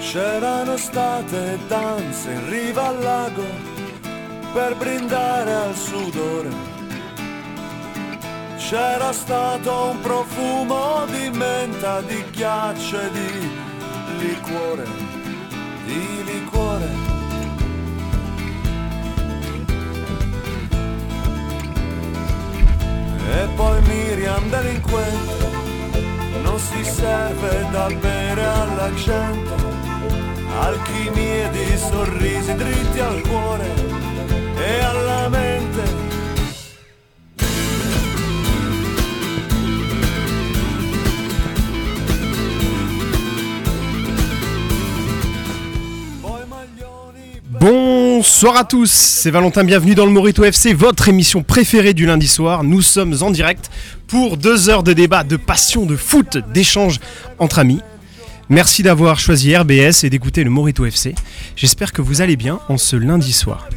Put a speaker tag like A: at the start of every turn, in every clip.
A: C'erano state danze in riva al lago per brindare al sudore. C'era stato un profumo di menta, di ghiaccio e di liquore, di liquore. E poi Miriam delinquente non si serve da bere alla gente, alchimie di sorrisi dritti al cuore e alla mente. Poi maglioni
B: Bonsoir à tous, c'est Valentin, bienvenue dans le Morito FC, votre émission préférée du lundi soir. Nous sommes en direct pour deux heures de débat, de passion, de foot, d'échanges entre amis. Merci d'avoir choisi RBS et d'écouter le Morito FC. J'espère que vous allez bien en ce lundi soir.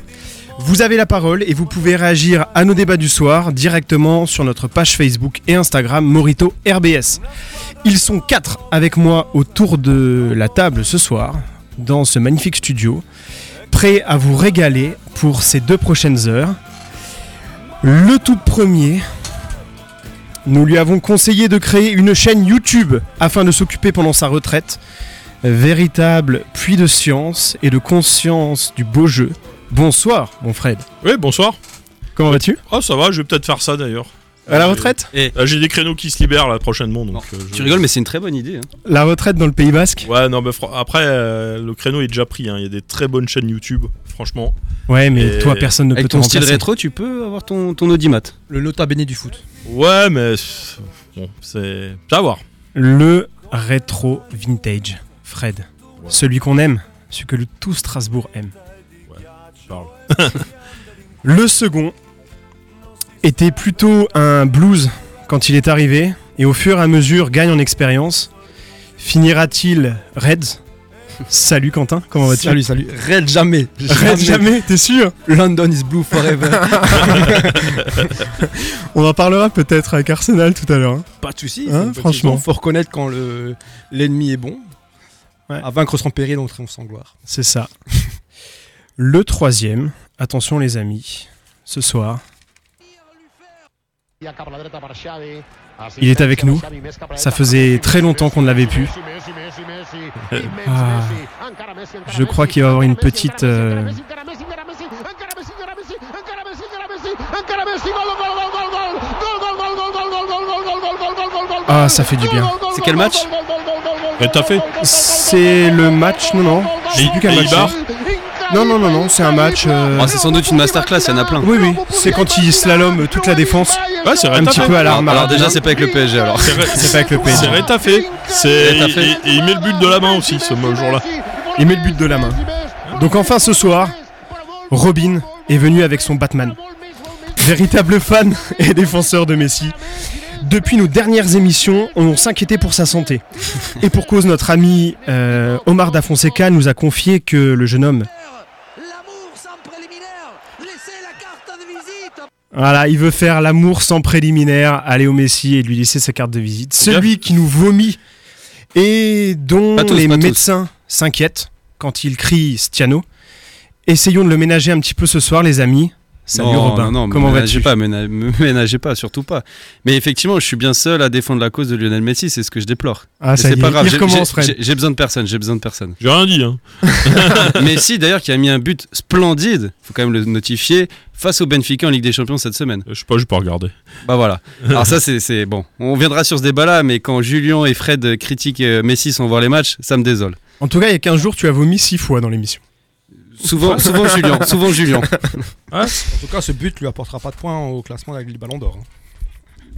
B: Vous avez la parole et vous pouvez réagir à nos débats du soir directement sur notre page Facebook et Instagram Morito RBS. Ils sont quatre avec moi autour de la table ce soir dans ce magnifique studio, prêts à vous régaler pour ces deux prochaines heures. Le tout premier, nous lui avons conseillé de créer une chaîne YouTube afin de s'occuper pendant sa retraite. Véritable puits de science et de conscience du beau jeu. Bonsoir, mon Fred.
C: Oui, bonsoir.
B: Comment vas-tu
C: Ah, ça va, je vais peut-être faire ça d'ailleurs.
B: À la retraite
D: Eh,
C: Ah, J'ai des créneaux qui se libèrent là prochainement. Donc, euh, je-
D: tu rigoles, mais c'est une très bonne idée. hein.
B: La retraite dans le Pays Basque
C: Ouais, non, mais fra- après, euh, le créneau est déjà pris. hein. Il y a des très bonnes chaînes YouTube, franchement.
B: Ouais, mais
C: Et
B: toi, personne ne peut
D: Avec
B: te
D: ton style
B: remplacer.
D: rétro, tu peux avoir ton, ton audimat.
E: Le nota bene du foot.
C: Ouais, mais. c'est- Bon, c'est. Ça va voir.
B: Le rétro vintage, Fred.
C: Ouais.
B: Celui qu'on aime, celui que le- tout Strasbourg aime.
C: Je parle.
B: Le second était plutôt un blues quand il est arrivé et au fur et à mesure gagne en expérience. Finira-t-il Reds Salut Quentin, comment vas-tu
E: Salut, salut. Red jamais.
B: Reds jamais, t'es sûr
E: London is blue forever.
B: On en parlera peut-être avec Arsenal tout à l'heure. hein.
E: Pas de soucis.
B: Hein, franchement.
E: Il faut reconnaître quand le- l'ennemi est bon.
B: Ouais.
E: À vaincre sans péril, on triomphe sans gloire.
B: C'est ça. Le troisième, attention les amis, ce soir,
F: Il est avec nous. Ça faisait très longtemps qu'on ne l'avait plus.
B: Ah.
F: Je crois qu'il va y avoir une petite. euh,
B: Ah, ça fait du bien.
D: C'est quel match
C: Et t'as fait
B: c'est le match, non non, je sais
C: Et-
B: plus quel
C: et
B: match.
C: Ibar
B: c'est. Non non non non, c'est un match. euh,
D: Ah, c'est sans doute une masterclass, il y en a plein.
B: Oui oui, c'est quand il slalom toute la défense,
C: Ouais, c'est
B: un
C: Retafe.
B: petit peu à l'arme.
D: Alors, déjà, c'est pas avec le PSG alors.
C: Ah, C'est Re-
B: c'est pas avec le
C: c'est
B: PSG.
C: Retafe. C'est-
D: Retafe.
C: Et, et il met le but de la main aussi, ce mo- jour-là.
B: Il met le but de la main. Donc enfin ce soir, Robin est venu avec son Batman. Véritable fan et défenseur de Messi. Depuis nos dernières émissions, on s'inquiétait pour sa santé. Et pour cause, notre ami euh, Omar Da Fonseca nous a confié que le jeune homme,
G: L'amour sans préliminaire, laissez la carte de visite.
B: voilà, il veut faire l'amour sans préliminaire à Léo Messi et lui laisser sa carte de visite. Celui qui nous vomit et dont
D: Pas tous,
B: les
D: pas tous.
B: médecins s'inquiètent quand il crie Stiano. Essayons de le ménager un petit peu ce soir, les amis. Salut
D: non,
B: Robin,
D: Oh, non, non, me
B: comment
D: ménagez
B: vas-tu
D: pas, ména- me ménagez pas, surtout pas. Mais effectivement, je suis bien seul à défendre la cause de Lionel Messi, c'est ce que je déplore.
B: Ah,
D: Mais
B: ça
D: c'est
B: y est,
D: pas grave,
B: il
D: j'ai-
B: recommence,
D: j'ai-
B: Fred.
D: j'ai- j'ai besoin de personne, j'ai besoin de personne.
C: J'ai rien dit, hein.
D: Messi d'ailleurs qui a mis un but splendide, faut quand même le notifier, face au Benfica en Ligue des Champions cette semaine.
C: Je sais pas, je peux regarder.
D: Bah voilà. Alors ça c'est- c'est bon, on viendra sur ce débat-là, mais quand Julien et Fred critiquent euh, Messi sans voir les matchs, ça me désole.
B: En tout cas, il y a 15 jours, tu as vomi 6 fois dans l'émission.
D: Souvent, souvent Julien, souvent Julien.
E: En tout cas, ce but lui apportera pas de points au classement avec les ballons d'or. hein.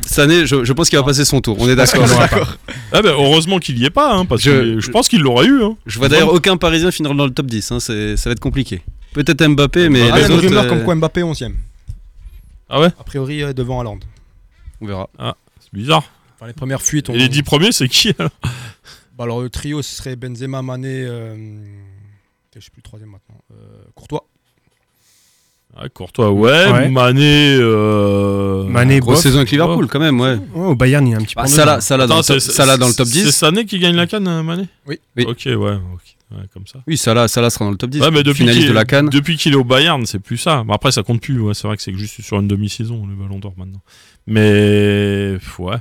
D: Cette année, je, je pense qu'il va passer son tour. On est d'accord.
C: Ah, bah, heureusement qu'il y est pas, hein, parce que
D: Je-
C: je pense qu'il l'aurait eu. Hein.
D: Je vois d'ailleurs aucun Parisien finir dans le top 10. hein, c'est- ça va être compliqué. Peut-être Mbappé, mais
E: Ah, il y a
D: les
E: une
D: autres,
E: rumeur
D: euh,
E: comme quoi Mbappé 11ème.
C: Ah ouais
E: A priori, euh, devant Haaland.
D: on verra.
C: C'est bizarre.
E: Enfin, les premières fuites. on-
C: Et les 10 premiers, c'est qui hein alors
E: Bah, alors, le trio, ce serait Benzema, Mané. euh, Je sais plus le troisième maintenant. euh, Courtois.
C: Ah, Courtois, ouais.
B: Ouais.
C: Mané. euh,
B: Mané,
D: Grosse
B: bof.
D: saison avec Liverpool, quand même, ouais.
B: Ouais, au Bayern, il y a un petit peu.
D: Ah, Salah, Salah dans,
C: Attends,
D: le top-
C: c'est-
D: Salah dans le top
C: C'est
D: 10.
C: Sané qui gagne la canne, hein, Mané
E: Oui.
D: Oui.
C: Ok, ouais, ok. Ouais, comme ça.
D: Oui, Salah, Salah sera dans le top 10.
C: Ouais, mais depuis
D: finaliste
C: qu'il-
D: de la Cannes.
C: Depuis qu'il est au Bayern, c'est plus ça. Bon, après, ça compte plus. ouais, C'est vrai que c'est juste sur une demi-saison, le Ballon d'Or maintenant. Mais pff, ouais.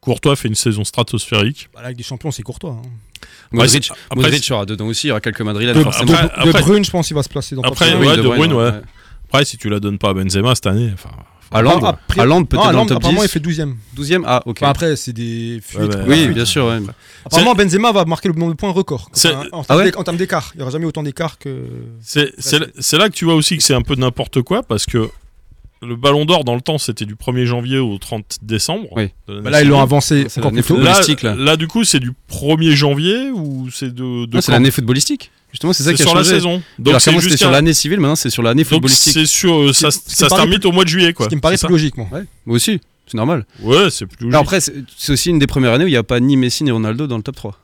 C: Courtois fait une saison stratosphérique.
E: Bah, la Ligue des Champions, c'est Courtois. hein.
D: Modric,
C: après,
D: Modric
C: c'est-
D: sera dedans aussi, il y aura quelques Madrilènes
E: De,
D: forcément.
E: de-
C: Après-
E: de Bruyne, je pense qu'il va se placer dans
C: Après,
E: le
C: ouais, De Bruyne, ouais. Après, si tu la donnes pas à Benzema cette année, enfin.
D: Haaland,
E: Ah, après-
D: Haaland peut-être
E: Non,
D: dans
E: Haaland,
D: le top
E: apparemment,
D: 10.
E: il fait 12ème.
D: 12e Ah, ok. Euh,
E: Enfin, après, c'est des fuites.
C: Ouais, bah,
E: quoi.
D: oui, bien sûr. ouais.
E: Apparemment, Benzema va marquer le nombre de points record.
C: C'est-
E: Enfin, en,
D: Ah ouais
E: termes d'é- en termes d'écart. Il n'y aura jamais autant d'écart que.
C: C'est c'est là- c'est là que tu vois aussi que c'est un peu n'importe quoi parce que le Ballon d'Or dans le temps c'était du 1er janvier au 30 décembre.
D: Oui.
C: de l'année
E: Bah, là, ils l'ont
C: civile.
E: avancé
D: C'est
E: encore
D: l'année
E: plus tôt.
D: football.
C: Là,
D: Footballistique, là.
C: là, du coup c'est du 1er janvier ou c'est de, de
D: Non, Ah, c'est
C: quand
D: l'année footballistique. Justement, c'est ça
C: C'est
D: qui a
C: sur la
D: changé.
C: saison. Donc
D: Alors,
C: c'est
D: comment c'était
C: jusqu'à-
D: sur l'année civile, maintenant c'est sur l'année
C: donc,
D: footballistique.
C: c'est sur euh, ça,
E: Ce qui
C: ça
E: me
C: se
E: paraît
C: termine au mois de juillet quoi.
E: Ce qui me paraît
C: C'est
E: plus logique, moi.
D: Ouais, moi aussi, c'est normal.
C: ça Ouais, c'est plus
D: Alors
C: logique.
D: Après, c'est c'est aussi une des premières années où il n'y a pas ni Messi ni Ronaldo dans le top 3.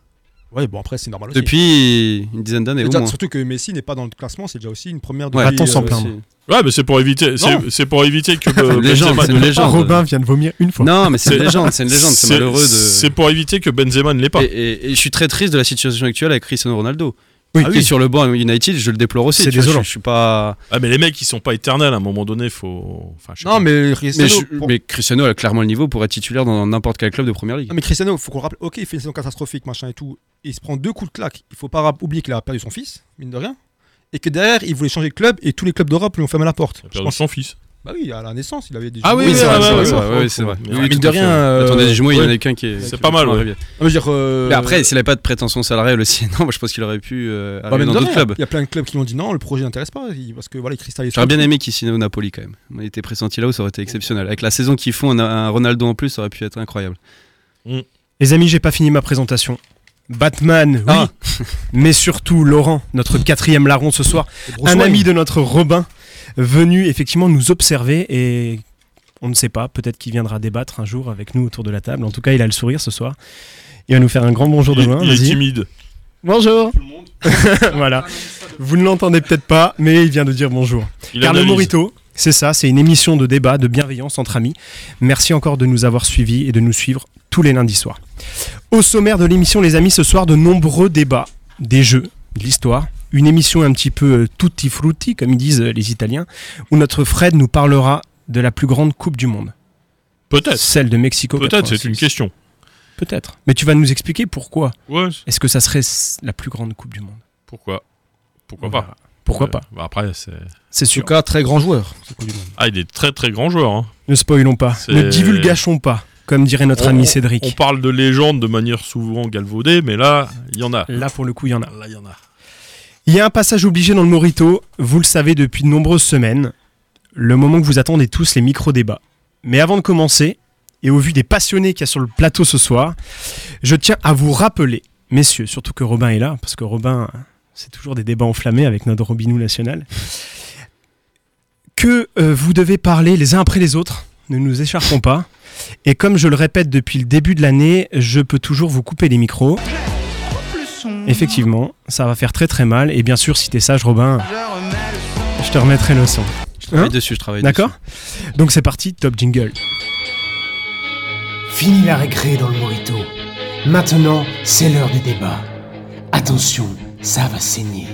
E: Ouais, bon, après, c'est normal aussi.
D: Depuis une dizaine d'années
E: Et
D: au
E: déjà,
D: moins.
E: surtout que Messi n'est pas dans le classement, c'est déjà aussi une première
D: Ouais.
E: depuis,
B: Attends, sans
E: euh,
B: plaindre.
C: Ouais, mais c'est pour éviter c'est c'est pour éviter que euh,
D: légende,
C: Benzema
D: c'est
C: ne
D: une
C: l'ait
D: légende.
B: Robin vient de vomir une fois.
D: Non, mais c'est une
C: C'est-
D: légende, c'est une
C: pas.
D: légende, c'est malheureux de.
C: C'est pour éviter que Benzema ne l'ait pas.
D: Et, et- et je suis très triste de la situation actuelle avec Cristiano Ronaldo.
B: Oui.
D: qui est sur le banc à United, je le déplore aussi.
B: C'est
D: tu vois,
B: désolant.
D: Je, je suis pas.
C: Ah mais les mecs ils sont pas éternels à un moment donné, faut enfin je sais
E: Non,
C: pas.
E: mais
D: Mais,
E: Cristiano.
D: je-
E: pour-
D: mais Cristiano a clairement le niveau pour être titulaire dans n'importe quel club de première ligue.
E: Non, mais Cristiano, faut qu'on le rappelle, ok, il fait une saison catastrophique, machin et tout. Et il se prend deux coups de claque. Il faut pas rap- oublier qu'il a perdu son fils, mine de rien. Et que derrière, il voulait changer de club et tous les clubs d'Europe lui ont fermé la porte.
C: Il a
E: Je
C: perdu
E: pense-
C: son fils.
E: Bah oui, à la naissance, il avait des
C: Ah
E: jumeaux.
C: oui, ouais,
D: c'est vrai, c'est
C: ouais,
D: vrai, c'est
C: ouais,
D: vrai,
C: ouais,
D: oui, c'est
C: faut-
D: vrai.
C: mais
D: Oui,
C: oui,
D: mine
C: tout
D: de
C: à
D: rien,
C: fait.
D: euh,
E: Attendez,
D: attendez,
E: jumeaux,
D: moi
E: il
D: il y
E: y en
D: en
E: a
D: a qu'un qui est.
C: C'est pas mal, ouais.
E: Non, mais je veux dire, euh,
D: Mais après, si elle n'avait pas de prétention salariale aussi, non, moi je pense qu'il aurait pu euh,
E: bah,
D: arriver
E: mine
D: dans
E: de
D: d'autres
E: rien,
D: clubs.
E: Il y a plein de clubs qui l'ont dit non, le projet n'intéresse pas. il- Parce que voilà, il cristallise.
D: J'aurais bien aimé qu'il signe au Napoli quand même. Il était pressenti là-haut, ça aurait été exceptionnel. Avec la saison qu'ils font, on a un Ronaldo en plus, ça aurait pu être incroyable.
B: Les amis, j'ai pas fini ma présentation. Batman, oui,
D: Ah.
B: mais surtout Laurent, notre quatrième larron ce soir, un ami de notre Robin, venu effectivement nous observer et on ne sait pas, peut-être qu'il viendra débattre un jour avec nous autour de la table. En tout cas, il a le sourire ce soir. Il va nous faire un grand bonjour
C: Il,
B: demain.
C: il est
B: Vas-y.
C: timide.
B: Bonjour. voilà. Vous ne l'entendez peut-être pas, mais il vient de dire bonjour.
C: Il
B: Car le
C: analyse.
B: Morito, c'est ça, c'est une émission de débat, de bienveillance entre amis. Merci encore de nous avoir suivis et de nous suivre tous les lundis soirs. Au sommaire de l'émission, les amis, ce soir, de nombreux débats, des jeux, de l'histoire. Une émission un petit peu euh, tutti frutti, comme ils disent euh, les Italiens, où notre Fred nous parlera de la plus grande Coupe du Monde,
C: Peut-être.
B: celle de Mexico.
C: Peut-être, c'est
B: 86.
C: une question.
B: Peut-être. Mais tu vas nous expliquer pourquoi
C: Ouais.
B: est-ce que ça serait s- la plus grande Coupe du Monde
C: Pourquoi Pourquoi
B: On
C: pas
B: verra. Pourquoi
C: Euh,
B: pas
C: bah Après, c'est.
B: C'est sûr.
E: cas, très grand joueur.
C: Ah, il est très très grand joueur. hein.
B: Ne spoilons pas,
C: C'est-
B: ne divulgachons pas, comme dirait notre
C: On-
B: ami
C: on-
B: Cédric.
C: On parle de légende de manière souvent galvaudée, mais là, il y en a.
B: Là, pour le coup, il y en a.
C: Là, il y en a.
B: Il y a un passage obligé dans le Morito, vous le savez depuis de nombreuses semaines, le moment que vous attendez tous, les micro-débats. Mais avant de commencer, et au vu des passionnés qu'il y a sur le plateau ce soir, je tiens à vous rappeler, messieurs, surtout que Robin est là, parce que Robin, c'est toujours des débats enflammés avec notre Robinou national, que euh, vous devez parler les uns après les autres, ne nous écharpons pas. Et comme je le répète depuis le début de l'année, je peux toujours vous couper les micros. Effectivement, ça va faire très très mal. Et bien sûr, si t'es sage, Robin, je te remettrai le son.
D: Je travaille
B: Hein
D: dessus, je travaille
B: D'accord Donc c'est parti, top jingle.
H: Fini la récré dans le Morito. Maintenant, c'est l'heure du débat. Attention, ça va saigner.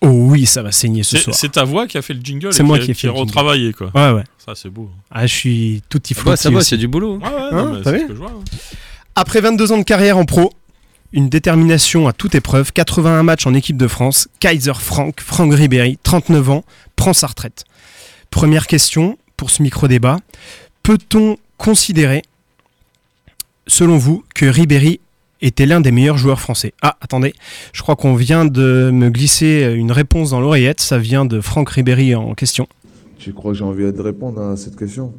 B: Oh oui, ça va saigner ce
C: C'est
B: soir.
C: c'est ta voix qui a fait le jingle.
B: C'est
C: et
B: moi
C: a-
B: qui ai fait
C: a
B: le jingle.
C: retravaillé, quoi.
B: Ouais, ouais.
C: Ça, c'est beau.
B: Ah, je suis tout petit
D: dessus. Ouais, bah, ça
B: flottis
D: va,
B: aussi.
D: c'est du boulot.
C: Ouais, ouais,
B: Hein,
C: non, mais
B: t'as
C: c'est
B: vu
C: ce que je vois. hein.
B: Après 22 ans de carrière en pro, une détermination à toute épreuve, 81 matchs en équipe de France, Kaiser Franck, Franck Ribéry, 39 ans, prend sa retraite. Première question pour ce micro-débat. Peut-on considérer, selon vous, que Ribéry était l'un des meilleurs joueurs français Ah, attendez, je crois qu'on vient de me glisser une réponse dans l'oreillette, ça vient de Franck Ribéry en question.
I: Tu crois que j'ai envie de répondre à cette question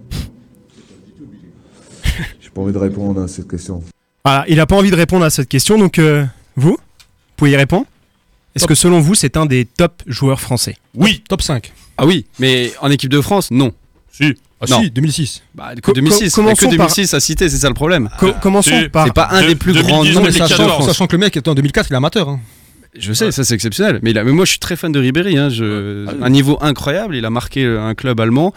I: J'ai pas envie de répondre à cette question.
B: Voilà, il n'a pas envie de répondre à cette question, donc euh, vous, vous pouvez y répondre Est-ce que selon vous, c'est un des top joueurs français
C: Oui,
E: Top 5.
D: Ah oui, mais en équipe de France, non.
C: si.
E: Ah
D: Non.
E: si, 2006.
D: Bah, que
B: Co-
D: 2006,
B: co-
D: il y a que
B: commençons par-
D: 2006 à citer, c'est ça le problème.
B: Co- Commençons
C: c'est-
B: par...
D: Ah, C'est pas un
C: de-
D: des plus grands
C: 2010,
D: noms
E: Non, mais
D: de l'équipe de
C: 2014.
E: sachant,
D: France.
E: sachant que le mec était en 2004, il est amateur. hein.
D: Je sais, ça c'est exceptionnel. Mais, il a- mais moi je suis très fan de Ribéry. hein, je-
C: Ah
D: Un niveau incroyable. Il a marqué euh, un club allemand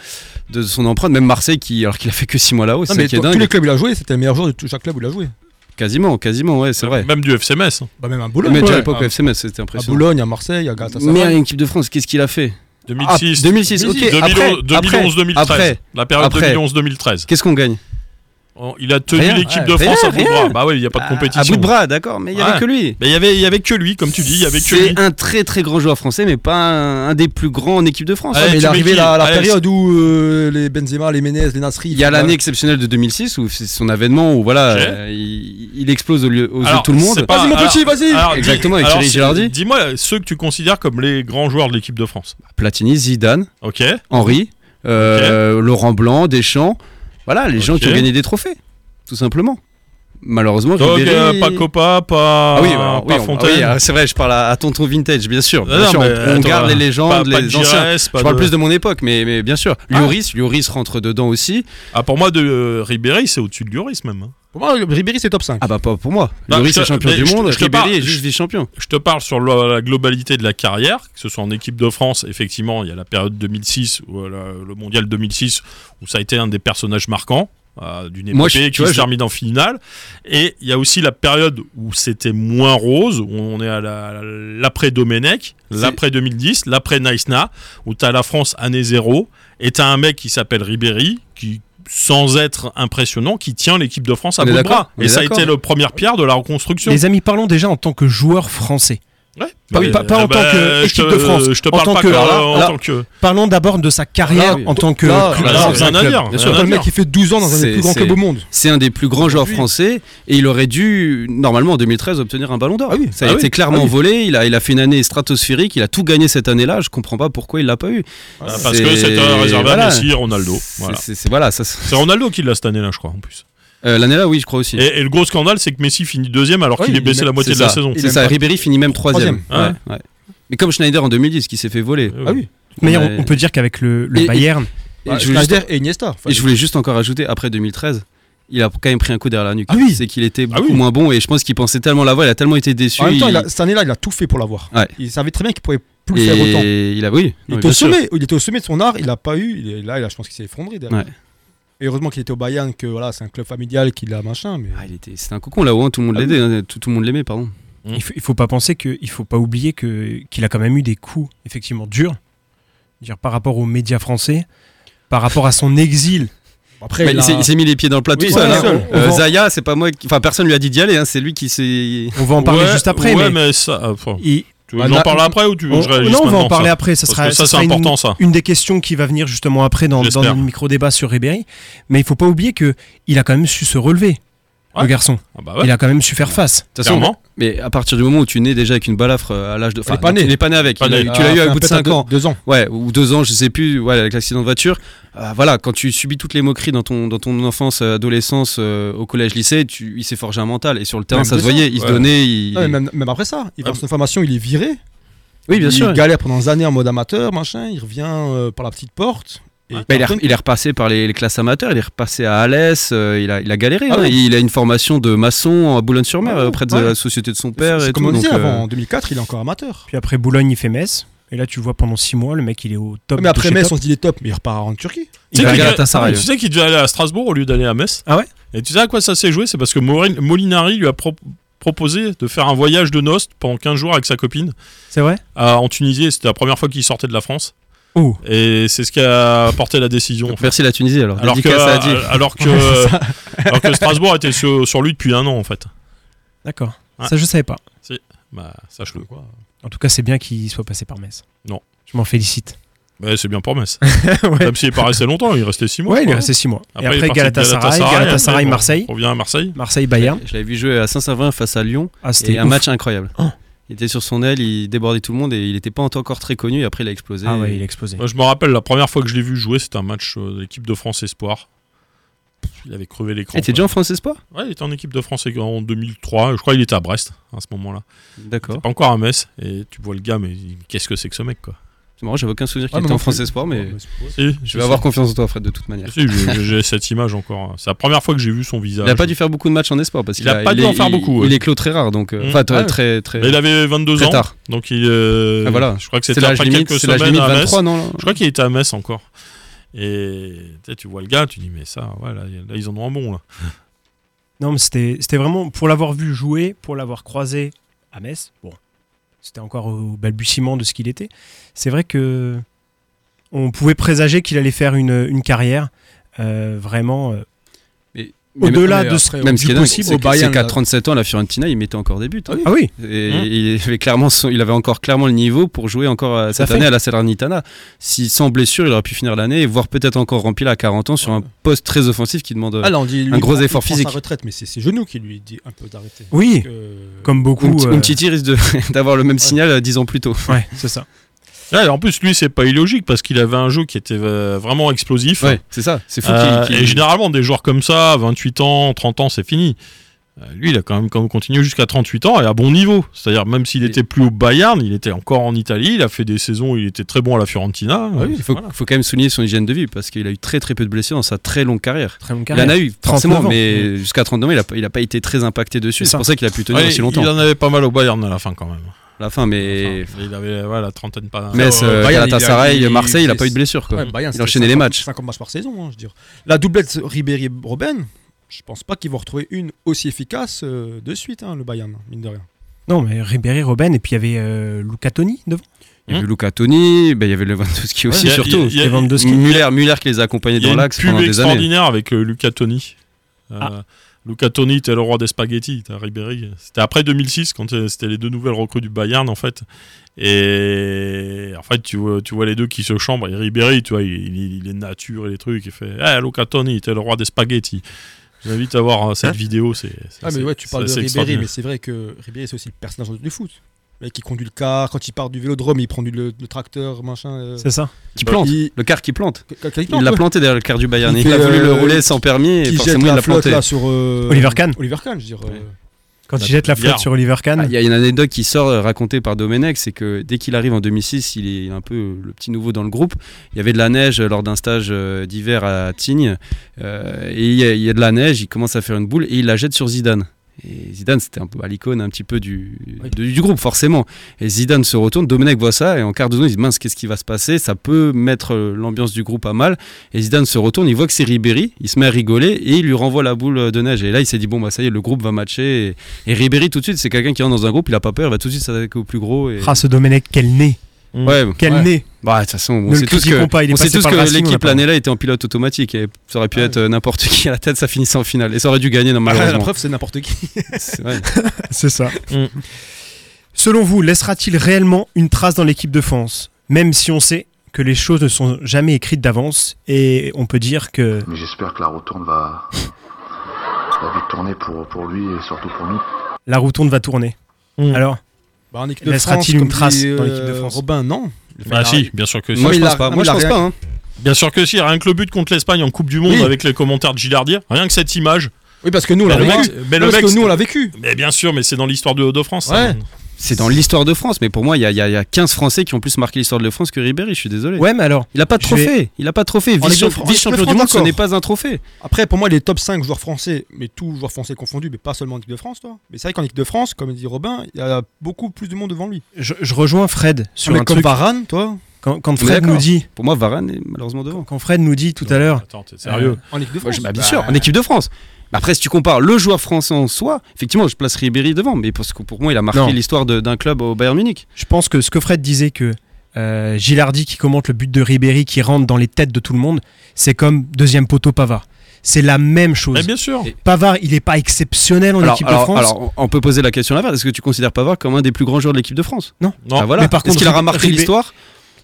D: de son empreinte, même Marseille, qui, alors qu'il a fait que 6 mois là-haut.
E: Non,
D: C'est
E: mais
D: qui est
E: dans
D: dingue.
E: tous les clubs, il a joué. C'était le meilleur joueur de tout chaque club où il a joué.
D: Quasiment, quasiment, ouais, c'est vrai.
C: Même du FCMS. hein.
E: Bah, même à
D: Mais
E: Boulogne.
D: déjà à
E: ouais.
D: l'époque,
E: À-
C: Ah.
D: au FCMS, c'était
E: À
D: impressionnant.
E: Boulogne, à Marseille, à Galatasaray.
D: Mais à l'équipe de France, qu'est-ce qu'il a fait
C: 2006.
D: Ah, 2006, ok.
C: 2011,
D: Après,
C: 2011, 2013.
D: après,
C: la période
D: après.
C: 2011-2013.
D: Qu'est-ce qu'on gagne
C: On- Il a tenu
D: Rien,
C: l'équipe
D: ouais,
C: de France
D: rien,
C: à bout de
D: rien. Ah,
C: bras. Bah oui, il n'y a pas de compétition.
D: À bout de bras, d'accord, mais il n'y
C: Ouais.
D: avait que lui.
C: Mais il y avait, il y avait que lui, comme tu dis, il y avait que lui.
D: C'est un très très grand joueur français, mais pas un, un des plus grands en équipe de France. Ah,
C: Ouais,
E: Mais il
C: tu
E: est
C: mets
E: arrivé
C: qui
E: là, à la
C: Allez,
E: période où euh, les Benzema, les Menez, les Nasri.
D: Il y a l'année exceptionnelle de 2006 où c'est son avènement où voilà,
C: Bah, Ok.
D: euh, il, il explose aux, lieux- aux yeux de
C: Alors,
D: tout le monde. Ah,
C: c'est pas-
E: Vas-y, mon
C: alors-
E: petit, vas-y.
C: alors, dis-
D: Exactement, avec
C: alors,
D: Thierry
C: c'est-
D: Gilardi.
C: Dis-moi ceux que tu considères comme les grands joueurs de l'équipe de France.
D: Platini, Zidane,
C: Ok.
D: Henri, euh, Laurent Blanc, Deschamps. Voilà, les gens
C: Ok.
D: qui ont gagné des trophées, tout simplement. Malheureusement,
C: Donc,
D: Ribéry-
C: euh, pas Copa, pas,
D: Ah oui, alors,
C: pas
D: oui, on-
C: Fontaine.
D: oui, alors, c'est vrai, je parle à, à Tonton Vintage, bien sûr.
C: Ah Non,
D: bien
C: non,
D: sûr, on,
C: mais
D: on
C: attends,
D: garde les
C: pas-
D: légendes,
C: pas de
D: les
C: Gires,
D: anciens.
C: pas
D: Je parle
C: de-
D: plus de mon époque, mais, mais bien sûr.
C: Ah.
D: Lloris, Lloris rentre dedans aussi.
C: Ah, pour moi, de euh, Ribéry, c'est au-dessus de Lloris même. hein.
E: Pour moi, Ribéry, c'est top 5.
D: Ah bah pas pour moi.
C: Bah, je
D: Lloris
C: te-
D: est champion
C: mais
D: du
C: je te-
D: monde,
C: je te
D: Ribéry
C: parle-
D: est juste vice-champion.
C: Je te parle sur la, la globalité de la carrière, que ce soit en équipe de France, effectivement, il y a la période 2006, ou, euh, la- le mondial 2006, où ça a été un des personnages marquants. euh, d'une épopée
D: Moi, je- tu
C: qui
D: vois,
C: se
D: je-
C: termine en finale et il y a aussi la période où c'était moins rose où on est à la- l'après Domenech l'après 2010 l'après Naïsna où t'as la France année zéro et t'as un mec qui s'appelle Ribéry qui sans être impressionnant qui tient l'équipe de France à
D: On est
C: bout de
D: d'accord,
C: bras
D: on
C: et
D: est
C: ça a
D: d'accord.
C: été la première pierre de la reconstruction
B: Les amis, parlons déjà en tant que joueur français.
C: Ouais.
B: Pas-
C: Mais,
B: pas- pas en
C: euh,
B: tant que
C: je
B: équipe
C: te-
B: de France,
C: Je te
B: en
C: parle
B: tant
C: pas
B: que-
C: que, euh,
B: alors,
C: en
B: alors,
C: tant que.
B: Parlons d'abord de sa carrière
D: Là, oui.
B: en tant que
D: Là,
B: club.
D: là,
B: dans
D: là,
B: un
D: rien à
B: club.
C: dire.
D: Bien
E: Quand
D: sûr.
E: le mec, il fait 12 ans dans un
D: C'est-
E: des plus grands
D: c'est-
E: clubs au monde.
D: C'est un des plus grands joueurs français et il aurait dû normalement en 2013 obtenir un ballon d'or.
E: Ah oui,
D: ça a
E: ah
D: été
E: oui,
D: clairement
E: ah oui.
D: volé, il a, il a fait une année stratosphérique, il a tout gagné cette année-là, je comprends pas pourquoi il l'a pas eu.
C: Ah, Parce que c'était réservé à Messi, Ronaldo.
D: C'est-
C: Voilà.
D: c'est- c'est- voilà, ça, c'est-
C: C'est Ronaldo qui l'a cette année-là, je crois, en plus.
D: euh, l'année-là oui, je crois aussi.
C: Et, et le gros scandale, c'est que Messi finit deuxième alors
E: Oui,
C: qu'il est
E: il
C: baissé
E: met-
C: la moitié
D: C'est
C: de la
D: ça.
C: saison. Ah
E: Il
D: C'est
E: est
D: ça,
E: même pas-
D: Ribéry finit même troisième.
C: Troisième.
D: Ouais, ouais. Mais comme Schneider en 2010 qui s'est fait voler.
C: Euh,
E: Ah oui.
B: Mais on,
D: Ouais.
B: on peut dire qu'avec le, le
D: Et- et-
B: Bayern,
D: Et
E: Bah,
D: je voulais juste-
E: Schneider et Iniesta. Enfin,
D: Et je voulais juste encore ajouter, après 2013, il a quand même pris un coup derrière la nuque.
E: Ah oui.
D: C'est qu'il était
C: Ah
D: beaucoup
C: oui.
D: moins bon et je pense qu'il pensait tellement l'avoir, il a tellement été déçu.
E: En même temps,
D: il-
E: il a- cette année-là, il a tout fait pour l'avoir.
D: Ouais.
E: Il savait très bien qu'il pouvait plus le
D: et
E: faire autant.
D: il a oui.
E: Il
D: Oui,
E: était,
D: bien
E: au
D: sûr.
E: sommet, il était au sommet de son art, il l'a pas eu. Il est- là, il a- je pense qu'il s'est effondré derrière.
D: Ouais.
E: Et heureusement qu'il était au Bayern, que voilà, c'est un club familial qui l'a machin. Mais...
D: Ah, il était, c'était un cocon là-haut, hein, tout le monde
E: Ah
D: l'aidait, hein, tout, tout le monde l'aimait, pardon.
C: Mm.
B: il faut, il faut pas penser que, il faut pas oublier que qu'il a quand même eu des coups effectivement durs, dire par rapport aux médias français, par rapport à son exil.
E: Après,
D: Bah,
E: il
D: il,
E: a-
D: s'est, il s'est mis les pieds dans le plat
E: Oui,
D: tout
E: voilà,
D: seul. hein.
E: seul.
D: Euh,
E: On vend-
D: Zaya, c'est pas moi, qui... enfin personne lui a dit d'y aller, hein, c'est lui qui s'est.
B: On va en parler
C: Ouais,
B: juste après,
C: Ouais,
B: mais,
C: mais, ça. enfin,
B: il-
C: tu veux
B: Bah,
C: que j'en
B: là-
C: parle après ou tu veux que
B: on-
C: je réagisse
B: non, on va en
C: maintenant,
B: parler
C: ça
B: après. Ça sera,
C: Parce que ça,
B: ça
C: c'est
B: sera une-
C: important, ça.
B: une des questions qui va venir justement après dans, dans
C: J'espère.
B: le micro-débat sur Ribéry. Mais il faut pas oublier que il a quand même su se relever,
C: Ouais.
B: le garçon.
C: Ah bah ouais,
B: Il a quand même su faire face.
D: De toute façon,
C: Clairement.
D: mais à partir du moment où tu nais déjà avec une balafre euh, à l'âge de.
E: est pas né.
D: Il est pas né avec.
C: Pas
D: il a
C: né.
D: eu-
E: il
D: tu l'as
E: a
D: eu
E: Ah, fait
D: au
E: un
D: bout de
E: pète à
D: 5
E: deux-
D: ans.
E: Deux ans.
D: Ouais, ou deux ans, je sais plus, ouais, avec l'accident de voiture. Ah, voilà, quand tu subis toutes les moqueries dans ton, dans ton enfance, euh, adolescence, euh, au collège, lycée, tu, il s'est forgé un mental. Et sur le terrain,
E: Même
D: ça se
E: deux ans.
D: voyait, il se
C: Ouais.
D: donnait. il-
E: Non, Ah, mais même, même après ça, il
C: Ah.
E: va son formation, il est viré.
D: Oui, bien
E: il
D: sûr.
E: galère pendant des années en mode amateur, machin. Il revient euh, par la petite porte. Et
D: Bah, il, est,
E: cartonne.
D: il est repassé par les, les classes amateurs, il est repassé à Alès, euh, il, a, il a galéré.
E: Ah
D: hein.
E: ouais.
D: Il a une formation de maçon à Boulogne-sur-Mer,
E: Ouais,
D: euh, près de
E: ouais.
D: la société de son
E: C'est-
D: père.
E: c'est
D: et
E: comme
D: tout,
E: on disait
D: donc, euh,
E: avant, en 2004, il est encore amateur.
B: Puis après Boulogne, il fait Metz. Et là, tu vois pendant six mois, le mec, il est au top.
E: Mais
B: de
E: après
B: chez
E: Metz,
B: top.
E: on se dit il est top, mais il repart en Turquie.
C: Tu
D: il
C: sais Ah,
D: va à
C: qu'il-
D: Galatasaray.
C: tu sais qu'il devait aller à Strasbourg au lieu d'aller à Metz.
B: Ah ouais
C: Et tu sais à quoi ça s'est joué C'est parce que Morin- Molinari lui a pro- proposé de faire un voyage de noces pendant 15 jours avec sa copine.
B: C'est vrai
C: à- Ah, en Tunisie. et C'était la première fois qu'il sortait de la France.
B: Oh.
C: Et c'est ce qui a porté la décision. en fait.
D: Merci la Tunisie alors.
C: Alors que, euh,
D: Dédicace à Adi.
C: alors, que, alors que Strasbourg était sur, sur lui depuis un an en fait.
B: D'accord.
C: Ouais.
B: Ça, je savais pas.
C: Bah, sache-le.
B: En tout cas, c'est bien qu'il soit passé par Metz.
C: Non.
B: Je m'en félicite.
C: Ouais, c'est bien pour Metz.
B: ouais.
C: Même s'il n'est pas resté longtemps, il restait 6 mois.
B: Ouais, il est
C: quoi.
B: resté six mois. et
C: Après, il est
B: après
C: parti de hein.
B: Galatasaray, Galatasaray,
C: après, bon,
B: Marseille,
C: On revient à Marseille.
B: Marseille, Bayern.
D: Je l'avais vu jouer à Saint-Savin face à Lyon.
B: Ah,
D: C'était
B: c'était
D: un
B: ouf.
D: match incroyable.
B: Oh.
D: Il était sur son aile, il débordait tout le monde et il n'était pas encore très connu. Et après, il a explosé.
B: Ah ouais, il a explosé.
C: Moi, je me rappelle la première fois que je l'ai vu jouer, c'était un match euh, de l'équipe de France Espoir. Il avait crevé l'écran.
B: Eh,
D: Ah, t'es
C: quoi.
D: déjà en France Espoir
C: Ouais, il était en équipe de France en 2003. Je crois qu'il était à Brest à ce moment-là.
D: D'accord.
C: Pas encore à Metz. Et tu vois le gars, mais il- qu'est-ce que c'est que ce mec quoi
D: C'est marrant, j'avais aucun souvenir qu'il
E: Ouais, mais
D: était
E: Ah, moi
D: en France
E: plus.
D: Espoir, mais
E: Ouais, c'est-
C: Si,
D: je vais avoir confiance en toi, Fred, de toute manière.
C: Si, j'ai- j'ai cette image encore. hein. C'est la première fois que j'ai vu son visage.
D: Il a pas dû faire beaucoup de matchs en espoir parce
C: Il
D: qu'il
C: a pas dû
D: est-
C: en faire
D: il-
C: beaucoup,
D: Il,
C: ouais.
D: est clos très rare, donc euh,
C: Mm.
D: enfin très-
E: Ah ouais.
D: très très,
C: Mais il avait 22
D: très
C: ans.
D: tard.
C: Donc il. euh,
D: Ah, voilà.
C: Je crois que
D: C'est
C: c'était
D: l'âge
C: après
D: limite,
C: quelques
D: c'est l'âge
C: semaines
D: limite
C: à Metz.
D: 23, non là
C: Je crois qu'il était à Metz encore. Et tu sais, tu vois le gars, tu dis mais ça, ouais, là, là, ils en ont un bon là.
B: Non, mais c'était c'était vraiment pour l'avoir vu jouer, pour l'avoir croisé à Metz. Bon, c'était encore au balbutiement de ce qu'il était. C'est vrai que on pouvait présager qu'il allait faire une, une carrière euh, vraiment. euh,
D: Mais-
B: Au-delà
E: mais
B: de
E: après,
B: ce
E: on-
D: Même ce qui est
E: du
D: dingue,
E: possible
D: c'est
E: au
D: que-
E: Bayern,
D: c'est qu'à
E: là.
D: 37 ans, la Fiorentina, il mettait encore des buts. hein.
B: Ah oui,
D: Et
C: Hein
D: il, avait clairement son- il avait encore clairement le niveau pour jouer encore euh, cette
B: fait.
D: année à la Salernitana. Si sans blessure, il aurait pu finir l'année, voire peut-être encore rempli à 40 ans sur un poste très offensif qui demande euh,
E: Ah, là, on dit, lui,
D: Un gros
E: il prend-
D: effort
E: il prend
D: physique.
E: Sa retraite, mais c'est ses genoux qui lui dit un peu d'arrêter.
B: oui,
E: Euh,
B: comme beaucoup.
D: Umti-
B: euh,
D: Umtiti risque de- d'avoir le même signal euh, 10 ans plus tôt.
B: ouais, c'est ça.
C: Ouais, en plus lui c'est pas illogique parce qu'il avait un jeu qui était euh, vraiment explosif.
D: Ouais, c'est ça. C'est fou qu'il-
C: Euh,
D: qu'il-
C: Et généralement des joueurs comme ça, 28 ans, 30 ans, c'est fini. Euh, Lui, il a quand même, quand même continué jusqu'à 38 ans et à bon niveau. C'est-à-dire, même s'il
D: Et-
C: était plus au Bayern, il était encore en Italie, il a fait des saisons où il était très bon à la Fiorentina.
D: Ouais,
C: Euh,
D: Ah il faut,
C: voilà.
D: faut quand même souligner son hygiène de vie parce qu'il a eu très très peu de blessures dans sa très longue carrière.
B: Très longue
D: Il en
B: carrière.
D: a eu
B: 39
D: forcément,
B: ans.
D: mais jusqu'à 39 ans, il a, pas- il a pas été très impacté dessus.
B: C'est
D: C'est
B: ça.
D: pour ça qu'il a pu tenir
C: Ouais,
D: aussi longtemps.
C: Il en avait pas mal au Bayern à la fin quand même.
D: À la fin, mais
C: Enfin, il avait ouais, la trentaine pas.
D: Metz,
E: euh,
D: euh,
E: Bayern, il a-
D: Galatasaray,
E: il-
D: Marseille, il a
E: c'est-
D: pas eu de blessure. Quoi.
E: ouais,
D: il
E: Bayern, c'était
D: enchaînait les
E: 50
D: matches.
E: 50 matchs par saison, hein, je veux dire. La doublette Ribéry-Robben, je pense pas qu'ils vont retrouver une aussi efficace euh, de suite, hein, le Bayern, mine de rien.
B: Non, mais Ribéry, Robben, et puis il y avait euh, Luca Toni devant.
D: Il y avait Luca Toni, ben, il y avait Lewandowski aussi,
C: il y a-
D: surtout.
C: il y a-
B: Lewandowski.
D: Muller, Muller qui les a accompagnés
C: Il y a
D: dans
C: une
D: l'axe
C: pub
D: pendant des années.
C: extraordinaire avec euh, Luca Toni. Euh,
E: Ah.
C: Luca Toni était le roi des spaghettis, t'as Ribéry. C'était après 2006 quand euh, c'était les deux nouvelles recrues du Bayern en fait. Et en fait, tu vois, tu vois les deux qui se chambrent. Et Ribéry, tu vois, il, il- il est de nature et les trucs. Il fait Eh, Luca Toni, t'es le roi des spaghettis. Je vous invite à voir euh, cette vidéo. C'est, c'est-
E: Ah, mais
C: c'est-
E: ouais, tu
C: c'est
E: parles de
C: assez
E: Ribéry,
C: extraordinaire.
E: mais c'est vrai que Ribéry, c'est aussi le personnage du foot. Le mec qui conduit le car, quand il part du vélodrome, il prend du, le, le tracteur, machin. euh,
B: C'est ça.
D: Qui plante,
E: Il-
D: le car qui plante.
E: Qu- qu-
D: Il l'a planté derrière le car du Bayern.
E: Il
D: Il, a
E: fait,
D: voulu le
E: euh,
D: rouler sans permis et
E: qui jette
D: forcément il
E: la
D: l'a
E: flotte
D: planté.
E: là sur euh,
B: Oliver Kahn.
E: Oliver Kahn, je veux dire. euh,
B: Quand
C: La
B: il jette la flotte
C: Billard.
B: sur Oliver Kahn.
D: Ah, Il y a une anecdote qui sort euh, racontée par Domenech, c'est que dès qu'il arrive en 2006, il est un peu euh, le petit nouveau dans le groupe. Il y avait de la neige euh, lors d'un stage euh, d'hiver à Tignes, euh, et il y, a, il y a de la neige, il commence à faire une boule et il la jette sur Zidane. Et Zidane, c'était un peu à l'icône un petit peu du, de- du groupe, forcément. Et Zidane se retourne, Domenech voit ça, et en quart de seconde, il se dit Mince, qu'est-ce qui va se passer Ça peut mettre euh, l'ambiance du groupe à mal. Et Zidane se retourne, il voit que c'est Ribéry, il se met à rigoler, et il lui renvoie la boule euh, de neige. Et là, il s'est dit Bon, bah ça y est, le groupe va matcher. Et, et Ribéry, tout de suite, c'est quelqu'un qui rentre dans un groupe, il a pas peur, il va tout de suite s'attaquer au plus gros. Et...
B: Ah, ce Domenech, quel nez
D: Ouais,
B: Mmh. Quel
D: ouais.
B: nez
D: Bah, de toute façon,
B: Ne
D: on
B: le
D: sait tous que,
B: critiquons pas, il est
D: on sait
B: passé
D: tous
B: par
D: que
B: le Racing, on l'a
D: l'équipe
B: pas
D: l'année là était en pilote automatique et ça aurait pu être euh, n'importe qui à la tête, ça finissait en finale et ça aurait dû gagner
E: La
D: normalement.
E: preuve, c'est n'importe qui.
B: C'est ça.
C: Mm.
B: Selon vous, laissera-t-il réellement une trace dans l'équipe de France Même si on sait que les choses ne sont jamais écrites d'avance et on peut dire que
J: Mais j'espère que la retourne va, va vite tourner pour, pour lui et surtout pour nous.
B: la rotonde va tourner.
C: Mm.
B: Alors,
E: Bah, en équipe de
B: Laissera-t-il
E: France,
B: une
E: comme
B: trace
E: dit,
B: dans l'équipe de
E: euh,
B: France
E: Robin, non.
C: Bah,
E: Il a-
C: si, bien sûr que si.
D: Moi
E: Mais
D: je
E: il
D: pense
E: a-
D: pas.
E: non,
D: Moi
E: il
D: je
E: a
D: pense
E: rien-
D: pas. hein.
C: Bien sûr que si, rien que le but contre l'Espagne en Coupe du Monde
E: Oui.
C: avec les commentaires de Gilardier, rien que cette image.
E: Oui, parce que nous, on
C: Mais
E: l'a
C: le
E: vécu.
C: mec- mais le
E: Non,
C: mec,
E: parce que nous, on
C: c'était-
E: l'a vécu.
C: Mais bien sûr, mais c'est dans l'histoire de, de France.
E: Ouais.
C: ça.
D: C'est dans l'histoire de France, mais pour moi, il y, a- il y a il y a 15 Français qui ont plus marqué l'histoire de la France que Ribéry, je suis désolé.
B: ouais, mais alors,
D: Il a pas de
B: Je
D: trophée, il a pas de trophée.
E: En équipe de
D: Vice-champion
E: France,
D: vice-champion du
E: d'accord.
D: monde, ce n'est pas un trophée.
E: Après, pour moi, les top 5 joueurs français, mais tous joueurs français confondus, mais pas seulement en équipe de France, toi. Mais c'est vrai qu'en équipe de France, comme dit Robin, il y a beaucoup plus de monde devant lui.
B: je, je rejoins Fred sur
D: Ah,
E: mais
B: un
E: comme
B: truc.
E: Varane, toi,
B: Quand, quand
D: On est
B: Fred
D: d'accord.
B: nous dit,
D: Pour moi, Varane est malheureusement devant.
B: quand Fred nous dit tout à l'heure,
C: Attends, t'es sérieux
E: en équipe de
D: Moi,
E: France.
D: je- bah, bien sûr, en équipe de France. Mais Après, si tu compares le joueur français en soi, effectivement, je place Ribéry devant, mais parce que pour moi, il a
B: Non.
D: marqué l'histoire de- d'un club au Bayern Munich.
B: je pense que ce que Fred disait que euh, Gilardi qui commente le but de Ribéry qui rentre dans les têtes de tout le monde, c'est comme deuxième poteau Pavard. C'est la même chose.
C: Mais bien sûr.
B: Pavard, il n'est pas exceptionnel en équipe de France.
D: alors, on peut poser la question l'inverse. Est-ce que tu considères Pavard comme un des plus grands joueurs de l'équipe de France
B: non.
C: Non.
D: Ah, voilà.
B: Mais par
D: Est-ce
B: contre,
D: qu'il aura
B: Rib-
D: marqué
B: Ribé-
D: l'histoire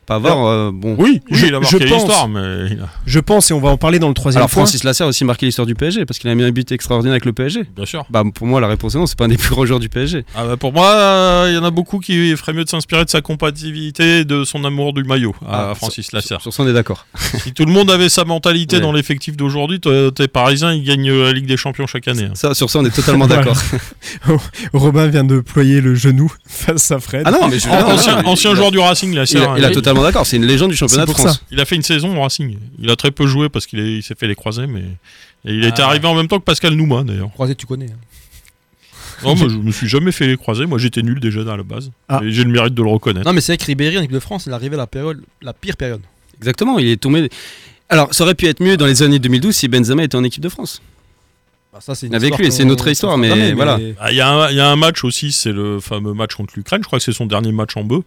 D: Pavard, euh, bon.
C: Oui,
B: Oui,
C: il a
B: je
C: marqué
B: pense.
C: l'histoire, mais il a-
B: Je pense, et on va en parler dans le troisième
D: Alors,
B: point.
D: Francis Lasserre a aussi marqué l'histoire du PSG parce qu'il a mis un but extraordinaire avec le PSG.
C: bien sûr.
D: Bah, pour moi, la réponse est non, c'est pas un des plus grands joueurs du PSG.
C: Ah bah, pour moi, euh, il y en a beaucoup qui feraient mieux de s'inspirer de sa compatibilité, et de son amour du maillot à
D: Ah,
C: Francis
D: Sur,
C: Lasserre.
D: sur ça, on est d'accord.
C: Si tout le monde avait sa mentalité
D: Ouais.
C: dans l'effectif d'aujourd'hui, toi, t'es parisien, ils gagnent la Ligue des Champions chaque année. hein.
D: Ça, sur ça, on est totalement
B: Voilà.
D: d'accord.
B: Robin vient de ployer le genou face à Fred.
D: Ah non, mais je Ah,
C: Ancien, ancien joueur du Racing,
D: il,
C: Lasserre. hein.
D: a- il a totalement totalement d'accord, c'est une légende du championnat de France.
C: Il a fait une saison au Racing. Il a très peu joué parce qu'il est- il s'est fait les croisés, mais et il
D: Ah.
C: était arrivé en même temps que Pascal Nouma d'ailleurs.
E: Croisé, tu connais. hein.
C: Non, moi, je me suis jamais fait les croisés. Moi, j'étais nul déjà à la base.
E: Ah.
C: Et j'ai le mérite de le reconnaître.
E: Non, mais c'est vrai que Ribéry en équipe de France, il est arrivé à la, période, la pire période.
D: Exactement, il est tombé. Alors, ça aurait pu être mieux dans les années 2012 si Benzema était en équipe de France.
E: Bah, ça, c'est une
D: Avec
E: histoire
D: lui, c'est
E: qu'on-
D: une autre histoire,
E: qu'on
D: mais
E: sait jamais,
D: voilà.
C: Ah, Il y, a un- il y a un match aussi, c'est le fameux match contre l'Ukraine. Je crois que c'est son dernier match en bœuf.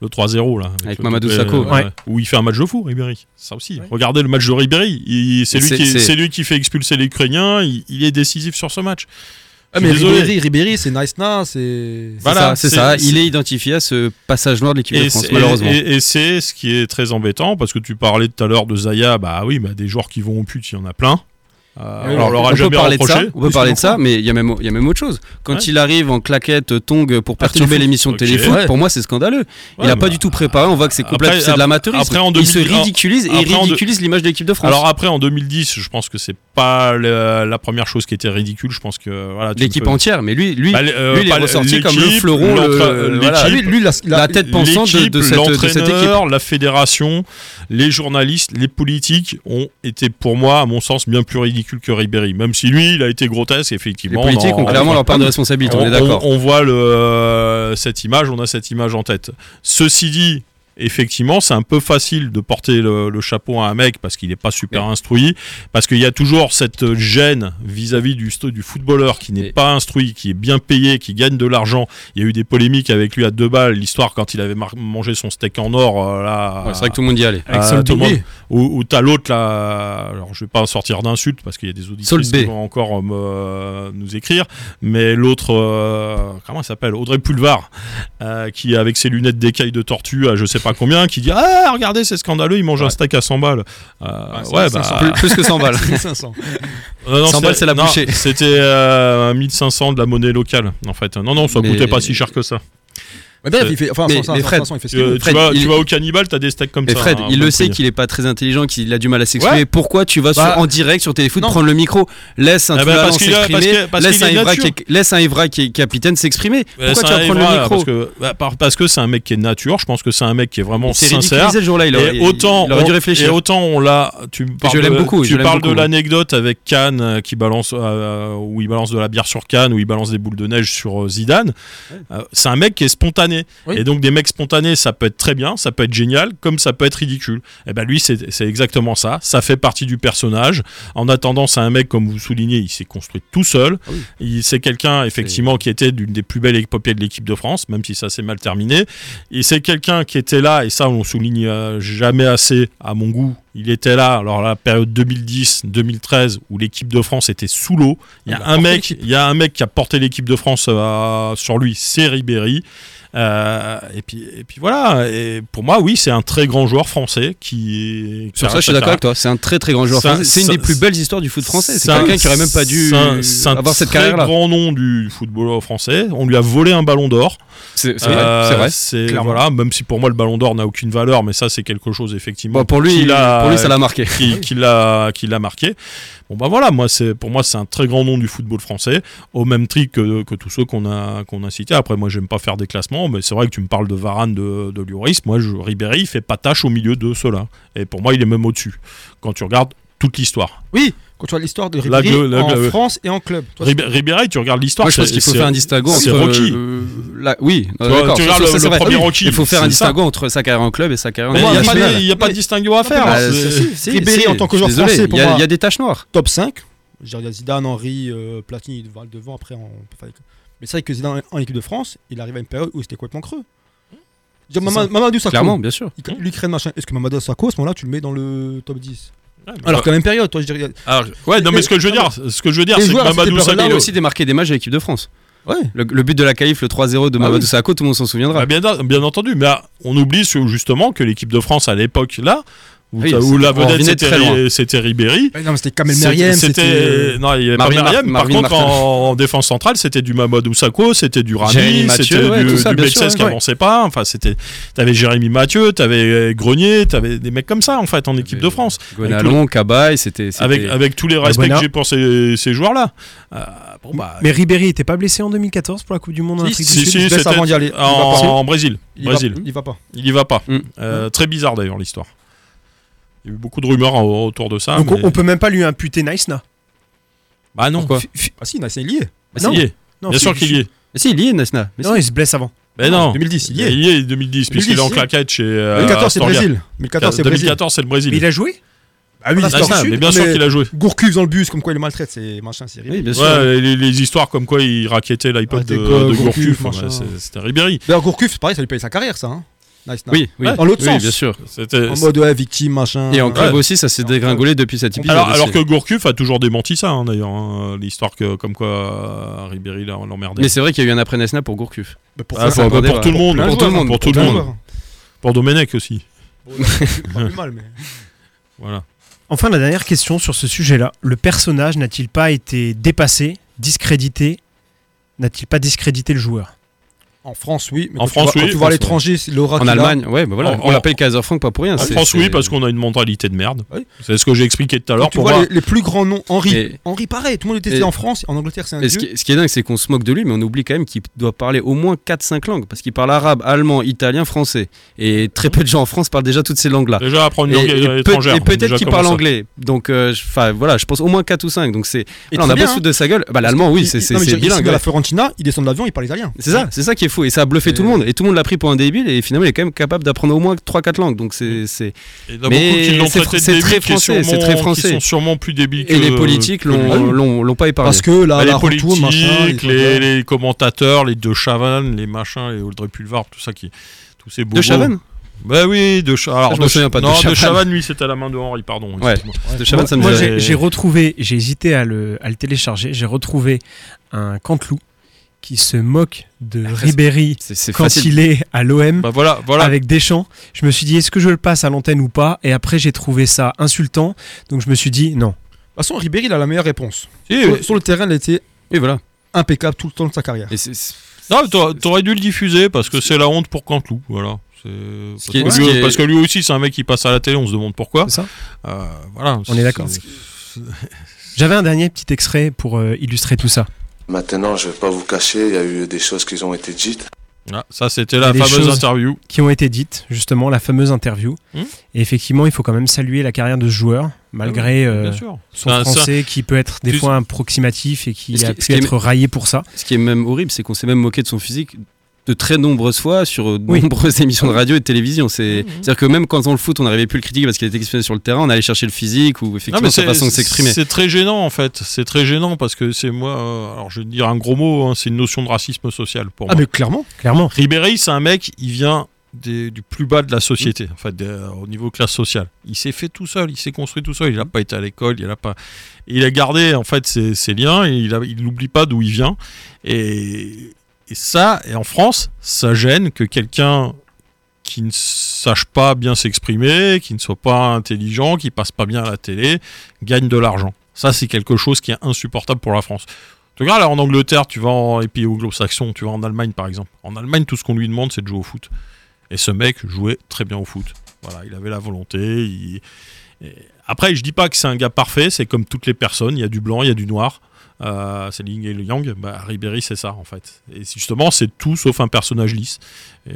C: Le 3-0 là.
D: Avec
C: le
D: Mamadou
C: doublé,
D: Sakho.
C: euh,
D: Ouais.
C: Où il fait un match de fou, Ribéry. Ça aussi. Regardez le match de Ribéry. Il- C'est lui,
D: C'est-
C: qui-
D: c'est-
C: c'est lui qui fait expulser les Ukrainiens. Il, il est décisif sur ce match.
E: Ah,
C: Je suis
E: mais
C: désolé.
E: Ribéry, Bah, Ribéry, c'est nice, na, c'est.
D: C'est ça, c'est ça. Il est identifié à ce passage noir de l'équipe de
C: Et
D: France,
C: c'est-
D: malheureusement.
C: et- et c'est ce qui est très embêtant parce que tu parlais tout à l'heure de Zaya. Bah oui, bah, des joueurs qui vont au pute, il y en a plein. Euh,
D: Oui,
C: alors, on leur a
D: on peut
C: jamais
D: parler de ça,
C: reproché.
D: on peut parler de ça, mais il y a même il y a même autre chose. Quand
C: Ouais.
D: il arrive en claquette tongue pour perturber
C: Téléfoot.
D: l'émission de
C: Ok.
D: Téléfoot,
C: Ouais.
D: pour moi c'est scandaleux. il
C: Ouais,
D: n'a pas
C: bah,
D: du tout préparé, on voit que c'est
C: après-
D: complètement c'est de
C: ap-
D: l'amateurisme.
C: après, en
D: il se
C: 2000
D: ridiculise et
C: après,
D: il
C: en deux-
D: ridiculise l'image de l'équipe de France.
C: Alors après en 2010, je pense que c'est pas la, la première chose qui était ridicule. Je pense que voilà tu
D: l'équipe
C: peux-
D: entière, mais lui lui
C: Bah, le- euh,
D: lui, il est
C: pas le-
D: ressorti comme le
C: l'équipe,
D: fleuron
C: l'entra-
D: le-
C: l'équipe,
D: voilà. Lui,
E: Bah, Lui, il a- il a-
D: la tête pensante de,
C: l'équipe,
D: de cette, de cette équipe.
C: l'entraîneur, la fédération, les journalistes, les politiques ont été pour moi, à mon sens, bien plus ridicules que Ribéry. Même si lui, il a été grotesque
D: Les
C: effectivement.
D: politiques
C: dans-
D: ont clairement leur part de
C: bah, on,
D: responsabilité, on est d'accord.
C: on- on voit le, cette image, on a cette image en tête. Ceci dit, effectivement, c'est un peu facile de porter le, le chapeau à un mec parce qu'il n'est pas super instruit, parce qu'il y a toujours cette gêne vis-à-vis du, sto- du footballeur qui n'est
D: Et-
C: pas instruit, qui est bien payé, qui gagne de l'argent. Il y a eu des polémiques avec lui à deux balles, l'histoire quand il avait mar- mangé son steak en or, euh, là.
D: Ouais, C'est vrai que tout le monde y allait.
B: Avec
C: Ah,
B: Soldo.
C: tout le monde. Ou, ou t'as l'autre là, alors je vais pas en sortir d'insultes parce qu'il y a des auditeurs
D: Solbay.
C: qui vont encore euh, me- nous écrire, mais l'autre, euh, comment elle s'appelle Audrey Pulvar, euh, qui avec ses lunettes d'écailles de tortue à je sais pas combien, qui dit Ah, regardez, c'est scandaleux, il mange un steak à 100 balles. Euh, ouais, bah.
D: Plus, plus que 100 balles.
E: 500.
C: non, non,
D: 100 balles, c'est la
C: non,
D: bouchée.
C: C'était euh, 1500 de la monnaie locale, en fait. Non, non, ça
D: Mais-
C: coûtait pas si cher que ça.
E: Mais bref, il fait. Enfin,
D: Mais-
E: sans- sans-
D: mais
E: sans-
D: Fred,
E: sans- il fait ce
C: Euh,
E: qu'il
C: tu,
D: Fred,
C: vas,
D: il-
C: tu vas au cannibal, t'as des steaks comme
D: Mais
C: ça.
D: Fred,
C: hein,
D: il le
C: bon
D: sait
C: prix.
D: qu'il est pas très intelligent, qu'il a du mal à s'exprimer. Pourquoi tu vas sur-
E: Bah,
D: en direct sur Téléfoot
E: non.
D: prendre le micro Laisse un
C: Ah bah,
D: Toulalan
C: parce qu'il a- parce
D: s'exprimer,
C: que- parce
D: laisse
C: qu'il
D: un
C: est
D: Evra
C: nature.
D: qui est- laisse un Evra qui est capitaine s'exprimer.
C: Ouais,
D: Pourquoi
C: c'est
D: tu vas
C: un
D: prendre
C: Evra,
D: le micro
C: Euh, parce que, bah, par- parce que c'est un mec qui est de nature. Je pense que c'est un mec qui est vraiment
D: Il s'est
C: sincère.
D: ridiculisé ce jour-là, il aurait,
C: Et autant,
D: il aurait dû
C: on- Et
D: réfléchir.
C: autant on l'a. Tu parles
D: je l'aime
C: de-
D: beaucoup,
C: Tu
D: je l'aime
C: parles de
D: beaucoup.
C: l'anecdote avec Cannes euh, qui balance, euh, où il balance de la bière sur Cannes, où il balance des boules de neige sur euh, Zidane. Euh, c'est un mec qui est spontané.
E: Oui.
C: Et donc des mecs spontanés, ça peut être très bien, ça peut être génial, comme ça peut être ridicule. Et ben lui, c'est c'est exactement ça. Ça fait partie du personnage. En attendant, c'est un mec comme vous soulignez, il s'est construit tout seul.
D: Ah oui.
C: Il c'est quelqu'un effectivement qui était d'une des plus belles épopées de l'équipe de France, même si ça s'est mal terminé. Et c'est quelqu'un qui était là, et ça on souligne euh, jamais assez à mon goût. Il était là, alors la période 2010-2013 où l'équipe de France était sous l'eau. Il y
D: Ah
C: a
D: bah,
E: Il a
C: un
E: porté
C: mec, il y a un mec qui a porté l'équipe de France euh, sur lui, c'est Ribéry. Euh, et puis et puis voilà. Et pour moi, oui, c'est un très grand joueur français qui.
D: Sur
C: qui
D: ça,
C: a
D: je suis
C: sa
D: d'accord
C: carrière.
D: avec toi. C'est un très très grand joueur
C: C'est un-
D: français. C'est une
C: c'est-
D: des plus belles histoires du foot français. C'est
C: un-
D: quelqu'un qui aurait même pas dû
C: c'est un- c'est un
D: avoir cette
C: très
D: carrière-là.
C: grand nom du football français. On lui a volé un ballon d'or.
D: C'est c'est
C: Euh,
D: vrai. C'est vrai.
C: c'est-
E: Clairement.
C: voilà, même si pour moi le ballon d'or n'a aucune valeur, mais ça c'est quelque chose effectivement
D: Bon, pour lui,
C: qu'il a-
D: pour lui, ça l'a marqué.
C: qui, qui l'a qui l'a marqué. Bon bah voilà, moi c'est pour moi c'est un très grand nom du football français, au même tri que, que tous ceux qu'on a qu'on a cités. Après moi j'aime pas faire des classements, mais c'est vrai que tu me parles de Varane, de, de Lloris, moi je, Ribéry il fait pas tâche au milieu de ceux-là. Et pour moi il est même au-dessus quand tu regardes toute l'histoire.
E: Quand tu vois l'histoire de
C: La
E: Ribéry
C: gueule, la
E: en
C: gueule.
E: France et en club. Toi,
C: Rib- Ribéry, tu regardes l'histoire.
D: Moi, je pense
C: c'est-
D: qu'il faut
C: c'est-
D: faire un distinguo
C: c'est
D: entre.
C: Rocky.
D: euh, la- Oui, euh,
C: Tu vois,
D: d'accord.
C: tu
D: Ça,
C: regardes
D: ça,
C: le-
D: c'est
C: le
D: vrai.
C: premier
D: Oui,
C: Rocky,
D: Il faut faire un
C: c'est ça.
D: distinguo entre sa carrière en club et sa carrière en
C: Mais il n'y a, pas
D: nationale.
C: de- il y a pas de
E: Mais-
C: distinguo à faire.
E: Ah,
D: bah,
C: hein,
E: c'est-
C: c'est-
E: si, Ribéry, en tant que joueur
D: désolé,
E: français,
D: il
E: pour
D: y, a-
E: moi-
D: il y a des taches noires.
E: top 5. J'ai regardé Zidane, Henry, euh, Platini, devant, devant après. On... peut faire des- Mais c'est vrai que Zidane en équipe de France, il arrive à une période où c'était complètement creux. Je
D: C'est
E: veux dire, Mama-
D: ça.
E: Mamadou Sakho,
D: Clairement, bien sûr.
E: il-
C: Hmm.
E: l'Ukraine machin. Est-ce que Mamadou Sakho, à ce moment-là, tu le mets dans le top 10
C: Ouais, mais-
E: Alors qu'à la même période, toi, je dirais.
D: Ah,
C: Alors, ouais, non, mais ce que je veux dire, ce que je veux dire,
E: Les
C: c'est que
E: joueurs, c'était
C: Mamadou
E: pas
C: Sakho.
E: Ronaldo.
D: Il a aussi démarqué des matchs à l'équipe de France.
E: Ouais.
D: Le, le but de la qualif, le 3-0 de Mamadou
E: oui.
D: Sakho, tout le monde s'en souviendra.
C: Bah, bien, bien entendu, mais ah, on oublie sur- justement que l'équipe de France à l'époque là, Où,
D: Oui,
C: t'as-
D: c'est-
C: où la
D: on
C: vedette
D: revenait très
C: c'était Ri-
D: loin.
C: c'était Ribéry.
E: Bah non, mais c'était Kamel
C: C'était-
E: Meriem, c'était. euh,
C: c'était non, il y avait pas
D: Marvin Mar-
C: Meriem. Par
D: Marvin
C: contre, en,
D: Martin.
C: en défense centrale, c'était du Mahmoud Oussako, c'était du
D: Jérémy
C: Rami,
D: Mathieu,
C: c'était
D: ouais,
C: du,
D: tout ça,
C: du
D: bien
C: Bexès
D: sûr, ouais,
C: qui
D: ouais.
C: avançait pas. Enfin, c'était t'avais Jérémy Mathieu, t'avais euh, Grenier, t'avais des mecs comme ça en fait en équipe de France.
D: Gonalon, Cabaye, c'était. c'était-
C: Avec avec tous les respects
B: Balbuena.
C: que j'ai pour ces, ces joueurs-là. Euh, bon bah.
B: Mais Ribéry était pas blessé en 2014 pour la Coupe du Monde en
E: Si,
B: Afrique
E: si,
B: du
C: Si,
B: Sud
E: il
C: si,
E: se blesse
C: c'était
E: avant d'y aller. Il
C: en,
E: va pas.
C: en Brésil.
E: Il va-
C: Brésil.
E: Il va pas.
C: Il y va pas.
D: Mm.
C: Euh, Très bizarre d'ailleurs l'histoire. Il y a eu beaucoup de rumeurs en- autour de ça.
B: Donc
C: Ah, mais-
B: on, on peut même pas lui imputer Naïsna.
C: Bah non.
D: Pourquoi
B: Fi- fi-
E: Ah si, c'est lié.
C: Bah, si, il y est.
B: non,
C: Bien
B: fi-
C: sûr qu'il y est.
D: Mais si, il y est, Nasna. Mais
B: Non, il se blesse avant.
C: Mais non.
E: 2010, il y est.
C: Il y est 2010, puisqu'il est en
E: 2010,
C: claquette chez. euh,
E: 2014, c'est
C: Astoria.
E: Brésil. 2014, c'est Brésil.
C: 2014, c'est le
B: Mais
C: Brésil.
B: il a joué
E: Ah oui,
C: Ah,
E: l'histoire
C: ça,
E: du
C: mais
E: Sud,
C: bien sûr
E: mais
C: qu'il a joué.
E: Gourcuff dans le bus, comme quoi il le maltraite, c'est machin, c'est
D: Oui,
E: ridicule.
D: bien sûr.
C: Ouais, les, les histoires comme quoi il raquettait l'iPod
E: Ah,
C: de,
E: des
C: de
E: Gourcuff,
C: Gourcuff,
E: machin.
C: ouais, c'est- c'était Ribéry.
E: D'ailleurs, Gourcuff, c'est pareil, ça lui paye sa carrière, ça. hein. Nice, nice.
D: Oui, oui.
E: Dans l'autre
D: Oui,
E: sens.
D: bien sûr.
C: C'était-
E: En mode, ouais, victime, machin.
D: Et en club
C: Ouais.
D: aussi, ça s'est
E: Et en club.
D: dégringolé depuis cet épisode.
C: Alors, alors
D: aussi.
C: que Gourcuff a toujours démenti ça, hein, d'ailleurs, hein, l'histoire que comme quoi euh, Ribéry l'a- l'emmerdait.
D: Mais c'est vrai qu'il y a eu un après Nasna pour Gourcuff.
E: Mais pour
C: Ah,
E: ça,
C: pour,
D: un
C: pour
D: débat.
C: tout le monde,
E: plein de
C: pour tout le
E: joueurs,
C: monde, pour tout le
E: plein de
C: monde,
E: joueurs.
C: pour Domenech aussi.
E: Pas plus mal, mais.
C: Voilà.
B: Enfin, la dernière question sur ce sujet-là. Le personnage n'a-t-il pas été dépassé, discrédité N'a-t-il pas discrédité le joueur
E: En France, oui. Mais
C: En
E: quand tu
C: France,
E: vois- quand
C: oui.
E: tu vois à
C: En
E: l'étranger, c'est l'aura
D: En
E: qu'il a.
D: Allemagne, ouais, bah voilà.
C: En-
D: On
C: en-
D: l'appelle Kaiser Frank pas pour rien.
C: En
D: Ah, c'est-
C: France,
D: c'est-
C: oui, parce qu'on a une mentalité de merde.
E: Oui.
C: C'est ce que j'ai expliqué tout à
E: Quand
C: l'heure.
E: tu
C: Pour
E: vois
C: moi,
E: les, les plus grands noms, Henri.
D: Et-
E: Henri, pareil, tout le monde était
D: et-
E: en France, en Angleterre, c'est un
D: Et ce
E: dieu.
D: qui, ce qui est dingue, c'est qu'on se moque de lui, mais on oublie quand même qu'il doit parler au moins 4-5 langues. Parce qu'il parle arabe, allemand, italien, français. Et très peu de gens en France parlent déjà toutes ces langues-là.
C: déjà apprendre
D: Et,
C: Euh, une langue
D: et peut-
C: étrangère.
D: et peut-être
C: déjà,
D: qu'il
C: comment
D: parle
C: ça
D: anglais. Donc, euh, je- enfin voilà, je pense au moins 4 ou 5. Donc, c'est.
E: Et
D: Là, on
E: très
D: a
E: bien, hein.
D: beau se foutre de sa gueule. Bah, l'allemand, oui, c'est
E: Il-
D: c'est-
E: non, mais
D: c'est
E: je veux dire, il
D: bilingue.
E: signe à la
D: ouais.
E: Fiorentina, il descend de l'avion, il parle italien.
D: C'est ça, c'est ça qui est fou. Et ça a bluffé tout le monde. Et tout le monde l'a pris pour un débile. Et finalement, il est quand même capable d'apprendre au moins 3-4 langues. Donc, c'est. c'est-
C: Et il y en a
D: Mais
C: beaucoup qui l'ont
D: c'est
C: traité de
D: fr- c'est
C: débile,
D: très
C: qui est
D: français, c'est
C: sûrement-
D: très
C: qui
D: français.
C: sont sûrement plus débiles que
D: Et les politiques
C: que
D: l'ont-
C: nous.
D: l'ont l'ont pas épargné.
E: Parce que là,
C: Bah, les
E: la retourne,
C: politiques,
E: machin. il faut
C: les,
E: dire-
C: les commentateurs, les De Chavannes, les machins, les Audrey Pulvar, tout ça qui. Tous ces
D: De Chavannes
C: Bah oui, De Chavannes.
D: je me souviens pas de
C: non,
D: Chavannes.
C: lui, c'était à la main de Henri, pardon.
D: Ouais.
C: excuse-moi.
D: De Chavannes, ça me
B: Moi, j'ai
D: dirait-
B: j'ai retrouvé, j'ai hésité à le, à le télécharger, j'ai retrouvé un Canteloup qui se moque de Ribéry
D: C'est c'est
B: quand
D: facile.
B: il est à l'OM
C: Bah voilà, voilà.
B: avec Deschamps. Je me suis dit, est-ce que je le passe à l'antenne ou pas Et après, j'ai trouvé ça insultant. Donc, je me suis dit, non.
E: De toute façon, Ribéry, il a la meilleure réponse.
C: Si,
E: Sur- Sur le terrain, il a été
D: Et voilà.
E: impeccable tout le temps de sa carrière.
D: Et c'est- c'est-
C: Non, t'aurais- t'aurais dû le diffuser parce que c'est la honte pour Cantelou, voilà. C'est- Parce,
D: qui est-
C: que
D: ce
C: lui,
D: qui est-
C: parce que lui aussi, c'est un mec qui passe à la télé, on se demande pourquoi.
B: C'est ça
C: Euh, voilà.
B: On est d'accord. J'avais un dernier petit extrait pour euh, illustrer tout ça.
J: Maintenant, je vais pas vous cacher, il y a eu des choses qui ont été dites.
C: Ah, ça, c'était
B: Il y
C: la
B: a des
C: fameuse
B: choses-
C: interview.
B: Qui ont été dites, justement, la fameuse interview.
C: Hmm.
B: Et effectivement, il faut quand même saluer la carrière de ce joueur, malgré euh,
C: Bien sûr.
B: son
C: C'est un- c'est un-
B: français qui peut être des
C: Tu-
B: fois approximatif et qui
D: Ce qui-
B: a
D: ce
B: pu
D: qui est-
B: être raillé pour ça.
D: Ce qui est même horrible, c'est qu'on s'est même moqué de son physique de très nombreuses fois sur de
B: Oui.
D: nombreuses émissions de radio et de télévision. C'est- C'est-à-dire que même quand on le foot, on n'arrivait plus à le critiquer parce qu'il était exceptionnel sur le terrain, on allait chercher le physique ou
C: Non,
D: effectivement
C: mais
D: sa façon de s'exprimer.
C: C'est très gênant en fait. C'est très gênant parce que c'est moi. euh, alors je vais dire un gros mot. hein, c'est une notion de racisme social pour
E: Ah,
C: moi.
E: mais clairement.
B: Clairement.
C: Ribéry, c'est un mec. Il vient des- du plus bas de la société, en fait, des- euh, au niveau classe sociale. Il s'est fait tout seul. Il s'est construit tout seul. Il n'a pas été à l'école. Il a pas. Il a gardé en fait ses, ses liens. Et il a- il n'oublie pas d'où il vient. Et, et ça, et en France, ça gêne que quelqu'un qui ne sache pas bien s'exprimer, qui ne soit pas intelligent, qui passe pas bien à la télé, gagne de l'argent. Ça, c'est quelque chose qui est insupportable pour la France. Tu regardes là en Angleterre, tu vas en, et puis anglo-saxon, tu vas en Allemagne par exemple. En Allemagne, tout ce qu'on lui demande, c'est de jouer au foot. Et ce mec jouait très bien au foot. Voilà, il avait la volonté. il- et- Après, je dis pas que c'est un gars parfait. C'est comme toutes les personnes. Il y a du blanc, il y a du noir. Euh, c'est le yin et le yang. Bah, Ribéry, c'est ça en fait. Et c'est- justement, c'est tout sauf un personnage lisse. Et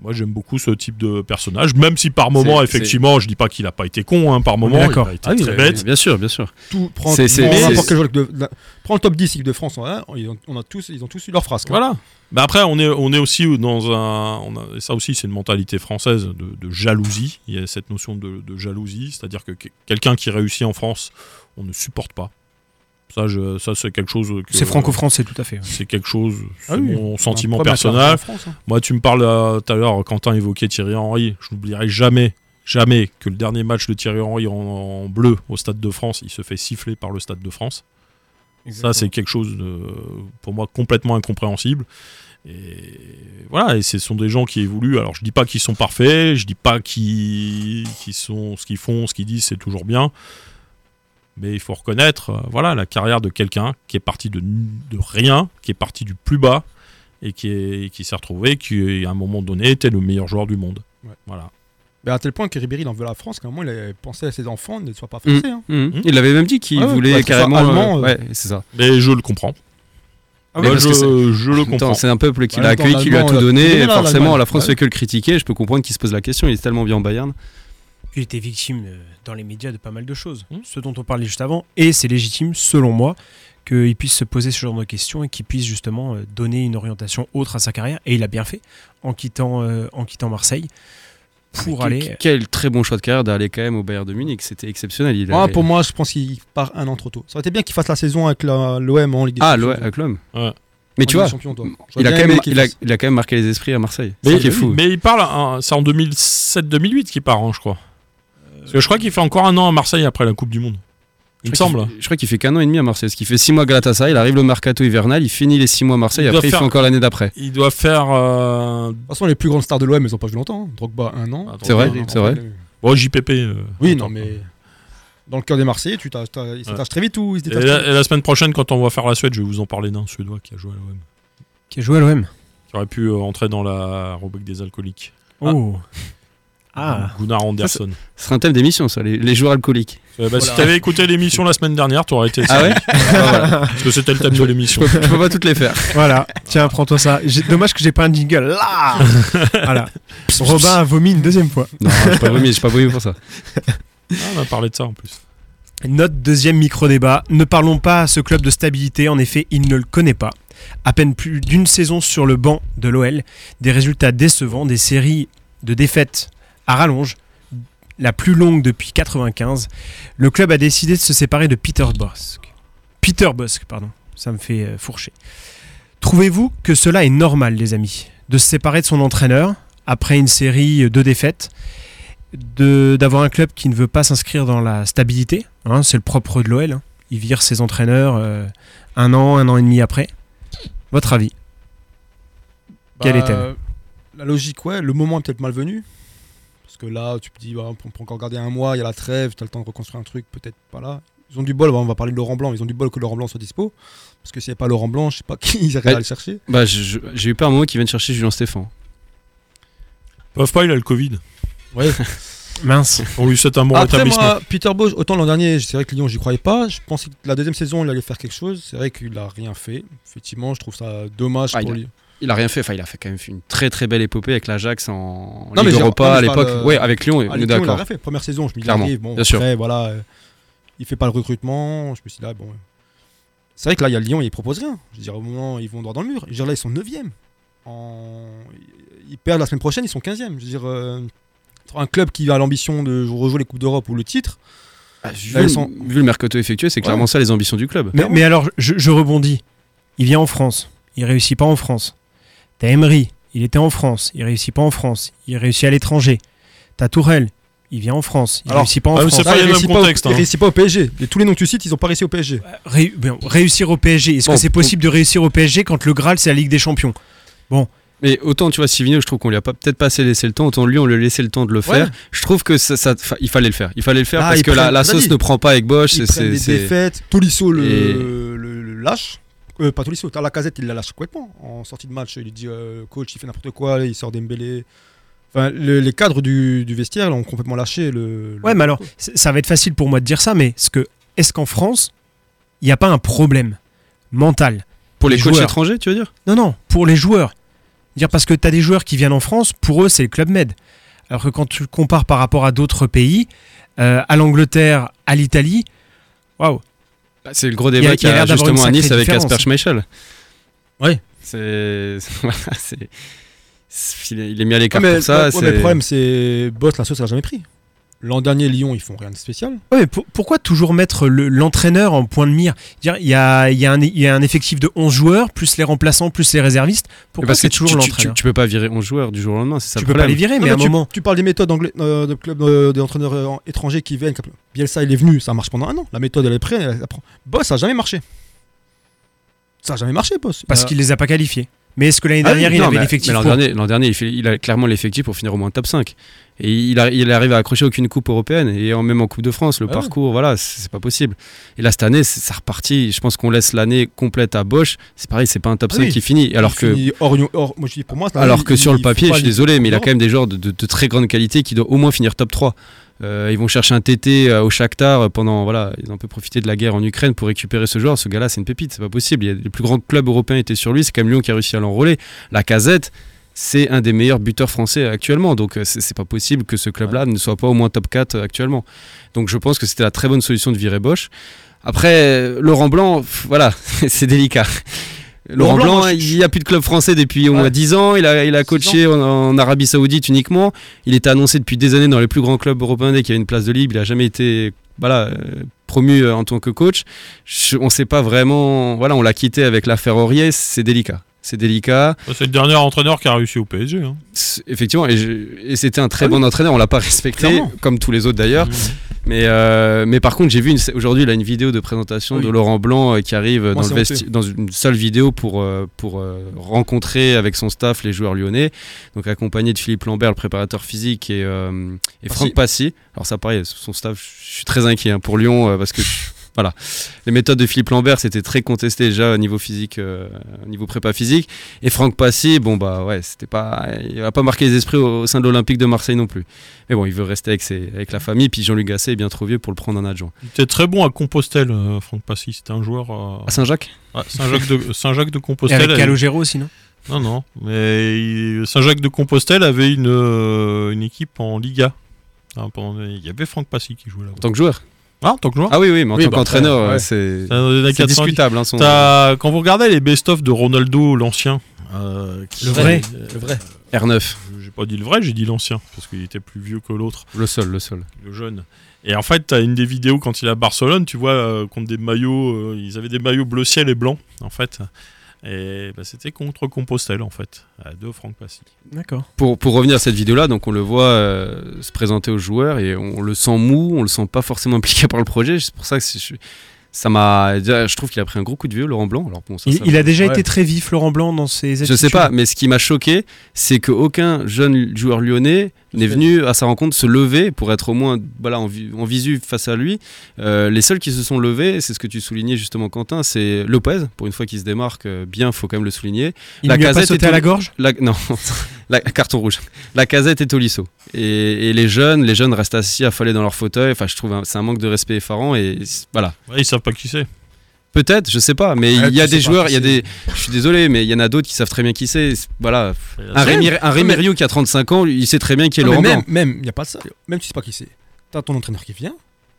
C: moi, j'aime beaucoup ce type de personnage, même si par moment,
D: c'est-
C: effectivement, je dis pas qu'il a pas été con. hein, par moment, il
B: d'accord.
C: a été
D: Ah oui,
C: très
D: oui,
C: bête.
D: Bien sûr, bien sûr.
E: Tout, prends,
D: C'est- c'est-
E: prends
D: c'est-
E: n'importe quel joueur de- de- prends le top 10 équipe de France, on a, ils ont- on a tous, ils ont tous eu leur phrase. quoi.
C: Voilà. Mais après, on est, on est aussi dans un. on a- et ça aussi, c'est une mentalité française de, de jalousie. Il y a cette notion de, de jalousie, c'est-à-dire que que- quelqu'un qui réussit en France, on ne supporte pas. Ça, je, ça c'est quelque chose. que-
B: C'est franco-français, tout à fait.
C: C'est quelque chose. C'est
E: Ah oui.
C: mon sentiment
E: Un problème avec la-
C: personnel.
E: la France, hein.
C: Moi, tu me parles euh, tout à l'heure, Quentin évoquait Thierry Henry. Je n'oublierai jamais, jamais que le dernier match de Thierry Henry en, en bleu au Stade de France, il se fait siffler par le Stade de France. Ça, c'est quelque chose de, pour moi complètement incompréhensible. Et voilà, et ce sont des gens qui évoluent. Alors, je dis pas qu'ils sont parfaits, je dis pas qu'ils qu'ils sont ce qu'ils font, ce qu'ils disent, c'est toujours bien. Mais il faut reconnaître, euh, voilà, la carrière de quelqu'un qui est parti de, de rien, qui est parti du plus bas et qui est- qui s'est retrouvé, qui à un moment donné était le meilleur joueur du monde.
E: Ouais.
C: Voilà.
E: Mais à tel point que Ribéry il en veut à la France, qu'à un moment il a pensé à ses enfants ne soient pas français. hein.
D: Mhm. Il avait même dit qu'il
E: Ah ouais,
D: voulait
E: ouais, que ce soit
D: carrément.
E: allemand,
D: euh,
E: euh,
D: Ouais, c'est ça.
C: Mais je le comprends.
E: Ah
D: oui,
C: Moi,
D: parce
C: je,
D: que c'est-
C: je le comprends.
D: Attends, C'est un peuple qui
E: Ouais,
D: l'a
E: attends,
D: accueilli, qui lui a
E: l'Allemand,
D: tout
E: on l'a tout
D: donné.
E: donné,
D: et
E: là,
D: forcément,
E: l'Allemagne.
D: la France
E: Ouais.
D: fait que le critiquer. Je peux comprendre qu'il se pose la question. Il est tellement bien en Bayern.
B: Puis il était victime euh, dans les médias de pas mal de choses, ce dont on parlait juste avant, et c'est légitime, selon moi, qu'il puisse se poser ce genre de questions et qu'il puisse justement euh, donner une orientation autre à sa carrière, et il a bien fait en quittant, euh, en quittant Marseille pour
D: Mais
B: aller.
D: quel, quel très bon choix de carrière d'aller quand même au Bayern de Munich. C'était exceptionnel. Il
E: Moi,
D: avait-
E: Ah, pour moi, je pense qu'il part un an trop tôt. Ça aurait été bien qu'il fasse la saison avec la- l'OM en Ligue des
D: Ah,
E: Champions.
D: l'O- avec l'homme.
C: Ouais.
D: Mais tu
E: En
D: vois,
E: Ligue des Champions, toi. J'aurais
D: il a,
E: bien
D: quand même,
E: aimé qu'il
D: il, a,
E: fasse.
D: il a quand même marqué les esprits à Marseille.
C: Mais,
D: C'est qui est fou.
C: mais il parle, hein, c'est en 2007-2008 qu'il part, hein, je crois.
E: Euh,
C: Parce que je crois qu'il fait encore un an à Marseille après la Coupe du Monde. Il me
D: Je crois
C: semble.
D: qu'il fait- Je crois qu'il fait qu'un an et demi à Marseille. Parce qu'il fait 6 mois à Galatasaray, il arrive le mercato hivernal, il finit les 6 mois à Marseille,
C: Il doit
D: après il
C: faire-
D: fait encore l'année d'après.
C: Il doit faire. euh,
E: De toute façon, les plus grandes stars de l'OM, ils ont pas joué longtemps. hein. Drogba, un an.
C: attends,
D: C'est vrai,
C: euh,
D: Ah, c'est vrai.
C: Bon, JPP. euh,
E: Oui,
C: attends.
E: non, mais dans le cœur des Marseillais, tu t'as- t'as- ils s'attachent très vite ou ils se
C: Et
E: détachent
C: la,
E: très
C: et la semaine prochaine, quand on va faire la Suède, je vais vous en parler d'un Suédois qui a joué à l'OM.
B: Qui a joué à l'OM.
C: Qui aurait pu euh, entrer dans la rubrique des alcooliques. Ah.
B: Oh Ah
C: Gunnar Anderson.
D: Ce serait un thème d'émission, ça, les, les joueurs alcooliques.
C: Euh, bah, Si t'avais écouté l'émission la semaine dernière, t'aurais été.
D: Ah ouais Ah, voilà.
C: Parce que c'était le thème de
D: je,
C: l'émission.
D: peux, je peux pas toutes les faire.
B: Voilà, tiens, prends-toi ça. J'ai- Dommage que j'ai pas un jingle. Là Voilà. Robin a vomi une deuxième fois.
D: Non, j'ai pas vomi, j'ai pas vomi pour ça.
C: Ah, on a parlé de ça en plus.
B: Notre deuxième micro-débat. Ne parlons pas à ce club de stabilité, en effet, il ne le connaît pas. À peine plus d'une saison sur le banc de l'OL, des résultats décevants, des séries de défaites à rallonge, la plus longue depuis 95, le club a décidé de se séparer de Peter Bosk. Peter Bosk, pardon, ça me fait euh, fourcher. Trouvez-vous que cela est normal, les amis, de se séparer de son entraîneur après une série de défaites de- d'avoir un club qui ne veut pas s'inscrire dans la stabilité. hein, c'est le propre de l'OL. hein. Ils virent ses entraîneurs euh, un an, un an et demi après. Votre avis Quelle est-elle
E: Bah, La logique, ouais, le moment est peut-être malvenu. Parce que là, tu te dis, bah, on peut on peut encore garder un mois, il y a la trêve, tu as le temps de reconstruire un truc, peut-être pas là. Ils ont du bol, bah, on va parler de Laurent Blanc, ils ont du bol que Laurent Blanc soit dispo. Parce que s'il n'y a pas Laurent Blanc, je sais pas qui ils arrivent à
D: Ouais.
E: le chercher.
D: Bah, je- je- j'ai eu peur un moment qu'ils viennent chercher Julien Stéphan.
C: Peuvent pas, il a le Covid.
B: Mince.
C: On lui souhaite un bon
E: Après,
C: rétablissement.
E: moi, Peter Bosch, autant l'an dernier, c'est vrai que Lyon, j'y croyais pas. Je pensais que la deuxième saison, il allait faire quelque chose. C'est vrai qu'il a rien fait. Effectivement, je trouve ça dommage
D: Ah,
E: pour
D: il a-
E: lui.
D: Il a rien fait, enfin il a fait quand même une très très belle épopée avec l'Ajax en
E: Non, mais
D: Ligue
E: je- non,
D: Europa
E: mais
D: à
E: je
D: l'époque.
E: parle, euh,
D: Ouais, avec Lyon, on
E: Ah,
D: est
E: Lyon, il a
D: d'accord.
E: rien fait. Première saison, je me dis, il
D: Clairement,
E: arrive, bon,
D: bien sûr.
E: après, voilà, euh, il fait pas le recrutement. Je me suis dit, là, bon. euh. C'est vrai que là, il y a Lyon, ils proposent rien. Je veux dire, au moment, ils vont droit dans le mur. Je veux dire, là, ils sont 9 en... Ils perdent la semaine prochaine, ils sont 15 e Je veux dire, euh, un club qui a l'ambition de rejouer les Coupes d'Europe ou le titre.
D: Ah, vu,
E: Là, ils
D: le-
E: sont-
D: vu le mercato effectué, c'est clairement ça les ambitions du club.
B: Mais, mais alors, je, je rebondis. Il vient en France. Il réussit pas en France. T'as Emery. Il était en France. Il réussit pas en France. Il réussit à l'étranger. T'as Tourelle. Il vient en France. Il
E: Alors,
B: réussit pas en
C: ah, mais
B: France.
C: c'est pas
E: Là,
C: les
E: ils
C: mêmes
E: réussissent
C: contextes,
E: Pas
C: hein.
E: au... ils réussissent pas au PSG. Et tous les noms que tu cites, ils ont pas réussi au PSG.
B: Ré- ben, réussir au PSG. Est-ce
D: Bon,
B: que c'est possible de réussir au PSG quand le Graal, c'est la Ligue des Champions
D: Mais autant, tu vois, Sivigno, je trouve qu'on lui a pas- peut-être pas assez laissé le temps, autant lui, on lui a laissé le temps de le faire. Je trouve que ça, ça- fa- il fallait le faire. Il fallait le faire
E: Ah,
D: parce
E: ils
D: que la,
E: prennent-
D: la
E: on a
D: sauce
E: dit,
D: ne prend pas avec Bosch.
E: Ils
D: c'est-
E: prennent
D: c'est-
E: des
D: c'est-
E: défaites. Tolisso le,
D: Et-
E: le- le lâche. Euh, pas Tolisso, la casette, il la lâche complètement. En sortie de match, il lui dit euh, coach, il fait n'importe quoi, il sort d'Embélé. Enfin, le- les cadres du, du vestiaire l'ont complètement lâché. Le, le-
B: Ouais, mais alors, c- ça va être facile pour moi de dire ça, mais est-ce que, est-ce qu'en France, il n'y a pas un problème mental
D: Pour les
B: Les
D: coachs
B: joueurs.
D: étrangers, tu veux dire
B: Non, non, pour les joueurs. Dire parce que tu as des joueurs qui viennent en France, pour eux, c'est le Club Med. Alors que quand tu le compares par rapport à d'autres pays, euh, à l'angleterre, à l'Italie, waouh,
D: Bah, C'est le gros
B: Il y
D: débat
B: a-
D: qu'il
B: il y
D: y
B: a
D: a
B: l'air d'avoir
D: justement
B: une
D: à Nice
B: sacrée
D: avec
B: différence.
D: Casper Schmeichel.
E: Ouais.
D: C'est. voilà, c'est- c'est- Il est il est mis à l'écart
E: Ouais, mais,
D: pour ça.
E: ouais,
D: c'est-
E: mais le problème, c'est Boss, la sauce, elle a jamais pris. L'an dernier, Lyon, ils font rien de spécial.
B: Ouais, mais pour- pourquoi toujours mettre le- l'entraîneur en point de mire Dire, Il y a, il y, a un- il y a un effectif de 11 joueurs, plus les remplaçants, plus les réservistes. Pourquoi
D: Parce que
B: c'est
D: tu-
B: toujours
D: tu- tu-
B: l'entraîneur
D: Tu peux pas virer 11 joueurs du jour au lendemain, c'est ça
B: Tu
D: le
B: peux pas les virer,
D: problème.
E: Non,
B: mais à un
E: tu,
B: moment.
E: tu parles des méthodes anglais, euh, de club euh, des entraîneurs euh, en- étrangers qui viennent. comme- Bielsa, il est venu, ça marche pendant un an. La méthode, elle est prête. elle- elle prend. Boss, ça a jamais marché. Ça a jamais marché, Boss.
B: Parce
E: Euh,
B: qu'il les a pas qualifiés. Mais est-ce que l'année
D: Ah oui,
B: dernière, il
D: non,
B: avait
D: mais-
B: l'effectif
D: mais L'an
B: pour
D: dernier, l'an dernier, il, fait- il a clairement l'effectif pour finir au moins top 5. Et il, a- il arrive à accrocher aucune coupe européenne et en, même en Coupe de France, le
E: Ah oui.
D: parcours, voilà, c'est c'est pas possible. Et là, cette année, c'est- ça repartit. Je pense qu'on laisse l'année complète à Bosch. C'est pareil, c'est pas un top
E: Ah
D: 5
E: oui.
D: qui finit. Alors
E: Il
D: que,
E: finit hors Union- hors- moi, je dis, pour moi, c'est-
D: alors que
E: il-
D: sur le
E: il faut
D: papier, je
E: pas
D: suis
E: aller-
D: désolé, mais il a
E: Non.
D: quand même des joueurs de, de- de très grande qualité qui doivent au moins finir top 3. Euh, ils vont chercher un TT euh, au Shakhtar pendant voilà, ils ont un peu profité de la guerre en Ukraine pour récupérer ce joueur. Ce gars-là, c'est une pépite, c'est pas possible. Il y a- les plus grands clubs européens étaient sur lui. C'est quand même Lyon qui a réussi à l'enrôler. La Casette, c'est un des meilleurs buteurs français actuellement. Donc euh, c'est c'est pas possible que ce club-là ne soit pas au moins top 4 actuellement. Donc je pense que c'était la très bonne solution de virer Bosch. Après, euh, Laurent Blanc, pff, voilà, c'est délicat. Laurent
E: Laurent Blanc,
D: Blanc, hein,
E: moi, je-
D: il n'y a plus de club français depuis au
E: Ouais.
D: moins 10 ans. Il a, il a coaché en, en Arabie Saoudite uniquement. Il était annoncé depuis des années dans les plus grands clubs européens dès qu'il y avait une place de libre. Il n'a jamais été voilà, euh, promu euh, en tant que coach. Je- on ne sait pas vraiment. Voilà, on l'a quitté avec l'affaire Aurier. C'est délicat. C'est délicat.
C: C'est le dernier entraîneur qui a réussi au PSG. hein.
D: C'est- Effectivement, et, je- et c'était un très bon entraîneur. On l'a pas respecté,
E: Ah Clairement. Mmh.
D: comme tous les autres d'ailleurs. Mais, euh, mais par contre, j'ai vu une- aujourd'hui là, une vidéo de présentation de
E: Oui.
D: Laurent Blanc euh, qui arrive euh,
E: Moi,
D: dans, le
E: c'est honteux.
D: vesti- dans une seule vidéo pour, euh, pour euh, rencontrer avec son staff les joueurs lyonnais. Donc accompagné de Philippe Lambert, le préparateur physique, et, euh, et
E: Passy.
D: Franck Passy. Alors ça pareil, son staff, je suis très inquiet hein, pour Lyon euh, parce que je- voilà, les méthodes de Philippe Lambert c'était très contesté déjà au niveau physique, euh, au niveau prépa physique. Et Franck Passy, bon bah ouais, c'était pas, il va pas marquer les esprits au, au sein de l'Olympique de Marseille non plus. Mais bon, il veut rester avec ses, avec la famille. Puis Jean-Luc Gasset est bien trop vieux pour le prendre en adjoint.
C: Il était très bon à Compostelle, euh, Franck Passy. C'était un joueur. euh,
D: À Ah, Saint-Jacques.
C: ouais, Saint-Jacques de, Saint-Jacques de
B: Et
C: Compostelle.
B: avec
C: avait-
B: Calogero aussi, non
C: Non, non. Mais il- Saint-Jacques de Compostelle avait une, euh, une équipe en Liga. Hein, pendant- Il y avait Franck Passy qui jouait là.
D: En tant que joueur.
C: Ah, en tant que joueur
D: Ah oui, oui, mais en
C: Oui,
D: tant
C: bah,
D: qu'entraîneur,
E: ouais.
D: euh, c'est
C: C'est dans les années
D: c'est
C: 90.
D: discutable. hein, son-
C: T'as- Quand vous regardez les best-of de Ronaldo, l'ancien. euh, qui-
B: Le vrai.
C: Euh,
D: R9,
C: J'ai pas dit le vrai, j'ai dit l'ancien. Parce qu'il était plus vieux que l'autre.
D: le seul, le seul.
C: le jeune. Et en fait, tu as une des vidéos quand il est à Barcelone, tu vois, euh, contre des maillots, euh, ils avaient des maillots bleu ciel et blanc, en fait. Et bah, c'était contre Compostelle, en fait, à deux Franck Passy.
B: D'accord.
D: pour, pour revenir à cette vidéo-là, donc on le voit euh, se présenter aux joueurs et on le sent mou, on le sent pas forcément impliqué par le projet. C'est pour ça que c'est- je, ça m'a, déjà, je trouve qu'il a pris un gros coup de vieux, Laurent Blanc. Alors bon, ça,
B: Il,
D: ça-
B: il a déjà
E: ouais.
B: été très vif, Laurent Blanc, dans ses
D: je
B: attitudes.
D: sais pas, mais ce qui m'a choqué, c'est que aucun jeune joueur lyonnais n'est venu à sa rencontre se lever pour être au moins voilà, en, vi- en visu face à lui. Euh, les seuls qui se sont levés, c'est ce que tu soulignais justement, Quentin, c'est Lopez. Pour une fois qu'il se démarque euh, bien, faut quand même le souligner.
B: Il
D: La
B: lui a pas
D: casette
B: sauté
D: est
B: à la
D: tout-
B: gorge
D: La- non, la, carton rouge. La casette est au lisseau. Et, et les jeunes, les jeunes restent assis, affalés dans leur fauteuil. Enfin, je trouve un- c'est un manque de respect effarant. Et c'est- voilà.
C: Ouais, ils savent pas qui c'est.
D: Peut-être, je sais pas, mais il
E: Ouais,
D: y a
E: tu sais
D: des
E: pas
D: joueurs, il y a
E: qui
D: des. Je suis désolé, mais il y en a d'autres qui savent très bien qui c'est. C'est- Voilà. Un,
C: Ouais,
D: Rémi, un Rémirio qui a 35 ans, lui, il sait très bien qui est
E: Non, mais
D: Laurent
E: même,
D: Blanc.
E: même, il y a pas ça. Même si tu sais pas qui c'est. T'as ton entraîneur qui vient,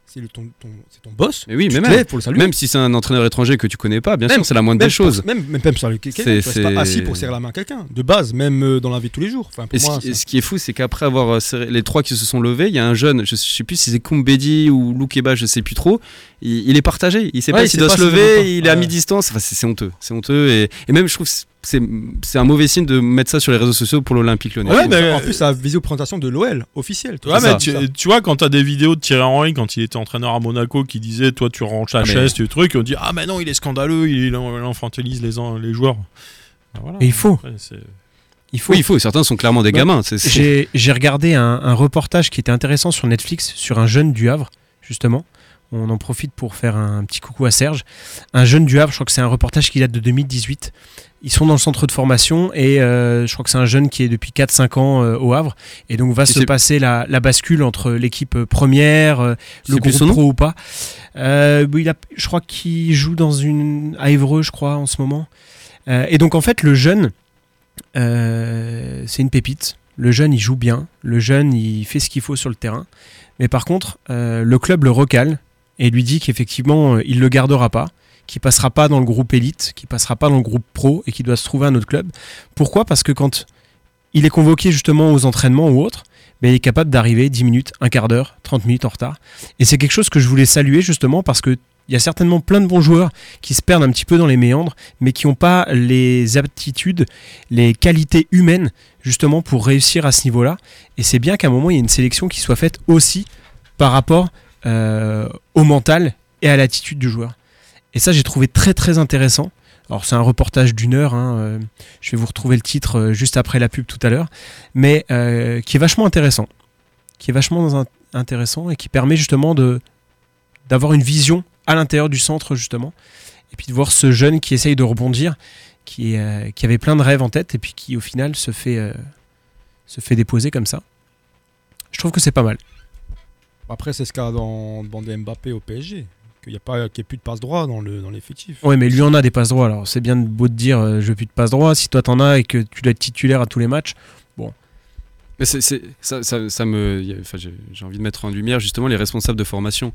E: c'est le- ton, ton, c'est ton boss.
D: Mais oui,
E: tu
D: mais
E: te
D: même.
E: lèves pour le saluer.
D: Même si c'est un entraîneur étranger que tu connais pas, bien
E: Même-
D: sûr, c'est la moindre
E: Même
D: des choses.
E: pour- même, même, même sur le
D: C'est-
E: quelqu'un, tu restes pas
D: c'est-
E: assis pour serrer la main à quelqu'un. De base, même euh, dans la vie de tous les jours. Enfin,
D: Et
E: pour
D: ce,
E: moi,
D: qui,
E: ça-
D: et ce qui est fou, c'est qu'après avoir euh, serré- les trois qui se sont levés, il y a un jeune, je sais plus si c'est Koumbedi ou Loukeba, je sais plus trop, il, il est partagé. Il sait
E: Ouais,
D: pas
E: il
D: s'il
E: sait
D: doit
E: pas
D: se
E: s'il doit pas.
D: lever, il est à
E: Ouais.
D: mi-distance. Enfin, c'est c'est honteux. C'est honteux. Et, et même, je trouve, que c'est c'est un mauvais signe de mettre ça sur les réseaux sociaux pour l'Olympique lyonnais.
C: Ouais,
D: Je trouve
C: mais-
D: ça-
E: En plus, la visio-présentation de l'OL officielle. tu vois,
C: mais
E: ça,
C: tu,
E: ça.
C: tu vois, quand t'as des vidéos de Thierry Henry, quand il était entraîneur à Monaco, qui disait Toi, tu ranges la
D: mais-
C: chaise, tu truc, et on dit Ah, mais non, il est scandaleux, il, il infantilise les, en- les joueurs. Ah, voilà.
B: Et il faut.
C: Après, c'est-
B: Il faut.
D: Oui, il faut. Certains sont clairement des
B: Ouais.
D: gamins. c'est- c'est-
B: J'ai j'ai regardé un, un reportage qui était intéressant sur Netflix sur un jeune du Havre, justement. On en profite pour faire un petit coucou à Serge. Un jeune du Havre, je crois que c'est un reportage qui date de 2018. Ils sont dans le centre de formation et euh, je crois que c'est un jeune qui est depuis 4-5 ans euh, au Havre. Et donc va se
D: c'est-
B: passer la, la bascule entre l'équipe première, euh,
D: C'est
B: le
D: plus
B: groupe
D: son nom
B: pro ou pas. Euh, oui, il a- je crois qu'il joue dans une à Évreux, je crois, en ce moment. Euh, et donc en fait, le jeune, euh, c'est une pépite. Le jeune, il joue bien. Le jeune, il fait ce qu'il faut sur le terrain. Mais par contre, euh, le club le recale et lui dit qu'effectivement, euh, il le gardera pas, qu'il passera pas dans le groupe élite, qu'il passera pas dans le groupe pro et qu'il doit se trouver un autre club. Pourquoi Parce que quand il est convoqué justement aux entraînements ou autres, mais il est capable d'arriver 10 minutes, un quart d'heure, 30 minutes en retard. Et c'est quelque chose que je voulais saluer justement parce que il y a certainement plein de bons joueurs qui se perdent un petit peu dans les méandres, mais qui n'ont pas les aptitudes, les qualités humaines justement pour réussir à ce niveau-là. Et c'est bien qu'à un moment, il y ait une sélection qui soit faite aussi par rapport euh, au mental et à l'attitude du joueur. Et ça, j'ai trouvé très très intéressant Alors c'est un reportage d'une heure, hein, euh, je vais vous retrouver le titre euh, juste après la pub tout à l'heure, mais euh, qui est vachement intéressant, qui est vachement dans un- intéressant et qui permet justement de d'avoir une vision à l'intérieur du centre justement, et puis de voir ce jeune qui essaye de rebondir, qui, est, euh, qui avait plein de rêves en tête et puis qui au final se fait, euh, se fait déposer comme ça. Je trouve que c'est pas mal.
E: Après, c'est ce qu'il y a dans le de Mbappé au PSG. Qu'il n'y a, pas- qu'il y a plus de passe droit dans le- dans l'effectif.
B: Ouais, mais lui en a des passes droits. Alors c'est bien beau de dire euh, je veux plus de passes droits. Si toi t'en as et que tu dois être titulaire à tous les matchs, bon.
D: Mais c'est- c'est- ça, ça- ça me, y a- enfin, j'ai j'ai envie de mettre en lumière justement les responsables de formation.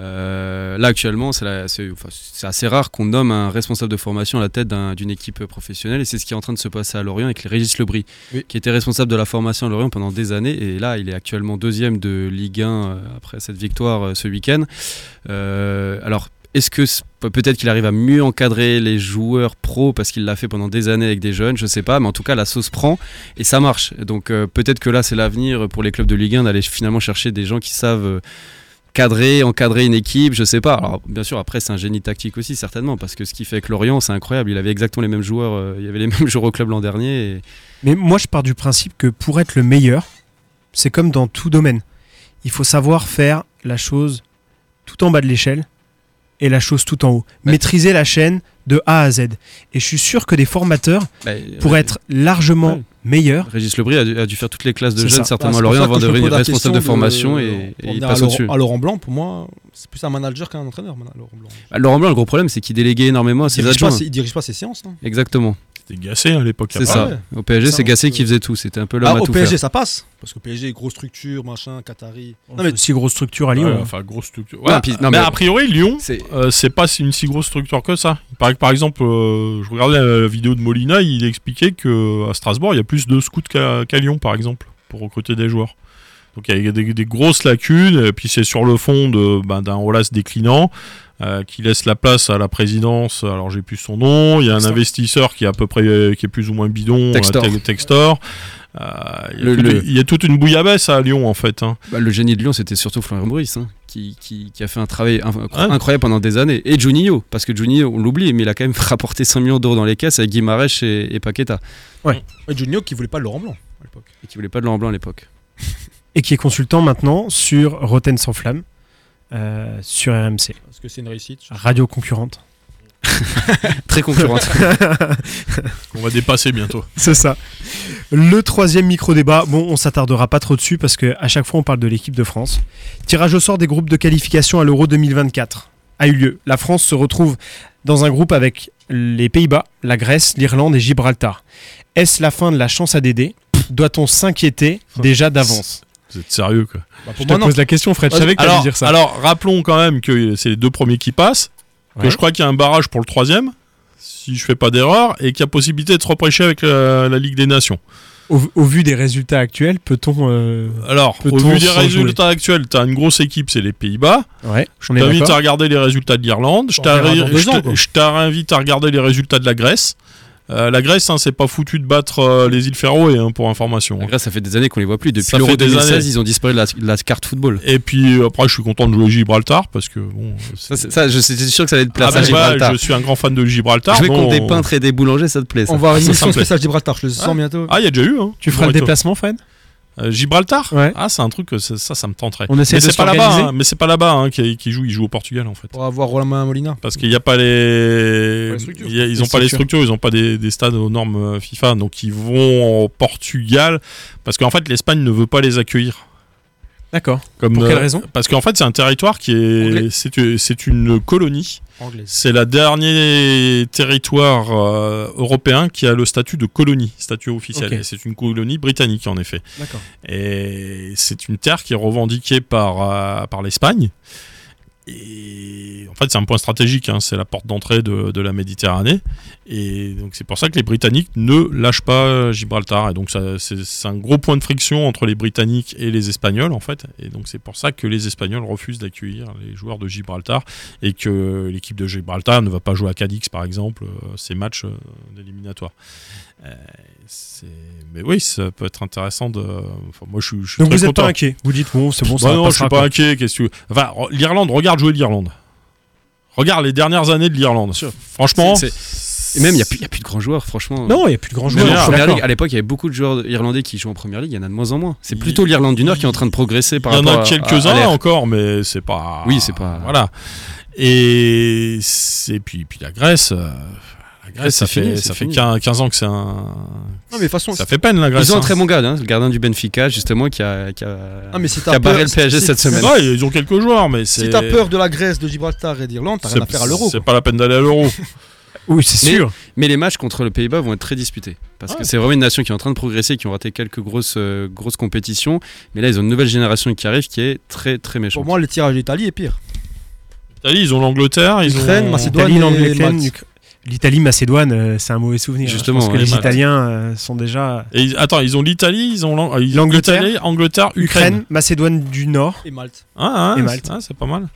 D: Euh, là actuellement, c'est la- c'est enfin, c'est assez rare qu'on nomme un responsable de formation à la tête d'un- d'une équipe professionnelle, et c'est ce qui est en train de se passer à Lorient avec Régis Lebris, qui était responsable de la formation à Lorient pendant des années, et là il est actuellement deuxième de Ligue 1 euh, après cette victoire euh, ce week-end. Euh, alors est-ce que c- pe- peut-être qu'il arrive à mieux encadrer les joueurs pro parce qu'il l'a fait pendant des années avec des jeunes, je sais pas, mais en tout cas la sauce prend et ça marche. Donc euh, peut-être que là c'est l'avenir pour les clubs de Ligue 1 d'aller finalement chercher des gens qui savent euh, cadrer, encadrer une équipe, je sais pas. Alors bien sûr après c'est un génie tactique aussi certainement parce que ce qu'il fait avec Lorient c'est incroyable. Il avait exactement les mêmes joueurs, euh, il y avait les mêmes joueurs au club l'an dernier. et-
B: Mais moi je pars du principe que pour être le meilleur, c'est comme dans tout domaine. Il faut savoir faire la chose tout en bas de l'échelle et la chose tout en haut. Maîtriser la chaîne de A à Z. Et je suis sûr que des formateurs,
D: Bah,
B: pour
D: ouais.
B: être largement meilleurs,
D: Régis Lebris a dû, a dû faire toutes les classes de
B: C'est
D: jeunes
B: ça.
D: certainement
E: Ah,
D: à
E: c'est pour
D: Lorient
E: ça
D: avant
E: que
D: de
E: je me
D: devenir
E: pose la
D: responsable de,
E: question euh,
D: formation et,
E: pour
D: et il
E: revenir à
D: passe
E: Laurent-
D: au-dessus.
E: À Laurent Blanc, pour moi, c'est plus un manager qu'un entraîneur. maintenant, Laurent Blanc.
D: Bah, Laurent Blanc le gros problème c'est qu'il déléguait énormément à
E: Il
D: ses
E: dirige, pas,
D: adjoints.
E: ses- il dirige pas ses séances. hein. non
D: Exactement.
C: C'était Gassé à l'époque.
D: C'est
C: à
D: ça.
C: Paris.
D: Au PSG,
E: Ça,
D: c'est
E: on
D: Gassé
E: peut-
D: qui faisait tout. C'était un peu l'homme
E: Ah,
D: à
E: au
D: tout
E: PSG,
D: faire.
E: ça passe. Parce que PSG, grosse structure, machin, Qatari.
B: Non, mais... si grosse structure à Lyon.
C: Ouais,
B: hein.
C: enfin, grosse structure.
D: Ouais,
C: Ouais,
D: puis- non,
C: mais,
D: mais-
C: a priori, Lyon,
D: C'est-
C: euh, c'est pas si- une si grosse structure que ça. Il paraît que, par exemple, euh, je regardais la vidéo de Molina, il expliquait que à Strasbourg, il y a plus de scouts qu'à qu'à Lyon, par exemple, pour recruter des joueurs. Donc il y a des, des grosses lacunes, et puis c'est sur le fond de- ben, d'un Olas déclinant, euh, qui laisse la place à la présidence, alors j'ai plus son nom, il y a un
B: Textor.
C: investisseur qui est à peu près, euh, qui est plus ou moins bidon, euh,
D: Textor.
C: Te- Textor. Euh, il y a
D: Le-
C: tout-
D: le-
C: il y a toute une bouillabaisse à Lyon, en fait. hein.
D: Bah, le génie de Lyon, c'était surtout Florian Brice, hein, qui, qui- qui a fait un travail inc-
C: Ah Ouais.
D: incroyable pendant des années. Et Juninho, parce que Juninho, on l'oublie, mais il a quand même rapporté 5 millions d'euros dans les caisses avec Guimarães et, et Paqueta,
E: Ouais, Juninho qui voulait pas de Laurent Blanc à l'époque.
D: et qui voulait pas de Laurent Blanc à l'époque.
B: Et qui est consultant maintenant sur Roten sans flamme, euh, sur RMC,
E: Parce que c'est une réussite.
B: radio concurrente.
D: Très concurrente.
C: On va dépasser bientôt.
B: C'est ça. Le troisième micro-débat, bon, on s'attardera pas trop dessus parce que à chaque fois on parle de l'équipe de France. Tirage au sort des groupes de qualification à l'Euro 2024 a eu lieu. La France se retrouve dans un groupe avec les Pays-Bas, la Grèce, l'Irlande et Gibraltar. Est-ce la fin de la chance à Dédé Doit-on s'inquiéter déjà d'avance
C: Vous êtes sérieux, quoi.
E: Bah,
B: Je
E: pour
B: te
E: moi, non.
B: pose la question, Fred. Je savais que t'allais
C: alors,
B: dire ça.
C: alors, rappelons quand même que c'est les deux premiers qui passent, que
B: Ouais.
C: je crois qu'il y a un barrage pour le troisième, si je fais pas d'erreur, et qu'il y a possibilité de se repêcher avec la, la Ligue des Nations.
B: Au, au vu des résultats actuels, peut-on euh,
C: Alors, au
B: Peut-on
C: vu des
B: s'en jouer
C: résultats actuels, t'as une grosse équipe, c'est les Pays-Bas.
B: Ouais, on
C: Je
B: est
C: t'invite à
B: d'accord.
C: regarder les résultats de l'Irlande. Je
E: On verra
C: t'arri-
E: dans deux
C: je
E: ans,
C: te-
E: quoi.
C: je t'invite à regarder les résultats de la Grèce. Euh, la Grèce, hein, c'est pas foutu de battre euh, les îles Ferroé, hein, pour information.
D: La Grèce, ça fait des années qu'on les voit plus. Depuis
C: Ça
D: l'Euro
C: fait des
D: 2016,
C: années.
D: ils ont disparu de la, de la carte football.
C: Et puis euh, après, je suis content de jouer Gibraltar parce que bon. euh,
D: Ça, c'est- ça, je j'étais sûr que ça allait te plaire.
C: Ah,
D: ça,
C: ben,
D: Gibraltar.
C: ouais, je suis un grand fan de Gibraltar.
D: Jouer contre
C: donc-
D: des peintres et des boulangers, ça te plaît. ça
E: On va avoir une
C: Ça, ça
E: émission
C: me plaît.
E: spéciale Gibraltar, je le sens bientôt.
C: Ah, il y a déjà eu. Hein,
B: Tu feras le
C: Gibraltar.
B: déplacement, Fred
C: Euh, Gibraltar
B: Ouais.
C: Ah, c'est un truc, que ça, ça, ça me tenterait.
B: On essaie
C: Mais
B: de
C: c'est pas là-bas,
B: s'organiser.
C: hein, mais c'est pas là-bas hein, qui, qui joue, il joue au Portugal en fait.
E: Pour avoir Roland Molina.
C: Parce qu'il n'y a pas les.
E: Pas les structures.
C: il y a- ils
B: Les
C: n'ont pas
B: structures.
C: les structures, ils n'ont pas des, des stades aux normes euh, FIFA, donc ils vont au Portugal. Parce qu'en fait, l'Espagne ne veut pas les accueillir.
B: D'accord.
C: Comme,
B: Pour quelle
C: euh,
B: raison
C: Parce qu'en fait, c'est un territoire qui
E: Anglais.
C: est. C'est c'est une colonie.
E: Anglais.
C: C'est la dernier territoire euh, européen qui a le statut de colonie, statut officiel.
B: Ok.
C: Et C'est une colonie britannique en effet.
B: D'accord.
C: Et c'est une terre qui est revendiquée par, euh, par l'Espagne. Et en fait, c'est un point stratégique, hein, c'est la porte d'entrée de, de la Méditerranée. Et donc, c'est pour ça que les Britanniques ne lâchent pas euh, Gibraltar. Et donc, ça- c'est c'est un gros point de friction entre les Britanniques et les Espagnols, en fait. Et donc, c'est pour ça que les Espagnols refusent d'accueillir les joueurs de Gibraltar et que l'équipe de Gibraltar ne va pas jouer à Cadix, par exemple, euh, ces matchs euh, d'éliminatoire. Euh, c'est- mais oui, ça peut être intéressant de. Enfin, moi, je suis, je suis
B: Donc
C: très
B: vous n'êtes
C: content.
B: pas inquiet. Vous dites bon, c'est bon, ça
C: Bah non, je
B: passera,
C: suis pas
B: quoi.
C: inquiet. Qu'est-ce que tu veux Enfin, re- l'Irlande, regarde jouer l'Irlande. Regarde les dernières années de l'Irlande. Franchement,
D: C'est-
C: c'est,
D: Et même, il n'y a, plus- il y a plus de grands joueurs, franchement.
K: Non, il n'y a plus de grands
D: Même
K: joueurs.
D: en
K: je suis
D: première
K: d'accord.
D: ligue, à l'époque, il y avait beaucoup de joueurs irlandais qui jouent en première ligue. Il y en a de moins en moins. C'est plutôt l'Irlande du Nord qui est en train de progresser par
C: Il y en
D: rapport
C: a
D: à- à
C: quelques-uns
D: l'ère.
C: encore, mais c'est pas.
D: Oui, c'est pas-
C: Voilà. Et c'est- puis, puis la Grèce. euh, La Grèce, ça
D: C'est fini,
C: fait,
D: c'est
C: ça fait
D: fini.
C: 15 15 ans que c'est un.
E: Ah, mais de toute façon,
C: ça fait peine la Grèce.
D: Ils ont un
C: hein.
D: très bon gardien, hein, le gardien du Benfica, justement, qui a, qui a,
E: Ah, mais si
D: qui
E: t'as
D: a barré
E: peur-
D: le PSG
E: si-
D: cette
E: si-
D: semaine.
C: Ouais, ils ont quelques joueurs, mais c'est.
E: Si t'as peur de la Grèce, de Gibraltar et d'Irlande, t'as rien à
C: c'est-
E: faire à l'euro.
C: C'est pas la peine d'aller à l'euro.
B: Oui, c'est
D: Mais-
B: sûr.
D: Mais les matchs contre le Pays-Bas vont être très disputés. Parce
C: Ouais.
D: que c'est vraiment une nation qui est en train de progresser, qui ont raté quelques grosses, euh, grosses compétitions. Mais là, ils ont une nouvelle génération qui arrive qui est très, très méchante.
E: Pour moi, le tirage d'Italie est pire.
C: L'Italie, ils ont l'angleterre, ils
E: Ukraine,
C: ont.
E: Macédoine.
B: L'Italie,
E: et
B: l'Angleterre,
E: Malte.
B: l'Uk- l'Italie, Macédoine, euh, c'est un mauvais souvenir.
D: Justement,
B: je pense que
D: ouais,
B: les
C: Malte.
B: Italiens euh, sont déjà
C: Et ils- attends, ils ont l'Italie, ils ont l'ang- ils ont
B: L'Angleterre.
C: l'Italie, Angleterre,
B: Ukraine,
C: Ukraine.
B: Macédoine du Nord.
E: Et Malte.
C: Ah, ah,
B: Et
C: c'est-
B: Malte.
C: ah, c'est pas mal.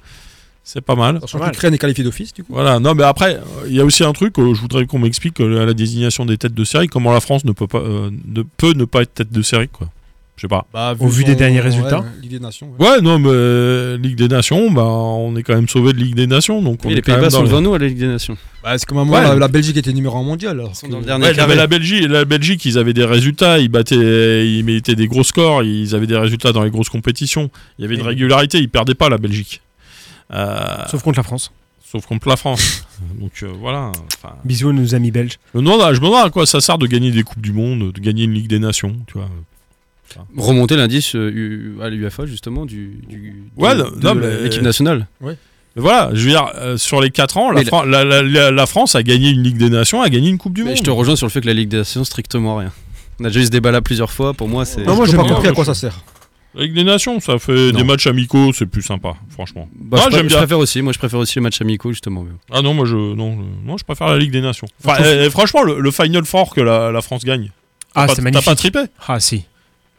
C: C'est pas mal.
E: Sachant que l'Ukraine est qualifiée d'office, du coup.
C: Voilà, non mais après, euh, il y a aussi un truc, euh, je voudrais qu'on m'explique euh, la désignation des têtes de série, comment la France ne peut pas euh, ne peut ne pas être tête de série quoi. Je sais pas.
E: Bah,
B: Au vu des derniers résultats.
E: Ligue des Nations. ouais.
C: Ouais, non mais euh, Ligue des Nations, bah on est quand même sauvé de Ligue des Nations donc on
D: Et
C: est
D: les
C: quand même
D: Pays-Bas
C: dans
D: sont
C: le-
D: devant nous à la Ligue des Nations.
E: Bah, c'est comme un moment,
C: Ouais.
E: la, la Belgique était numéro 1 mondial. alors
D: Ils sont
E: que-
D: dans le dernier
C: Ouais, il y avait
D: carré.
C: la Belgique, la Belgique, ils avaient des résultats, ils battaient, ils mettaient des gros scores, ils avaient des résultats dans les grosses compétitions. Il y avait une régularité, ils perdaient pas la Belgique. Euh,
B: Sauf contre la France.
C: sauf contre la France. Donc euh, voilà. enfin,
B: Bisous à nos amis belges.
C: Je me demande, à- je me demande à quoi ça sert de gagner des coupes du monde, de gagner une Ligue des Nations, tu vois.
D: Remonter l'indice euh, U- à l'UFA, justement, du, du,
C: Ouais,
D: de-
C: non,
D: de
C: mais-
D: l'équipe nationale.
C: Mais voilà, je veux dire, euh, sur les 4 ans, la,
D: Mais la-
C: Fran- la- la- la- la France a gagné une Ligue des Nations, a gagné une Coupe du
D: Mais
C: Monde.
D: je te rejoins sur le fait que la Ligue des Nations, strictement rien. On a déjà eu ce débat là plusieurs fois. Pour moi, c'est.
E: Non, moi,
C: Je
E: j'ai pas
C: comprends.
E: compris à quoi ça sert.
C: La Ligue des Nations, ça fait
D: Non.
C: des matchs amicaux, c'est plus sympa, franchement.
D: Bah,
C: Ah,
D: je, pr-
C: j'aime
D: je
C: bien.
D: préfère aussi. Moi, je préfère aussi les matchs amicaux, justement. mais bon.
C: Ah non, moi je, non, je- moi, je préfère la Ligue des Nations. Enfin, euh, franchement, le, le Final Four que la, la France gagne,
B: Ah,
C: Pas-
B: c'est
C: t'as
B: magnifique.
C: pas trippé
B: Ah, si.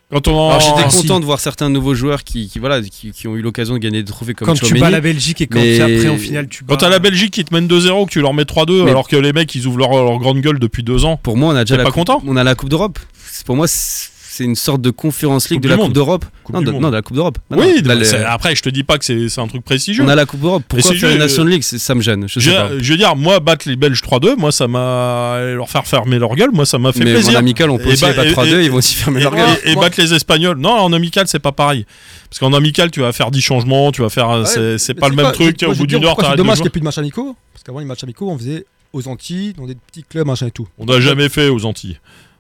C: Quand on en-
D: Alors, Ah, j'étais
B: Oh, si.
D: content de voir certains nouveaux joueurs qui, qui, voilà, qui, qui ont eu l'occasion de gagner des trophées comme
B: Quand tu bats
D: Tchouaméni.
B: la Belgique et quand
D: mais-
B: après, en finale, tu bats.
C: Quand t'as la Belgique qui te mène 2-0, que tu leur mets 3-2,
D: Mais-
C: alors que les mecs ils ouvrent leur, leur grande gueule depuis 2 ans.
D: Pour moi, on a déjà
C: T'es
D: la
C: pas
D: coupe,
C: content
D: on a la Coupe d'Europe. C'est- Pour moi, c'est c'est une sorte de conférence
C: Coupe
D: League
C: du
D: de la
C: monde.
D: Coupe d'Europe.
C: Coupe
D: Non,
C: du
D: de-
C: monde.
D: non, de la Coupe d'Europe. Ah Non,
C: oui,
D: non, là,
C: donc, c'est-
D: le-
C: après je te dis pas que c'est c'est un truc prestigieux.
D: on a la Coupe d'Europe. Pourquoi
C: si
D: faire
C: je-
D: une National League C'est- Ça me gêne. Je
C: Je,
D: sais pas.
C: je veux dire, moi, battre les Belges 3-2, moi, ça m'a. et Leur faire fermer leur gueule, moi, ça m'a fait
D: Mais en
C: plaisir.
D: amical, on peut
C: Et
D: aussi
C: bah-
D: les battre
C: et-
D: 3-2,
C: et-
D: ils vont aussi fermer
C: Et,
D: leur gueule.
C: et- et battre les Espagnols. Non, en amical, c'est pas pareil. Parce qu'en amical, tu vas faire 10 changements, tu vas faire. un- c'est- c'est
E: Ah Mais
C: pas le même
E: quoi,
C: truc.
E: je- moi,
C: Au
E: je
C: bout
E: veux
C: d'une
E: dire,
C: heure,
E: pourquoi C'est
C: t'arrêtes de
E: dommage qu'il n'y
C: jouer.
E: ait plus de matchs amicaux. Parce qu'avant, les matchs amicaux, on faisait aux Antilles, dans des petits clubs, machin et tout.
C: On n'a jamais fait aux Antilles.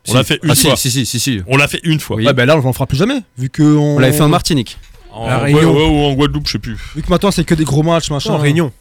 C: On l'a fait une
D: ah,
C: fois.
D: Si, si, si, si, si.
C: On l'a fait une fois.
D: Oui.
E: Ouais, ben là, on ne fera plus jamais. Vu que, on...
D: On l'avait fait en Martinique.
C: En,
B: La
C: ouais,
B: Réunion.
C: ouais, ou en Guadeloupe, je sais plus.
E: vu que maintenant, c'est que des gros matchs, machin.
B: en Réunion.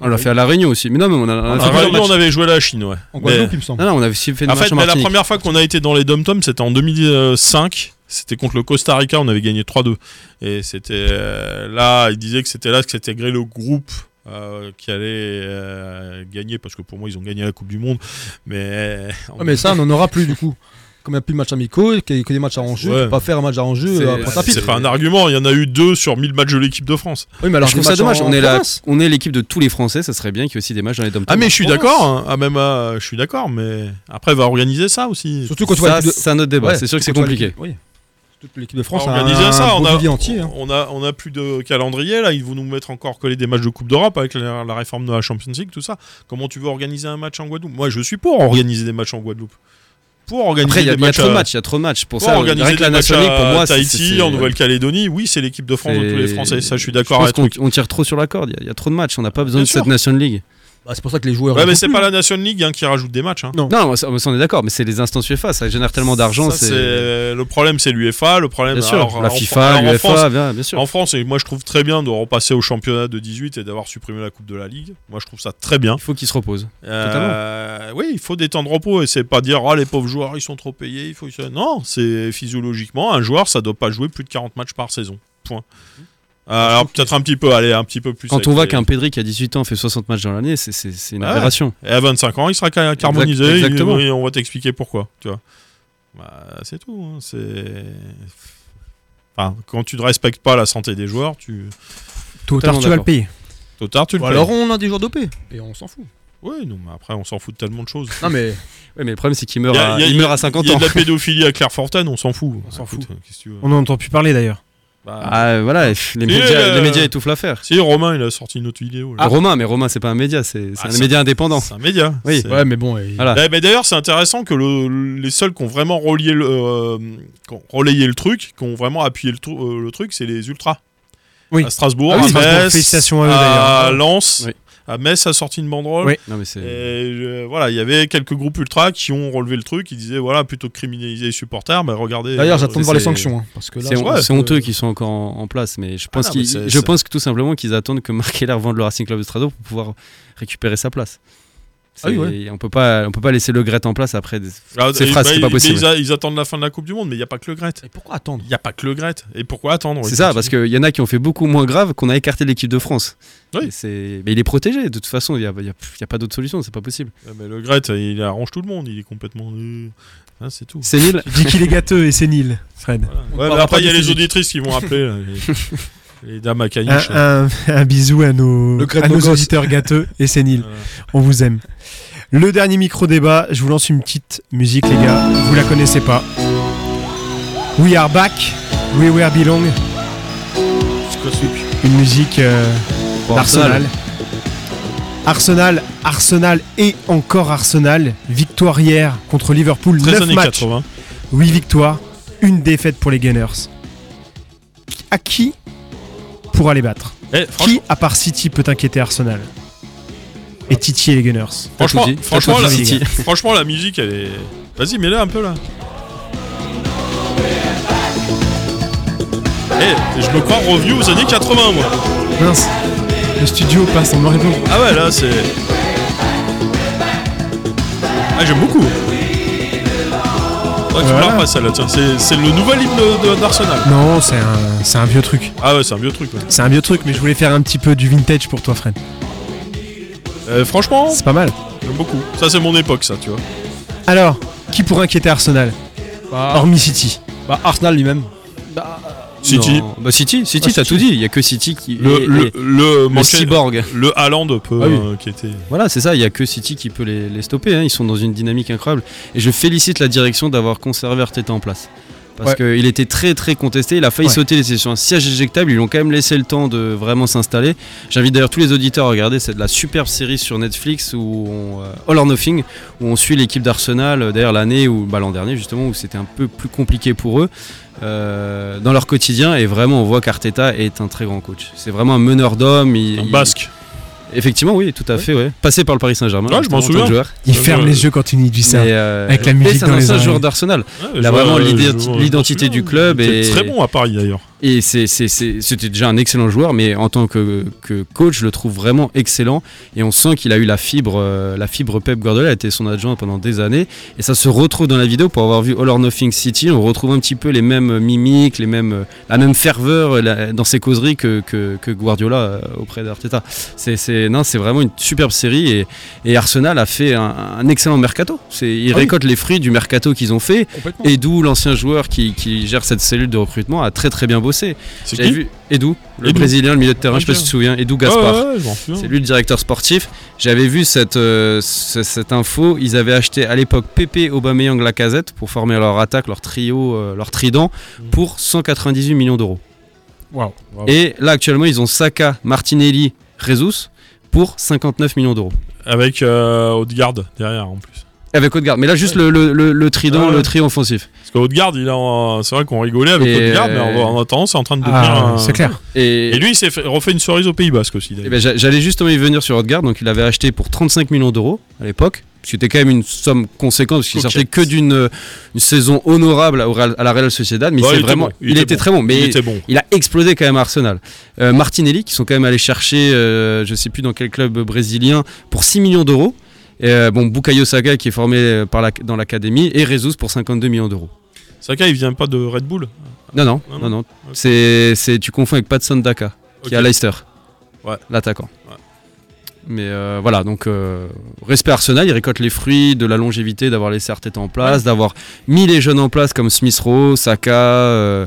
D: On l'a fait à La Réunion aussi. Mais non, mais on a, on a
C: En
D: fait plusieurs
C: Réunion,
D: matchs.
C: Ah, bah, on avait joué à la Chine, ouais.
E: En
C: Mais-
E: Guadeloupe, il me semble.
D: Non, non, on avait aussi fait une
C: En
D: marche
C: fait,
D: en
C: mais la
D: Martinique.
C: première fois qu'on a été dans les dom-toms, c'était en 2005. C'était contre le Costa Rica, on avait gagné 3-2. Et c'était euh, là, il disait que c'était là que c'était gré le groupe euh, qui allait euh, gagner, parce que pour moi, ils ont gagné la Coupe du Monde. Mais, euh,
E: Ouais, mais ça, on n'en aura plus, du coup. Comme il n'y a plus de matchs amicaux, qu'il y a que des matchs à enjeu,
C: Ouais.
E: tu peux pas faire un match à enjeu
D: C'est-
E: euh, après ta
D: c'est-
E: piste.
C: c'est pas un argument, il y en a eu deux sur 1000 matchs de l'équipe de France.
E: Oui, mais alors
D: je trouve
E: des
D: ça dommage.
E: matchs
D: On
E: en
D: est, la-
E: province.
D: on est l'équipe de tous les Français. Ça serait bien qu'il y ait aussi des matchs dans les dom
C: Ah, mais je suis d'accord, hein. ah, même euh, je suis d'accord, mais après, va organiser ça aussi.
E: Surtout quand tu vois
D: Ça,
E: l'équipe de-
D: c'est un autre débat.
E: Ouais,
D: c'est sûr que c'est
E: surtout quand tu vois
D: compliqué.
E: l'équipe- Oui. Toute l'équipe de France
C: va
E: a
C: organiser
E: un
C: ça, on
E: beau
C: a,
E: vivier entier. hein.
C: on, a, on a plus de calendrier, là, ils vont nous mettre encore que les des matchs de Coupe d'Europe avec la, la réforme de la Champions League, tout ça. Comment tu veux organiser un match en Guadeloupe Moi, je suis pour organiser des matchs en Guadeloupe. Pour organiser
D: Après, il y, a-
C: des
D: il y a
C: matchs
D: trop de
C: à-
D: matchs, il y a trop de matchs. Pour
C: pour
D: ça,
C: organiser
D: rien que
C: des
D: la
C: matchs
D: National League,
C: à
D: pour moi, c'est-
C: Tahiti,
D: c'est-
C: en Nouvelle-Calédonie, oui, c'est l'équipe de France de tous les
D: c'est-
C: Français, ça je suis
D: je
C: d'accord
D: pense
C: avec toi.
D: qu'on- On tire trop sur la corde. Il y a- il y, a trop de matchs. On n'a pas besoin
C: Bien
D: de cette
C: sûr.
D: National League.
E: Bah, c'est pour ça que les joueurs.
C: Ouais,
E: en
C: mais
E: font
C: c'est
E: plus.
C: pas la Nation League hein, qui rajoute des matchs. hein.
D: Non, on, s- on s'en est d'accord, mais c'est les instances UEFA. Ça génère tellement d'argent.
C: Ça,
D: C'est
C: c'est- Le problème, c'est l'UEFA, le problème,
D: bien sûr.
C: alors,
D: la
C: en-
D: FIFA,
C: alors, en France,
D: l'UEFA, bien, bien sûr.
C: En France, et moi je trouve très bien de repasser au championnat de 18 et d'avoir supprimé la Coupe de la Ligue. Moi je trouve ça très bien.
D: Il faut qu'ils se reposent.
C: Euh, oui, il faut des temps de repos et c'est pas dire ah les pauvres joueurs ils sont trop payés, il faut que ça- non, c'est physiologiquement un joueur ça doit pas jouer plus de 40 matchs par saison. Point. Euh, alors peut-être un petit peu, allez un petit peu plus.
D: Quand
C: avec
D: on voit
C: les-
D: qu'un Pedri qui a 18 ans fait 60 matchs dans l'année, c'est- c'est c'est une
C: Ah ouais.
D: aberration.
C: et à 25 ans il sera ca- carbonisé, il-
D: exactement.
C: et on va t'expliquer pourquoi, tu vois. Bah, c'est tout. hein, c'est Enfin, quand tu ne respectes pas la santé des joueurs, tu
B: Tôt ou tard,
D: Totalement
B: tu vas le
D: d'accord.
B: payer.
C: tôt ou tard tu le
E: Ou
C: payes.
E: alors on a des joueurs dopés. Et on s'en fout.
C: Oui, non, mais après, on s'en fout de tellement de choses.
E: Non, mais.
D: Ouais, mais le problème, c'est qu'il meurt,
C: Il y a-
D: à-
C: il y a-
D: il meurt à
C: Il
D: 50
C: y a
D: ans.
C: de la pédophilie à Clairefontaine, on s'en fout. On s'en
B: fout.
C: Qu'est-ce que tu veux
B: On n'en entend plus parler d'ailleurs.
C: Bah,
D: Ah, voilà, pff, les
C: Si,
D: médias,
C: euh,
D: les médias étouffent l'affaire.
C: Si, Romain, il a sorti une autre vidéo. là.
D: Ah, Romain, mais Romain, c'est pas un média, c'est c'est
C: Ah,
D: un média indépendant.
C: C'est un média.
D: Oui.
C: C'est-
E: Ouais, mais bon, et-
D: Voilà.
C: Ouais, mais D'ailleurs, c'est intéressant que le- les seuls qui ont vraiment relié le, euh, qui ont relayé le truc, qui ont vraiment appuyé le, tru- euh, le truc, c'est les Ultras.
B: Oui.
C: À Strasbourg,
B: Ah oui,
C: à
B: Strasbourg,
C: Metz,
B: félicitations à eux,
C: à
B: d'ailleurs.
C: Lens,
D: Oui.
C: à Metz a sorti une banderole.
B: Oui.
D: Non, mais c'est.
C: Et euh, voilà, il y avait quelques groupes ultras qui ont relevé le truc, qui disaient voilà, plutôt que criminaliser les supporters, bah, regardez.
E: D'ailleurs,
C: euh,
E: j'attends de
D: c'est-
E: voir les sanctions. hein, parce que là,
D: C'est
E: je
D: hon-
E: pense
D: c'est
E: que- Ah
D: honteux qu'ils soient encore en, en place, mais je pense,
C: non, mais
D: qu'ils-
C: c'est-
D: je
C: c'est-
D: pense que tout simplement qu'ils attendent que Marc Keller vende le Racing Club de Strasbourg pour pouvoir récupérer sa place.
E: Ah oui, ouais.
D: C'est- On peut pas, on peut pas laisser le Gret en place après. des-
C: là,
D: ces
C: et-
D: phrases,
C: bah,
D: c'est pas
C: ils- mais
D: possible.
C: Ils, a- ils attendent la fin de la Coupe du Monde, mais il n'y a pas que le Gret.
E: Et pourquoi attendre
C: Il n'y a pas que le Gret. Et pourquoi attendre
D: C'est ça, parce qu'il y en a qui ont fait beaucoup moins grave qu'on a écarté l'équipe de France.
C: Oui.
D: Et c'est- Mais il est protégé, de toute façon, il n'y a, il y a- il y a pas d'autre solution, c'est pas possible.
C: Ah, Mais le Gret, il arrange tout le monde, il est complètement. euh, hein, c'est tout.
D: C'est nul.
B: Tu dis qu'il est gâteux et sénile, Fred.
C: Ouais, mais
E: parlera
C: après,
E: pas
C: il y a
E: du
C: les
E: physique.
C: auditrices qui vont appeler. là, les, les dames à
B: Un,
C: caniche.
B: un- un bisou à nos,
E: Le crête
B: à nos
E: beau gosse.
B: auditeurs gâteux et séniles.
C: Voilà.
B: On vous aime. Le dernier micro-débat, je vous lance une petite musique, les gars. Vous la connaissez pas. We are back. We were belong. Une musique euh,
D: Pour
B: d'Arsenal. Arsenal, Arsenal et encore Arsenal. Victoire hier contre Liverpool.
C: 13
B: 9
C: années
B: matchs.
C: 80.
B: 8 victoires, une défaite pour les Gunners. À qui pourra les battre
C: Eh, franch-
B: Qui, à part City, peut inquiéter Arsenal Et titiller les Gunners
D: T'as
C: franchement,
D: tout dit, t'as
C: franchement,
D: tout
C: la,
D: dit.
C: franchement, la musique, elle est. Vas-y, mets-la un peu là. Eh, je me crois revenu aux années 80, moi.
B: Mince, le studio passe en noir et blanc.
C: Ah ouais, là, c'est. Ah, j'aime beaucoup. Ouais, tu me
B: Voilà.
C: la repasses, celle-là, tiens. C'est c'est le nouvel hymne de- d'Arsenal.
B: Non, c'est un, c'est un vieux truc.
C: Ah ouais, c'est un vieux truc. ouais.
B: C'est un vieux truc, mais je voulais faire un petit peu du vintage pour toi, Fred.
C: Euh, franchement,
B: C'est pas mal.
C: j'aime beaucoup. Ça, c'est mon époque, ça, tu vois.
B: Alors, qui pourra inquiéter Arsenal
E: Bah,
B: Hormis City.
E: bah, Arsenal lui-même.
C: City.
D: Non. Bah, City, City,
E: Ah,
D: t'as
E: City.
D: tout dit, il n'y a que City qui.
C: Le,
D: et-
C: le,
D: et-
C: le,
D: le
C: Manchester-
D: cyborg.
C: Le Haaland peut,
E: Ah oui.
C: euh, qui était.
D: Voilà, c'est ça, il n'y a que City qui peut les, les stopper, hein, ils sont dans une dynamique incroyable. Et je félicite la direction d'avoir conservé Arteta en place. Parce qu'il était très très contesté, il a failli
B: Ouais.
D: sauter, il était sur un siège éjectable, ils lui ont quand même laissé le temps de vraiment s'installer. J'invite d'ailleurs tous les auditeurs à regarder cette la superbe série sur Netflix où on, euh, All or Nothing, où on suit l'équipe d'Arsenal, euh, d'ailleurs l'année ou bah, l'an dernier justement, où c'était un peu plus compliqué pour eux euh, dans leur quotidien. Et vraiment, on voit qu'Arteta est un très grand coach. C'est vraiment un meneur d'hommes. il-
C: Un
D: il-
C: basque.
D: Effectivement, oui, tout à fait. Ouais. Passé par le Paris Saint-Germain.
C: Ouais, je m'en
D: justement, en tant que
C: souviens.
D: joueur.
B: Il
C: Euh,
B: ferme les yeux quand il nous dit ça.
D: Mais, euh,
B: Avec la
D: et
B: musique
D: c'est
B: dans
D: un
B: les
D: ancien
B: oreilles.
D: joueur d'Arsenal.
C: Ouais,
D: Il a
C: je
D: vraiment
C: vois,
D: l'identi-
C: je vois,
D: l'identité
C: je me
D: du club
C: souviens. Il était
D: et-
C: très bon à Paris d'ailleurs.
D: Et c'est- c'est- c'est- c'était déjà un excellent joueur, mais en tant que, que coach, je le trouve vraiment excellent. Et on sent qu'il a eu la fibre, euh, la fibre Pep Guardiola, a été son adjoint pendant des années. Et ça se retrouve dans la vidéo pour avoir vu All or Nothing City. On retrouve un petit peu les mêmes mimiques, les mêmes, la même ferveur euh, la- dans ses causeries que, que, que Guardiola euh, auprès d'Arteta. C'est- C'est non, c'est vraiment une superbe série. Et, et Arsenal a fait un, un excellent mercato. C'est- Ils
E: Ah oui.
D: récoltent les fruits du mercato qu'ils ont fait.
E: Complètement.
D: Et d'où l'ancien joueur qui, qui gère cette cellule de recrutement a très très bien bossé.
C: C'est
D: J'avais
C: qui
D: vu Edou, le
C: Edu. Oh,
D: Brésilien, le milieu de terrain, je sais pas si tu te souviens, Edou Gaspar.
C: Ouais, ouais, ouais, je m'en souviens.
D: C'est lui le directeur sportif. J'avais vu cette, euh, ce- cette info. Ils avaient acheté à l'époque Pépé, Aubameyang, Lacazette pour former leur attaque, leur trio, euh, leur trident
C: Mm.
D: pour 198 millions d'euros.
B: Waouh.
C: Waouh.
D: Et là actuellement ils ont Saka, Martinelli, Jesus pour 59 millions d'euros.
C: Avec euh, Odegaard derrière en plus.
D: Avec Odegaard. Mais là juste le, le, le- le trident,
C: Ah ouais.
D: le trio offensif.
C: Parce qu'Odegaard, il a un- c'est vrai qu'on rigolait avec
D: Et- euh,
C: Odegaard, mais en, en attendant, c'est en train de devenir.
B: Ah,
C: un-
B: c'est clair.
D: Et,
C: Et lui, il s'est fait- refait une cerise au Pays Basque aussi. d'ailleurs.
D: Eh ben, j'a- J'allais justement y venir sur Odegaard, donc il avait acheté pour 35 millions d'euros à l'époque, ce qui était quand même une somme conséquente, parce qu'il
C: Coquette.
D: sortait que d'une euh, une saison honorable au Real- à la Real Sociedad, mais
C: Ouais,
D: c'est
C: il était
D: vraiment,
C: bon,
D: il, était
C: bon.
D: très bon, mais
C: il
D: il,
C: était bon.
D: a explosé quand même à Arsenal. Euh, Martinelli, qui sont quand même allés chercher, euh, je sais plus dans quel club brésilien, pour 6 millions d'euros. Et, euh, bon, Bukayo Saga qui est formé euh, par la- dans l'académie et Rezus pour 52 millions d'euros.
C: Saka, il vient pas de Red Bull.
D: Non, non,
C: Non,
D: non, non. C'est, c'est- tu confonds avec Patson Daka
C: Ok.
D: qui est à Leicester.
C: Ouais.
D: L'attaquant.
C: Ouais.
D: Mais euh, voilà, donc euh, respect à Arsenal, il récolte les fruits de la longévité, d'avoir laissé Arteta en place, d'avoir mis les jeunes en place comme Smith Rowe, Saka, euh,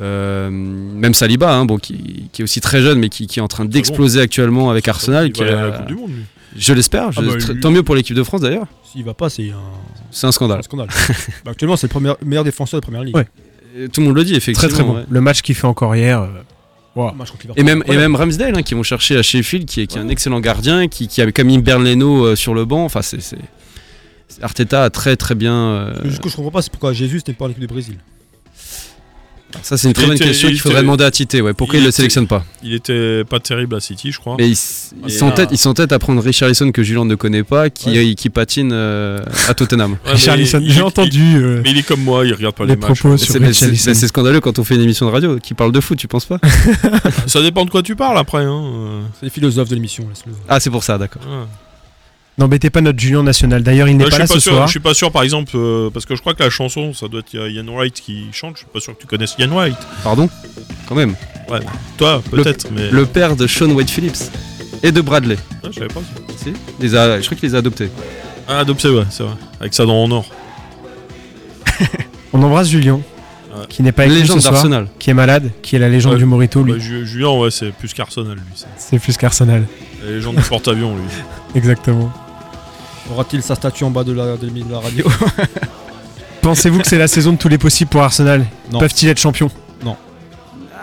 D: euh, même Saliba, hein, bon, qui, qui est aussi très jeune, mais qui, qui est en train d'exploser actuellement avec Arsenal.
C: il
D: qui
C: va aller
D: a-
C: à la Coupe du Monde. lui.
D: je l'espère, je-
E: Ah bah,
D: tr-
E: lui-
D: tant mieux pour l'équipe de France d'ailleurs.
E: S'il va pas, c'est un,
D: C'est un
E: c'est un
D: scandale.
E: scandale. Bah, actuellement, c'est le premier- meilleur défenseur de première ligue.
B: Ouais.
D: Et Tout le monde le dit,
B: Très
D: effectivement.
B: très bon.
D: ouais.
B: Le match qu'il fait encore hier. euh, wow.
E: Match contre Liverpool.
D: Et même, et
E: Voilà.
D: même Ramsdale, hein, qui vont chercher à Sheffield, qui est, qui est un excellent gardien, qui, qui a mis Berleno euh, sur le banc. Enfin, c'est. c'est- c'est- Arteta a très très bien. euh,
E: Mais Du coup, je comprends pas c'est pourquoi Jésus n'était pas en équipe du Brésil.
D: ça, c'est une très
C: Il
D: bonne
C: était-
D: question
C: il
D: qu'il faudrait
C: était-
D: demander à Tite. Ouais. Pourquoi
C: il
D: il le
C: était-
D: sélectionne pas
C: Il était pas terrible à City, je crois.
D: Mais ils s-
C: Ah,
D: ils
C: c'est
D: s'entêtent
C: un-
D: ils s'entêtent à prendre Richarlison que Julian ne connaît pas, qui, qui patine euh, à Tottenham.
C: Ouais, mais
B: Richarlison,
C: il-
B: j'ai
C: il-
B: entendu euh,
C: Mais il est comme moi, il regarde pas les,
B: les
C: matchs.
B: propos
D: C'est
B: sur
D: mais c'est-
B: Richarlison.
D: c'est- c'est scandaleux quand on fait une émission de radio qui parle de foot, tu penses pas
C: Ça dépend de quoi tu parles après. Hein.
E: C'est les philosophes de l'émission. laisse-le.
D: Ah, c'est pour ça, d'accord.
C: euh, ouais.
B: N'embêtez pas notre Julien national. D'ailleurs, il
C: Bah,
B: n'est pas
C: je, suis
B: là ce
C: pas sûr,
B: soir.
C: je suis pas sûr, par exemple, euh, parce que je crois que la chanson, ça doit être Yann White qui chante. Je suis pas sûr que tu connaisses Yann White.
D: Pardon Quand même.
C: Toi, peut-être, mais
D: Le père de Sean White Phillips et de Bradley.
C: Ouais, je savais pas. ça.
D: Si Les a- je crois qu'il les a adoptés.
C: Ah, adopté, ouais, c'est vrai. Avec ça dans en or.
B: On embrasse Julien,
C: Ouais.
B: qui n'est pas avec nous ce
D: Légende
B: soir,
D: d'Arsenal.
B: qui est malade, qui est la légende
C: Ouais.
B: du Morito. Lui,
C: Bah, Ju- Julien, ouais, c'est plus qu'Arsenal, lui. c'est-
B: c'est plus qu'Arsenal.
C: La légende du porte-avions, lui.
B: Exactement.
E: Aura-t-il sa statue en bas de la, de la radio
B: Pensez-vous que c'est la saison de tous les possibles pour Arsenal
E: Non.
B: Peuvent-ils être champions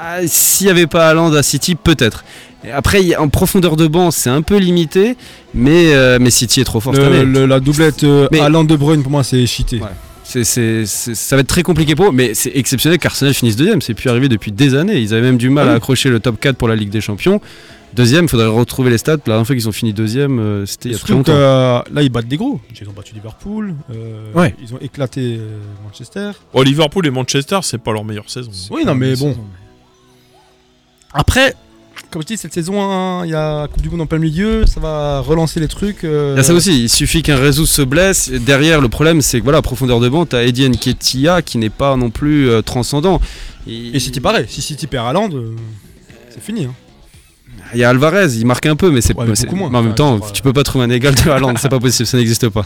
D: Ah, S'il n'y avait pas Haaland à City, peut-être. Et Après, il y a- en profondeur de banc, c'est un peu limité, mais, euh, mais City est trop fort cette
E: Le-
D: année.
E: le- La doublette
D: Mais-
E: Alain De Bruyne, pour moi, c'est cheaté.
D: Ouais. C'est- c'est- c'est- ça va être très compliqué pour eux, mais c'est exceptionnel qu'Arsenal finisse deuxième. C'est plus arrivé depuis des années. Ils avaient même du mal
E: Ah oui.
D: à accrocher le top 4 pour la Ligue des Champions. Deuxième, faudrait retrouver les stats. La dernière fois qu'ils ont fini deuxième, euh, c'était il y a très
E: Surtout que
D: longtemps.
E: euh, là, ils battent des gros. Ils ont battu Liverpool. euh,
B: Ouais.
E: Ils ont éclaté euh, Manchester.
C: Oh, Liverpool et Manchester, c'est pas leur meilleure saison.
E: Oui, non, mais bon. Après, comme je dis, cette saison, hein, il y a Coupe du Monde en plein milieu. Ça va relancer les trucs. euh,
D: Il y a ça aussi, il suffit qu'un réseau se blesse. Et Derrière, le problème, c'est que voilà, profondeur de banc, t'as Eddie Nketiah qui n'est pas non plus euh, transcendant. Il-
E: Et City, pareil. Si City perd Haaland, euh, c'est fini. hein.
D: Ah, Il y a Alvarez, il marque un peu, mais c'est
E: Ouais, mais
D: c'est-
E: beaucoup moins.
D: mais en même
E: Ouais,
D: temps,
E: c'est pas-
D: tu peux pas trouver un égal de Haaland, c'est pas possible, ça n'existe pas.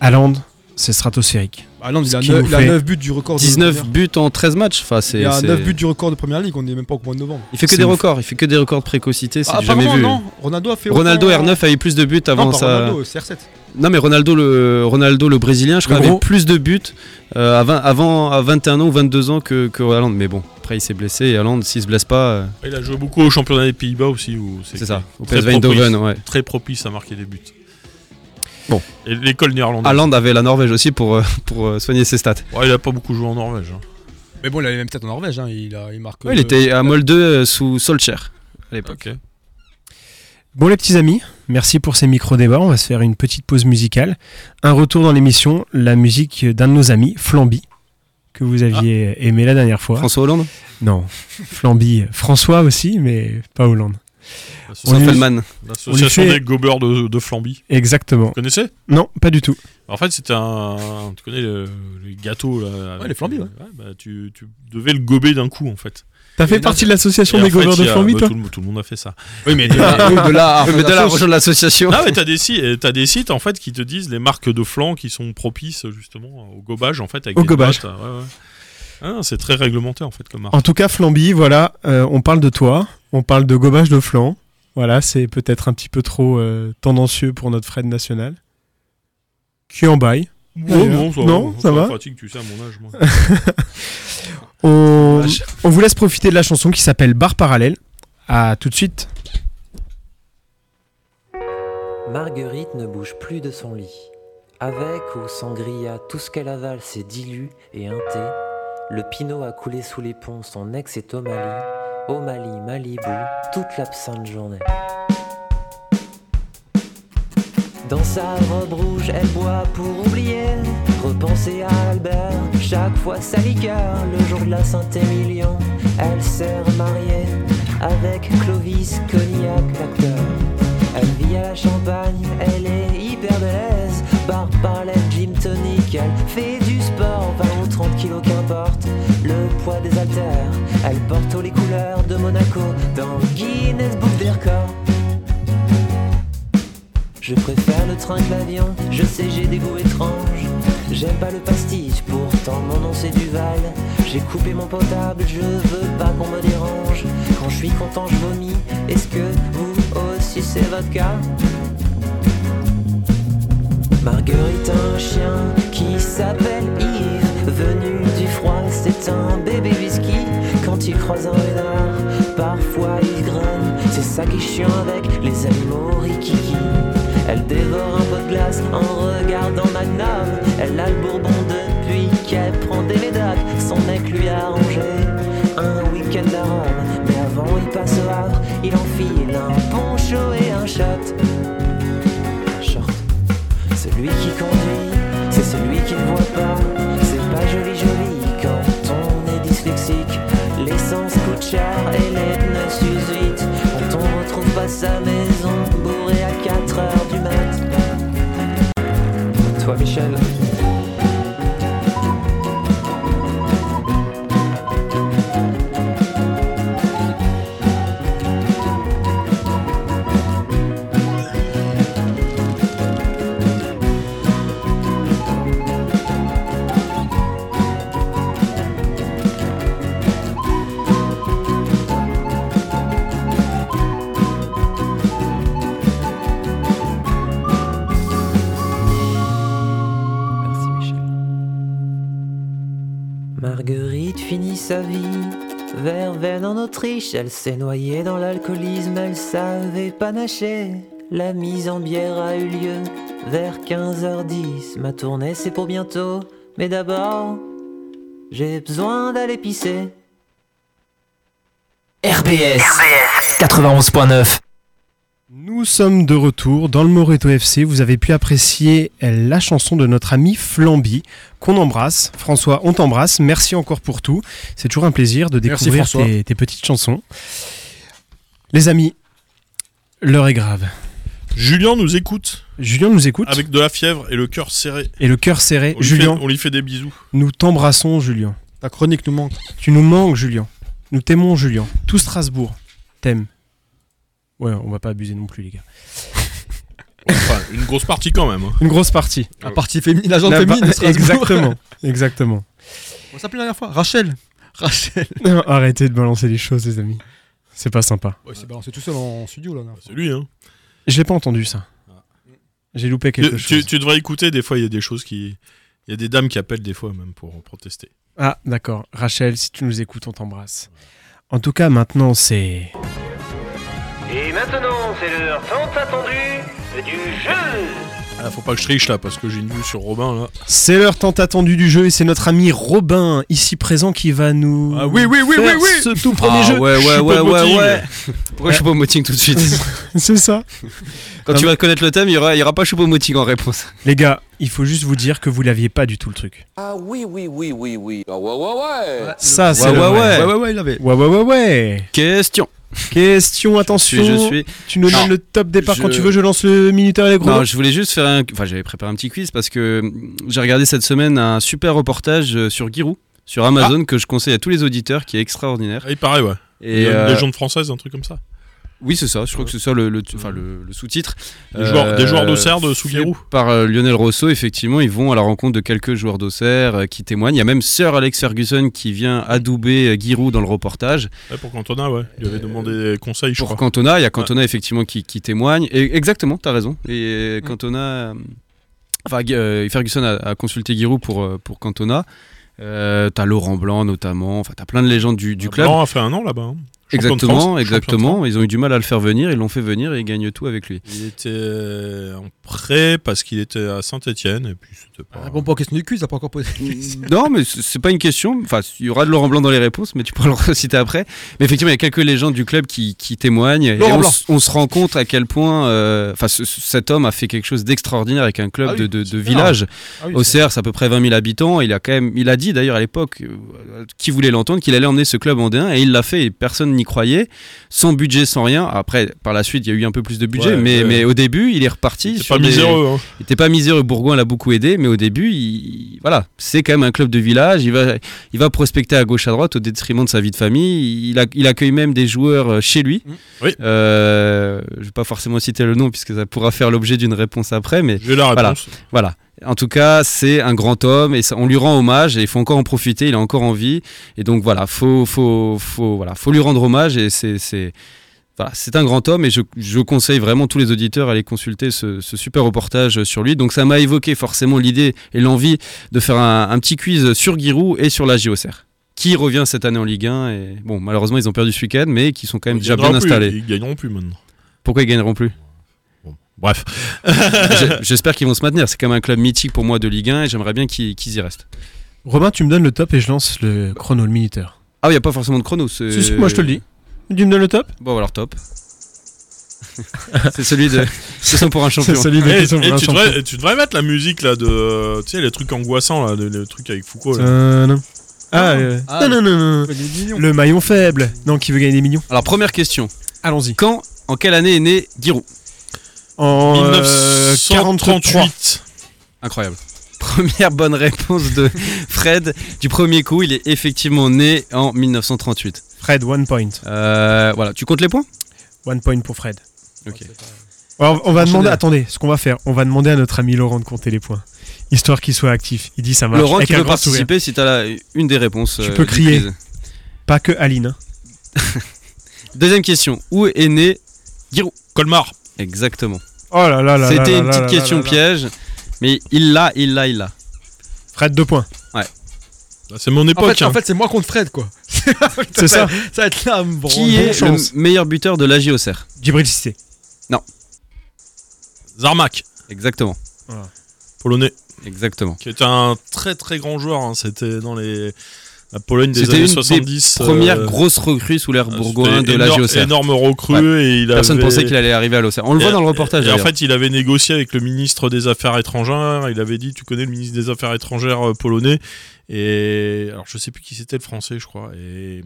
B: Haaland, c'est stratosphérique.
E: Haaland, il a,
B: qui nous
E: 9,
B: fait
E: 9 buts du record. de
D: 19
E: première-
D: buts en 13 matchs, enfin
E: Il
D: c'est.
E: a
D: c'est-
E: 9 buts du record de première ligue. On n'est même pas au mois de novembre.
D: Il fait que
B: C'est
D: des
B: ouf.
D: records, il fait que des records de précocité, c'est
E: Ah,
D: du jamais
E: apparemment,
D: vu.
E: Ah, non. Ronaldo a fait.
D: Ronaldo
E: autant- euh,
D: R9 avait plus de buts avant
E: Non, pas
D: ça.
E: Ronaldo, CR7.
D: Non mais Ronaldo le Ronaldo le brésilien, je
B: Le
D: crois
B: gros.
D: avait plus de buts euh, à 20 avant à 21 ans ou 22 ans que que Haaland, mais bon, après il s'est blessé et Haaland s'il se blesse pas, euh,
C: Il a joué beaucoup au championnat des Pays-Bas aussi. où
D: c'est ça. Au
C: Très
D: PSV Eindhoven, ouais.
C: Très propice à marquer des buts.
D: Bon.
C: Et l'école néerlandaise.
D: Haaland avait la Norvège aussi pour euh, pour euh, soigner ses stats.
C: Ouais, il a pas beaucoup joué en Norvège. hein.
E: Mais bon, il a les mêmes têtes en Norvège. hein, Il, a, il marque.
D: Ouais, il
E: euh,
D: était à Molde euh, sous Solskjaer à l'époque.
B: Bon les petits amis, merci pour ces micro-débats. On va se faire une petite pause musicale. Un retour dans l'émission, la musique d'un de nos amis, Flamby, que vous aviez
C: Ah.
B: aimé la dernière fois.
D: François Hollande,
B: Non, Flamby, François aussi, mais pas Hollande. On lui-
D: Sanfelman.
C: L'association
B: on lui fait-
C: des gobeurs de, de Flamby.
B: Exactement.
C: Vous connaissez
B: Non, pas du tout.
C: En fait, c'était un. Tu connais le- les gâteaux là avec-
E: les Flambys, ouais.
C: bah, tu, tu devais le gober d'un coup en fait.
B: T'as fait
E: Et
B: partie
E: non,
B: de l'association
C: Et en
B: des
C: fait,
B: gouverneurs de
C: il y a-
B: Flamby,
C: bah,
B: toi
C: tout, le, tout le monde a fait ça.
E: Oui, mais de là, oui, de là, à
D: Mais de
E: la
D: la
E: sauce.
D: rejoindre l'association.
C: Non, mais t'as des, si- euh, t'as des sites en fait qui te disent les marques de flan qui sont propices justement au gobage en fait. Avec
B: Au
C: des
B: gobage.
C: pâtes, ouais, ouais. Ah, c'est très réglementé en fait comme marque.
B: En tout cas, Flamby, voilà, euh, on parle de toi, on parle de gobage de flan. Voilà, c'est peut-être un petit peu trop euh, tendancieux pour notre Fred national. Qui en baille.
C: Bon, bon,
B: Oh, Non, ça
C: la
B: va
C: fatigue, tu sais, à mon âge, moi.
B: On, on vous laisse profiter de la chanson qui s'appelle Bar Parallèle. À tout de suite.
K: Marguerite ne bouge plus de son lit. Avec ou sans grilla, tout ce qu'elle avale s'est dilu et unté. Le pinot a coulé sous les ponts, son ex est au Mali. Au Mali, Malibu, toute l'absente journée. Dans sa robe rouge, elle boit pour oublier. Repenser à Albert, chaque fois sa liqueur. Le jour de la Saint-Émilion, elle s'est remariée avec Clovis Cognac, l'acteur. Elle vit à la champagne, elle est hyper balèze. Bar parallèle, gym tonic, elle fait du sport. 20 ou 30 kilos, qu'importe le poids des haltères. Elle porte les couleurs de Monaco dans le Guinness Book des records. Je préfère le train que l'avion, je sais j'ai des goûts étranges. J'aime pas le pastiche, pourtant mon nom c'est Duval. J'ai coupé mon potable, je veux pas qu'on me dérange. Quand je suis content, je vomis. Est-ce que vous aussi c'est votre cas Marguerite, un chien qui s'appelle Yves, venu du froid, c'est un bébé whisky. Quand il croise un renard, parfois il grogne. C'est ça qui est chiant avec les animaux rikiki. Elle dévore un pot de glace en regardant Magnum. Elle a le bourbon depuis qu'elle prend des médocs. Son mec lui a arrangé un week-end à Rome. Mais avant, il passe au Havre, il enfile un poncho et un shot. Un short. Celui qui conduit, c'est celui qui ne voit pas. C'est pas joli joli quand on est dyslexique. L'essence coûte cher et les pneus s'usent vite. Quand on retrouve pas sa maison bourrée à 4 heures du mat. Toi Michel. Marguerite finit sa vie. Verveine en Autriche, elle s'est noyée dans l'alcoolisme, elle savait pas nager. La mise en bière a eu lieu vers 15h10. Ma tournée c'est pour bientôt, mais d'abord, j'ai besoin d'aller pisser.
H: RBS 91.9
B: Nous sommes de retour dans le Moreto FC. Vous avez pu apprécier la chanson de notre ami Flamby, qu'on embrasse. François, on t'embrasse. Merci encore pour tout. C'est toujours un plaisir de
E: Merci,
B: découvrir
E: François.
B: tes, tes petites chansons. Les amis, l'heure est grave.
C: Julien nous écoute.
B: Julien nous écoute
C: Avec de la fièvre et le cœur serré.
B: et le cœur serré.
C: On lui, fait,
B: Julien,
C: on lui fait des bisous.
B: nous t'embrassons, Julien.
E: oh. Ta chronique nous manque.
B: Tu nous manques, Julien. Nous t'aimons, Julien. Tout Strasbourg t'aime. Ouais, on va pas abuser non plus, les gars.
C: Enfin, une grosse partie quand même. hein.
B: Une grosse partie.
E: La partie féminine, l'agent
B: La
E: féminine.
B: ba-
E: de Strasbourg.
B: Exactement, exactement.
E: On s'appelait la dernière fois. Rachel. Rachel.
B: Non, Arrêtez de balancer les choses, les amis. C'est pas sympa.
E: Ouais, c'est balancé tout seul en studio là.
C: C'est lui. Hein.
B: J'ai pas entendu ça. J'ai loupé
C: Tu,
D: Euh,
B: quelque
C: tu-
B: chose.
C: tu devrais écouter, des fois il y a des choses qui... Il y a des dames qui appellent des fois même pour protester.
B: Ah, d'accord. Rachel, si tu nous écoutes, on t'embrasse. En tout cas, maintenant, c'est.
L: Et maintenant, c'est l'heure tant attendue du jeu
C: Ah, faut pas que je triche là parce que j'ai une vue sur Robin là.
B: C'est l'heure tant attendue du jeu et c'est notre ami Robin, ici présent, qui va nous.
C: Ah oui, oui, oui,
B: faire
C: oui, oui.
B: Ce tout premier
D: Ah
B: jeu.
D: ouais, ouais, ouais, ouais,
B: Chupomoting.
D: ouais. Pourquoi
B: Ouais.
D: Choupo-Moting tout de suite
B: C'est ça.
D: Quand
B: Non,
D: tu
B: mais-
D: vas connaître le thème, il y aura, il y aura pas Choupo-Moting en réponse.
B: Les gars, il faut juste vous dire que vous l'aviez pas du tout le truc.
M: Ah oui, oui, oui, oui, oui. Ah ouais, ouais, ouais.
B: Ça, Ah, c'est
D: ouais,
B: le
D: ouais,
B: vrai.
D: ouais, ouais, ouais, il l'avait.
B: Ouais, ouais, ouais, ouais.
D: Question.
B: Question, attention.
D: Je suis-
B: Tu nous
D: Non.
B: donnes le top départ quand
D: Je-
B: tu veux, je lance le minuteur et les gros.
D: Non, je voulais juste faire un. Enfin, j'avais préparé un petit quiz parce que mm, j'ai regardé cette semaine un super reportage euh, sur Giroud, sur Amazon, que je conseille à tous les auditeurs, qui est extraordinaire.
C: Ah, Il paraît, ouais.
D: Et,
C: il y a
D: euh,
C: une légende française, un truc comme ça.
D: Oui, c'est ça. Je crois que c'est ça le, le- enfin, le- le sous-titre. Euh,
C: Des joueurs- des joueurs d'Auxerre de sous
D: fait
C: Giroud.
D: Par euh, Lionel Rosso, effectivement, ils vont à la rencontre de quelques joueurs d'Auxerre euh, qui témoignent. Il y a même Sir Alex Ferguson qui vient adouber euh, Giroud dans le reportage.
C: Ouais, pour Cantona, ouais. Il avait demandé des conseils, je
D: Euh, Pour
C: crois.
D: Cantona, il y a Cantona effectivement qui, qui témoigne. Et exactement, t'as raison. Et Cantona, euh, enfin Gu- euh, Ferguson a, a consulté Giroud pour euh, pour Cantona. Euh, t'as Laurent Blanc notamment. Enfin, t'as plein de légendes du, du club.
C: Laurent a fait un an là-bas. hein. Champion de
D: Exactement,
C: France, champion de
D: exactement. Ils ont eu du mal à le faire venir, ils l'ont fait venir et ils gagnent tout avec lui.
C: Il était euh, en prêt parce qu'il était à Saint-Etienne et puis c'était
B: Ah,
C: pas.
E: Bon, pas en question du cul, ça pas encore posé.
D: Non, mais c- c'est pas une question. Enfin, il y aura de Laurent Blanc dans les réponses, mais tu pourras le reciter après. Mais effectivement, il y a quelques légendes du club qui, qui témoignent.
E: Laurent
D: et on,
E: Blanc.
D: s- on se rend compte à quel point euh, enfin, ce- ce- cet homme a fait quelque chose d'extraordinaire avec un club
E: Ah oui,
D: de, de- de
E: c'est
D: village.
E: Ah oui,
D: Au CR, c'est à peu près 20 000 habitants. Il a, quand même, il a dit d'ailleurs à l'époque, euh, qui voulait l'entendre, qu'il allait emmener ce club en D1 et il l'a fait et personne n'y croyait. Sans budget, sans rien. Après, par la suite, il y a eu un peu plus de
C: Ouais,
D: budget, mais,
C: ouais.
D: mais au début, il est reparti.
C: C'est
D: sur
C: pas
D: des-
C: miséreux. hein.
D: il était pas miséreux, Bourgoin l'a beaucoup aidé, mais au début, il... voilà, c'est quand même un club de village. Il va, il va prospecter à gauche à droite au détriment de sa vie de famille. Il, a- il accueille même des joueurs euh, chez lui.
C: Oui.
D: Euh, je vais pas forcément citer le nom puisque ça pourra faire l'objet d'une réponse après, mais
C: J'ai la
D: voilà.
C: réponse.
D: Voilà. En tout cas, c'est un grand homme et ça- on lui rend hommage et il faut encore en profiter. Il est encore en vie et donc voilà, faut, faut, faut, voilà, faut lui rendre hommage et c'est, c'est, Voilà, c'est un grand homme et je, je conseille vraiment tous les auditeurs à aller consulter ce, ce super reportage sur lui. Donc ça m'a évoqué forcément l'idée et l'envie de faire un, un petit quiz sur Giroud et sur la JOCR. Qui revient cette année en Ligue 1 et bon malheureusement ils ont perdu ce week-end mais qui sont quand même
C: Ils
D: déjà bien
C: gagneront plus,
D: installés.
C: Ils gagneront plus maintenant.
D: Pourquoi ils gagneront plus
C: Bref.
D: J'espère qu'ils vont se maintenir. C'est quand même un club mythique pour moi de Ligue 1 et j'aimerais bien qu'ils qu'ils y restent.
B: Robin, tu me donnes le top et je lance le chrono, le minuteur.
D: Ah, il n'y a pas forcément de chrono. c'est-
B: Si, si, moi je te le dis. Tu me donnes le top
D: Bon, alors top. c'est celui de. C'est son pour un champion. Eh,
C: Et- et Eh, tu, devrais, et tu devrais mettre la musique là de. Tu sais, les trucs angoissants là, de- les trucs avec Foucault. là.
B: Euh, non. Ah, euh,
C: Ah,
B: non, non, non, non. Le maillon faible. Non, qui veut gagner des millions
D: Alors, première question.
B: Allons-y.
D: Quand, en quelle année est né Giroud
B: En euh,
D: 1938. Incroyable. Première bonne réponse de Fred. Du premier coup, il est effectivement né en 1938.
B: Fred, one point.
D: Euh, voilà, tu comptes les points
B: One point pour Fred.
E: Ah,
D: Ok.
B: Alors, on va
D: Enchaîner.
B: demander, attendez, ce qu'on va faire, on va demander à notre ami Laurent de compter les points, histoire qu'il soit actif. Il dit ça marche.
D: Laurent,
B: avec
D: tu
B: un
D: peux
B: grand sourire.
D: participer si tu as une des réponses.
B: Tu
D: euh,
B: peux
D: du
B: crier.
D: quiz.
B: Pas que Aline. hein.
D: Deuxième question. Où est né Giroud
C: Colmar.
D: Exactement.
B: Oh là là là. là
D: C'était
B: là
D: une
B: là
D: petite
B: là
D: question
B: là là.
D: piège, mais il l'a, il l'a, il l'a.
B: Fred, deux points.
D: Ouais.
C: C'est mon hein.
E: En
B: hein.
E: fait, en fait, c'est moi contre Fred, quoi.
D: C'est ça.
E: Ça va être là, me branler.
D: Qui est le meilleur buteur de la JOCR
B: Djibril Cissé.
D: Non.
C: Zarmak.
D: Exactement.
B: Voilà.
C: Polonais.
D: Exactement.
C: Qui est un très très grand joueur. hein. C'était dans les. La Pologne des
D: C'était
C: années
D: une
C: 70.
D: des premières
C: euh,
D: grosses recrues sous l'ère
C: euh,
D: bourgoin
C: c'était
D: de la
C: énorme-
D: JOCR.
C: Énorme recrue
D: Ouais.
C: et il
D: Personne
C: avait-
D: pensait qu'il allait hein. arriver à l'OCR. On le
C: Et-
D: voit dans le reportage.
C: Et en
D: d'ailleurs.
C: fait, il avait négocié avec le ministre des Affaires étrangères. Il avait dit, tu connais le ministre des Affaires étrangères euh, polonais. Et alors, je sais plus qui c'était le français, je crois. Et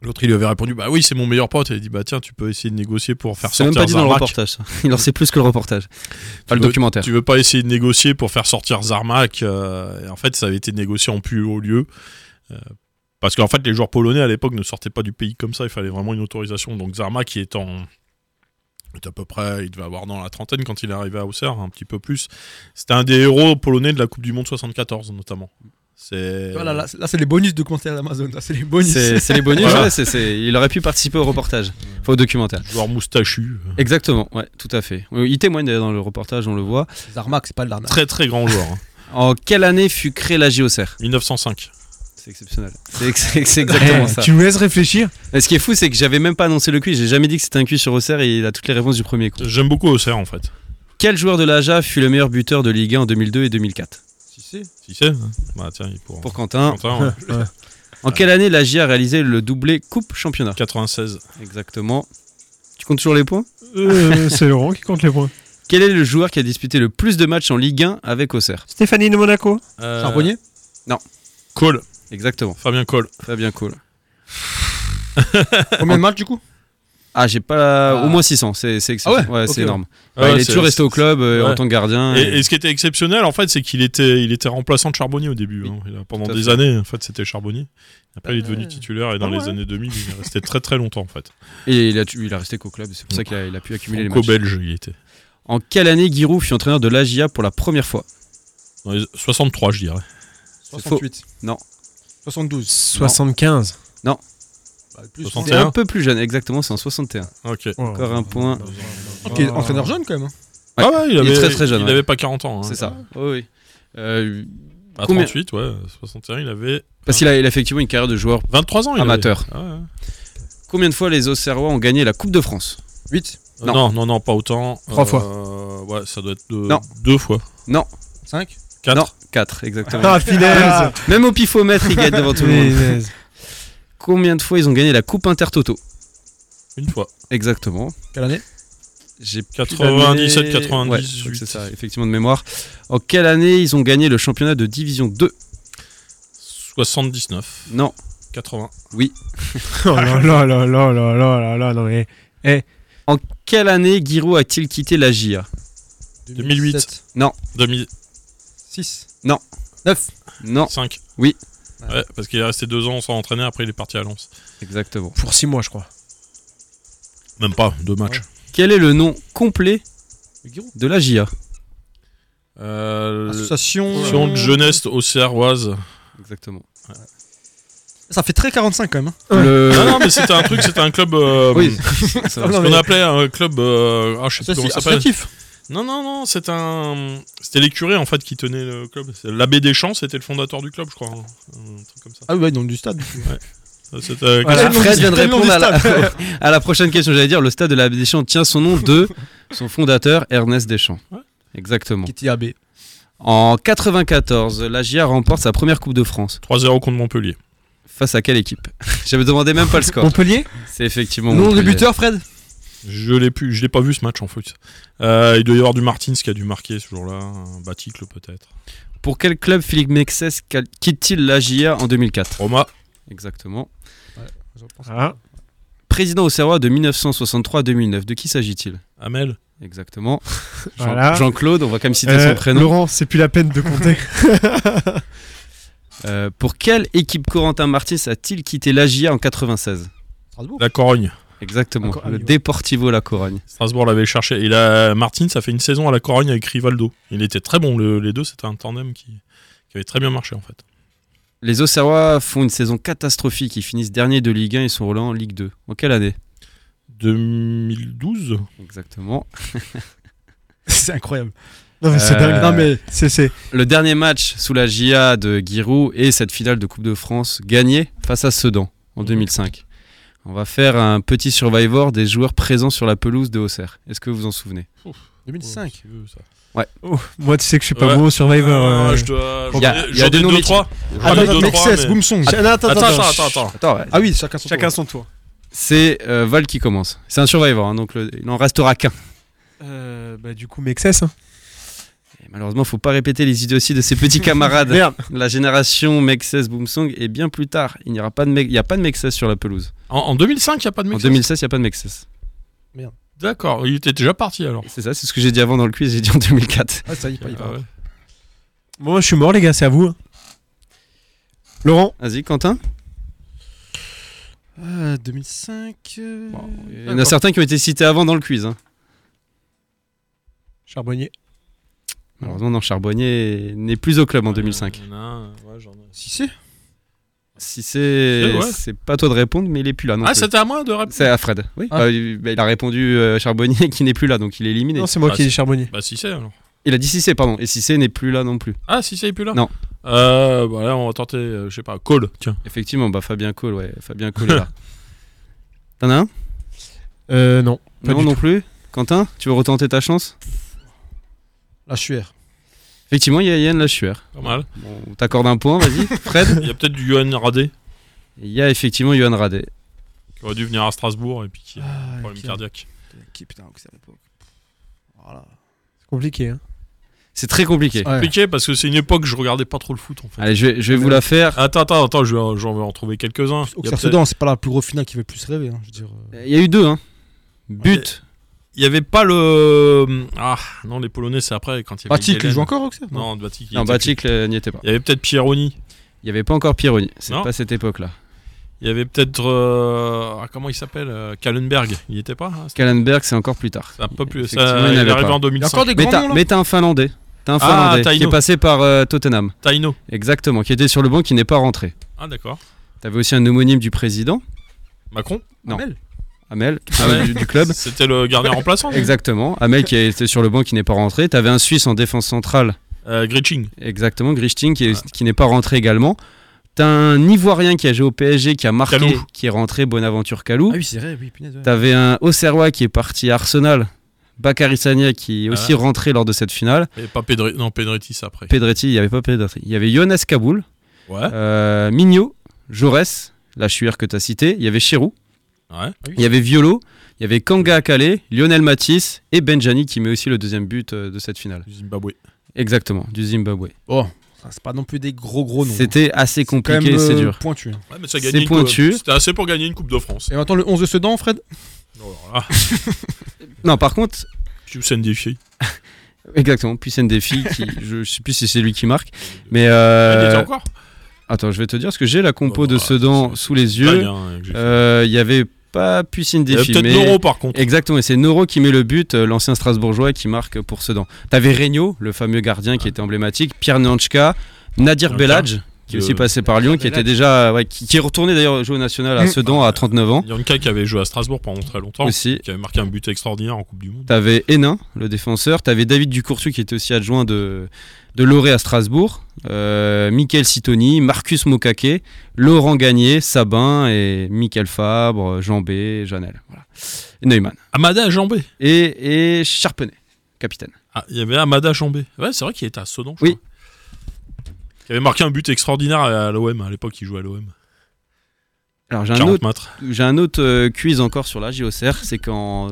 C: l'autre, il lui avait répondu, bah oui, c'est mon meilleur pote. Et il a dit, bah tiens, tu peux essayer de négocier pour faire
D: C'est
C: sortir
D: même pas dit dans le
C: Zarmak.
D: reportage. ça. Il en sait plus que le reportage.
C: Tu
D: Pas le
C: veux-
D: documentaire.
C: Tu veux pas essayer de négocier pour faire sortir Zarmak. euh, et en fait, ça avait été négocié en plus haut lieu. Euh, parce qu'en fait, les joueurs polonais à l'époque ne sortaient pas du pays comme ça. Il fallait vraiment une autorisation. Donc Zarmak, qui est en est à peu près, il devait avoir dans la trentaine quand il est arrivé à Auxerre, un petit peu plus. C'était un des héros polonais de la Coupe du Monde 74 notamment. C'est
E: Voilà, Oh là, là, c'est les bonus de commentaire d'Amazon. Là, c'est les bonus.
D: C'est c'est les bonus.
C: Voilà.
D: ouais, c'est- c'est- il aurait pu participer au reportage. Enfin, au documentaire.
C: Joueur moustachu. euh,
D: Exactement. Ouais, tout à fait. Il témoigne d'ailleurs dans le reportage, on le voit.
E: Zarmak, c'est pas de l'arnaque.
C: très très grand joueur. hein.
D: En quelle année fut créée la JOCR
C: 1905.
D: C'est exceptionnel. C'est ex- c'est exactement
B: Eh,
D: ça.
B: Tu nous laisses réfléchir
D: Et ce qui est fou, c'est que j'avais même pas annoncé le quiz. J'ai jamais dit que c'était un quiz sur Auxerre et il a toutes les réponses du premier coup.
C: J'aime beaucoup Auxerre en fait.
D: Quel joueur de l'Aja fut le meilleur buteur de Ligue 1 en 2002 et 2004
C: Si c'est Bah tiens, il pour,
D: Pour Quentin.
C: ouais.
D: En quelle année la JA a réalisé le doublé Coupe Championnat
C: 96.
D: Exactement. Tu comptes toujours les points
B: Euh, C'est Laurent qui compte les points.
D: Quel est le joueur qui a disputé le plus de matchs en Ligue 1 avec Auxerre
B: Stéphanie de Monaco.
C: Euh,
D: Charbonnier Non.
C: Cole.
D: Exactement.
C: Fabien Cole.
D: Fabien Cole.
E: Combien de matchs du coup
D: Ah, j'ai pas la-
E: Ah.
D: au moins 600, c'est c'est excellent.
E: Ah ouais Ok,
D: c'est
E: ouais.
D: énorme.
C: Ah
D: Bah,
C: ouais,
D: il est
C: c'est-
D: toujours resté au club euh,
C: Ouais.
D: en tant que gardien.
C: Et,
D: et-
C: et ce qui était exceptionnel, en fait, c'est qu'il était, il était remplaçant de Charbonnier au début. hein. Il a- pendant
D: tout à
C: des
D: fait.
C: années, en fait, c'était Charbonnier. Après, il est devenu titulaire et dans les années 2000, il est resté très très longtemps, en fait.
D: Et il a, tu- il a resté qu'au club, c'est pour ça qu'il a, il a pu accumuler les matchs.
C: Franco-belge, il était.
D: En quelle année Giroud fut entraîneur de l'AGIA pour la première fois
C: Dans les 63, je dirais.
D: C'est
E: 68.
D: faux. Non.
E: 72.
B: 75.
D: Non.
E: plus,
D: C'est un peu plus jeune, exactement, c'est en 61.
C: Ok.
D: Encore un point.
E: Qui est entraîneur jeune quand même.
C: Ah ouais, il
D: est
C: avait-
D: très très jeune.
C: il
D: ouais.
C: avait pas 40 ans, hein.
D: C'est ça. Oui, oui. Euh,
C: À
D: combien-
C: 38, ouais, 61, il avait.
D: Parce qu'il a, Ah, il a effectivement une carrière de joueur
C: 23 ans, il
D: amateur.
C: avait. Ah ouais.
D: Combien de fois les Auxerrois ont gagné la Coupe de France 8
C: Euh, Non. non, non, pas autant.
D: Trois
C: fois. Ouais, ça doit être deux,
D: Non.
C: deux fois.
D: Non.
E: 5
C: Quatre.
D: Non, 4, exactement.
B: Ah, finesse.
D: Même au pifomètre, ils gagnent devant tout le monde.
B: Finesse.
D: Combien de fois ils ont gagné la Coupe Intertoto
C: Une fois.
D: Exactement.
E: Quelle année
D: J'ai plus
C: 97,
D: l'année.
C: 98.
D: Ouais, je crois que c'est ça, effectivement, de mémoire. En quelle année ils ont gagné le championnat de Division 2
C: 79.
D: Non.
C: 80.
D: Oui.
B: Oh là là là là là là là là, non mais. eh.
D: En quelle année Giroud a-t-il quitté la JA
C: 2008.
D: Non.
C: 2000.
E: 6.
D: Non.
E: 9.
D: Non.
C: 5.
D: Oui.
C: Ouais, parce qu'il est resté deux ans sans entraîner, après il est parti à Lens.
D: Exactement.
B: Pour 6 mois, je crois.
C: Même pas, deux matchs.
D: Quel est le nom complet
E: Giroud.
D: de la JA
C: Euh,
E: Association-
C: Association de jeunesse auxerroise.
D: Exactement.
E: Ça fait très 45 quand même. hein.
C: Le- Non, non, mais c'était un truc, c'était un club. euh,
E: Oui.
C: ce
E: Ah, Non,
C: qu'on
E: mais-
C: appelait un club. euh, ah, je sais plus comment ça s'appelle.
E: Associatif.
C: Non, non, non, c'est un. C'était les curés en fait qui tenaient le club. C'est L'abbé Deschamps, c'était le fondateur du club, je crois. hein. Un truc comme ça.
E: Ah oui, donc du stade.
C: Ouais. Ça, c'est, euh,
D: Voilà,
C: quel-
D: Fred vient de
C: quel nom
D: répondre à
C: du
D: la,
C: stade
D: à la prochaine question. J'allais dire, le stade de la Baie Deschamps tient son nom de son fondateur Ernest Deschamps. Exactement. En 94, la GIA remporte sa première Coupe de France.
C: 3-0 contre Montpellier.
D: Face à quelle équipe Je me demandais même pas le score.
E: Montpellier
D: C'est effectivement
E: Nom de
D: Montpellier.
E: buteur, Fred
C: Je l'ai plus, je l'ai pas vu ce match en fait. Euh, il doit y avoir du Martins qui a dû marquer ce jour-là, un Baticle peut-être.
D: Pour quel club Philippe Mexès cal- quitte-t-il la GIA en 2004
C: Roma.
D: Exactement. Président auxerrois de 1963 à 2009. De qui s'agit-il
C: Amel.
D: Exactement. Jean-
B: Voilà.
D: Jean-Claude, on va quand même citer
B: Euh,
D: son prénom.
B: Laurent, c'est plus la peine de compter.
D: Euh, pour quelle équipe Corentin Martins a-t-il quitté l'AGIA en 96
E: Strasbourg.
C: La Corogne.
D: Exactement,
C: La Corogne,
D: le
C: ouais.
D: Deportivo La Corogne.
C: Strasbourg l'avait cherché. Et là, Martins a fait une saison à la Corogne avec Rivaldo. Il était très bon, le- les deux, c'était un tandem qui, qui avait très bien marché en fait.
D: Les Auxerrois font une saison catastrophique, ils finissent dernier de Ligue 1 et sont relevés en Ligue 2. En quelle année
C: 2012
D: Exactement.
E: C'est incroyable.
B: Non, mais
D: Euh,
B: c'est dingue. Non, mais c'est- c'est-
D: Le dernier match sous la GIA de Giroud et cette finale de Coupe de France gagnée face à Sedan
B: Mhm.
D: en 2005. On va faire un petit survivor des joueurs présents sur la pelouse de Auxerre. Est-ce que vous vous en souvenez
E: 2005.
D: Ouais.
B: Oh, Moi, tu sais que je suis pas
D: Ouais.
B: bon au Survivor.
D: Ah,
B: euh,
D: je dois- Il y a- il y a des noms mixtes.
C: Ah,
E: Attends,
D: Allez,
E: attends,
D: deux, trois,
E: Mexès,
D: mais-
E: Goumsong.
D: Attends,
E: Attends,
D: attends,
E: attends,
D: attends,
E: attends.
D: attends, ouais.
E: Ah oui, chacun son
B: Chacun
E: tour.
B: son tour.
D: C'est euh, Val qui commence. C'est un survivor, hein, donc le- il n'en restera qu'un.
B: Euh, bah, du coup, Mexès. hein.
D: Et Malheureusement, faut pas répéter les idioties de ses petits camarades.
B: Merde.
D: La génération Mexes Boomsong est bien plus tard. Il n'y aura pas de Mex- il y a pas de Mexes sur la pelouse.
C: En, en 2005, il n'y a pas de
D: En
C: Mexès
D: 2016, il n'y a pas de Mexes.
C: D'accord, il était déjà parti alors.
D: C'est ça, c'est ce que j'ai dit avant dans le quiz, j'ai dit en 2004.
E: Ah, ça y est, pas, il part.
B: Bon, moi, je suis mort, les gars, c'est à vous. hein. Laurent
D: Vas-y, Quentin. Euh,
E: Ah, 2005. euh,
D: Il y en a certains qui ont été cités avant dans le quiz. hein.
B: Charbonnier.
D: Malheureusement, non, Charbonnier n'est plus au club en 2005.
E: Si
C: Ah,
E: c'est.
D: Si c'est.
C: Si, ouais.
D: C'est pas toi de répondre, mais il est plus là. non
C: Ah,
D: plus.
C: c'était à moi de répondre
D: C'est à Fred. Oui.
C: Ah.
D: Bah, il bah, il a répondu euh, Charbonnier qui n'est plus là, donc il est éliminé.
B: Non, Ah, c'est moi
C: Bah,
B: qui ai
C: c'est-
B: dit Charbonnier.
C: Bah si c'est alors.
D: Il a dit Cissé, pardon. Et Cissé n'est plus là non plus.
C: Ah si c'est plus là
D: Non.
C: Euh, bah là on va tenter, euh, je sais pas, Cole, tiens.
D: Effectivement, bah Fabien Cole, ouais. Fabien Cole est là. T'en as un
B: Euh, non. pas
D: Non,
B: du
D: non
B: tout.
D: plus. Quentin, tu veux retenter ta chance
E: La Chuère.
D: Effectivement, il y a Yann Lachueur.
C: Pas mal.
D: Bon, on t'accorde un point, vas-y. Fred
C: Il y a peut-être du Johan Radé
D: Il y a effectivement Johan Radé.
C: qui aurait dû venir à Strasbourg et puis qui a
E: Ah,
C: un problème
E: qui a-
C: cardiaque.
E: Qui, putain, Auxerre, à l'époque. Voilà.
B: C'est compliqué. hein.
D: C'est très compliqué.
C: C'est compliqué parce que c'est une époque où je regardais pas trop le foot en fait.
D: Allez, je vais, je vais vous la faire.
C: Attends, attends, attends, je vais- j'en vais en trouver quelques-uns. Il y a
E: Auxerre
C: peut-être-
E: Sedan, c'est pas la plus grosse finale qui fait le plus rêver. hein, je veux dire.
D: Il y a eu deux, hein. But.
C: Il y avait pas le. Ah non, les Polonais c'est après quand il y avait.
D: Batik, il
C: Galen.
D: joue
E: encore, Auxerre
C: Non, Batik. il
D: Non,
C: était
D: Batik
C: plus.
D: euh, n'y était pas.
C: Il y avait peut-être Pierroni.
D: Il n'y avait pas encore Pironi. C'est
C: Non.
D: pas cette époque-là.
C: Il y avait peut-être. euh, ah, comment il s'appelle euh, Kallenberg. Il était pas hein,
D: Kallenberg, c'est encore plus tard.
C: C'est un peu plus.
D: Effectivement,
C: Ça,
D: il n'y
C: il
D: avait
C: est arrivé
D: pas.
C: en 2005.
D: mais t'as, mais t'as un Finlandais. T'as un
C: Ah,
D: Finlandais qui
C: Taino.
D: est passé par euh, Tottenham.
C: Taino.
D: Exactement, qui était sur le banc, qui n'est pas rentré.
C: Ah, d'accord.
D: T'avais aussi un homonyme du président.
C: Macron
D: Non.
C: Hamel
D: Amel,
C: Ah ouais.
D: du, du club.
C: C'était le gardien remplaçant. lui.
D: Exactement. Amel qui était sur le banc, qui n'est pas rentré. T'avais un Suisse en défense centrale.
C: Euh, Gritching.
D: Exactement, Grishting qui, est- qui n'est pas rentré également. T'as un Ivoirien qui a joué au PSG, qui a marqué,
E: Kalou.
D: qui est rentré, Bonaventure Kalou.
E: Ah oui, c'est vrai, oui, punaise, ouais.
D: T'avais un Auxerrois qui est parti à Arsenal. Bakary Sagna qui est aussi
C: Ah.
D: rentré lors de cette finale.
C: Et pas Pedretti. Non, Pedretti, c'est après.
D: Pedretti, il n'y avait pas Pedretti. Il y avait Younes Kaboul,
C: Ouais.
D: euh, Mignot, Jaurès, la chuire que tu as citée. Il y avait Chirou,
C: Ouais.
D: il y avait Violo, il y avait Kanga Akale, Lionel Matisse et Benjani qui met aussi le deuxième but euh, de cette finale.
C: Du Zimbabwe.
D: Exactement, du Zimbabwe.
E: Oh, ça, c'est pas Oh non plus des gros gros noms.
D: C'était assez
E: quand
D: compliqué,
E: même,
D: c'est
E: euh,
D: dur.
E: pointu. hein.
C: Ouais, mais ça a gagné
D: C'est
C: une coupe-
D: pointu.
C: C'était assez pour gagner une Coupe de France.
E: Et maintenant le 11 de Sedan, Fred
C: Oh là là.
D: Non, par contre,
C: Puis Hussein Défi.
D: exactement, puis c'est un défi qui, je sais plus si c'est lui qui marque, mais euh,
C: Il était Oh, encore
D: Attends, je vais te dire parce que j'ai la compo de Sedan sous les
C: dingue,
D: yeux.
C: hein, que j'ai
D: Euh, Il y avait pas Pucine
C: y avait
D: Défi.
C: peut-être
D: mais-
C: Noro, par contre.
D: Exactement, et c'est Noro qui met le but, euh, l'ancien Strasbourgeois qui marque pour
C: Ah.
D: Sedan. T'avais Regnault, le fameux gardien qui était emblématique, Pierre Nanchka, Nadir
C: Nanchka.
D: Bellage, qui
C: euh,
D: qui est aussi passé par Lyon, qui était déjà, ouais, qui, qui est retourné d'ailleurs jouer au national à
C: Mm.
D: Sedan à 39 ans.
C: Yanka qui avait joué à Strasbourg pendant très longtemps,
D: Aussi.
C: qui avait marqué un but extraordinaire en Coupe du Monde.
D: T'avais Hénin, le défenseur. T'avais David Ducourtu, qui était aussi adjoint de, de Loré à Strasbourg. Euh, Michael Sitoni, Marcus Mokake, Laurent Gagné, Sabin et Michael Fabre, Jambé, Janel. Voilà. Et Neumann.
C: Amada Jambé.
D: Et, et Charpenay, capitaine.
C: Ah, il y avait Amada Jambé. Ouais, c'est vrai qu'il était à Sedan, je
D: Oui.
C: crois. Qui avait marqué un but extraordinaire à l'OM, à l'époque, il jouait à l'OM.
D: Alors j'ai un
C: 40
D: autre,
C: mètres.
D: j'ai un autre euh, quiz encore sur la JOCR, c'est qu'en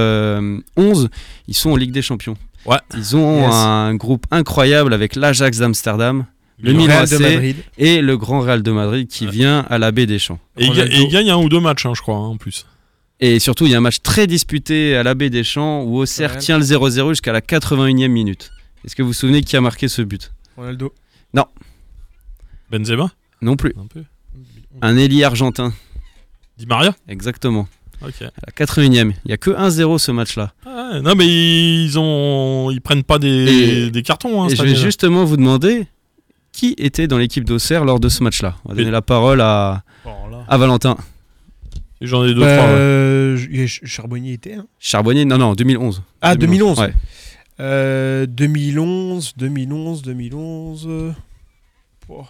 D: 2011, ils sont en Ligue des Champions.
C: Ouais.
D: Ils ont
C: Yes.
D: un groupe incroyable avec l'Ajax d'Amsterdam, le
C: Le
D: Milan
C: Real de
D: AC
C: Madrid.
D: et le Grand Real de Madrid qui vient à la Baie des Champs.
C: Et il, ga- et il gagne un ou deux matchs, hein, je crois, hein, en plus.
D: Et surtout, il y a un match très disputé à la Baie des Champs où Auxerre tient le 0-0 jusqu'à la 81e minute. Est-ce que vous vous souvenez qui a marqué ce but
E: Ronaldo.
D: Non.
C: Benzema
D: Non plus.
C: Un peu.
D: Un ailier argentin.
C: Di Maria
D: Exactement.
C: Ok.
D: À la 81e. Il n'y a que 1-0 ce match-là.
C: Ah ouais, non, mais ils ont, ils prennent pas des,
D: Et-
C: des cartons. Hein,
D: et
C: cette
D: je vais
C: année-là.
D: justement vous demander qui était dans l'équipe d'Auxerre lors de ce match-là. On va donner
C: Et-
D: la parole à, à Valentin.
C: J'en ai deux, trois. ouais.
B: Euh, j- j- Charbonnier était. hein.
D: Charbonnier, non, non, 2011.
B: Ah, 2011.
D: Ouais.
B: Euh, 2011, 2011, 2011. euh, oh,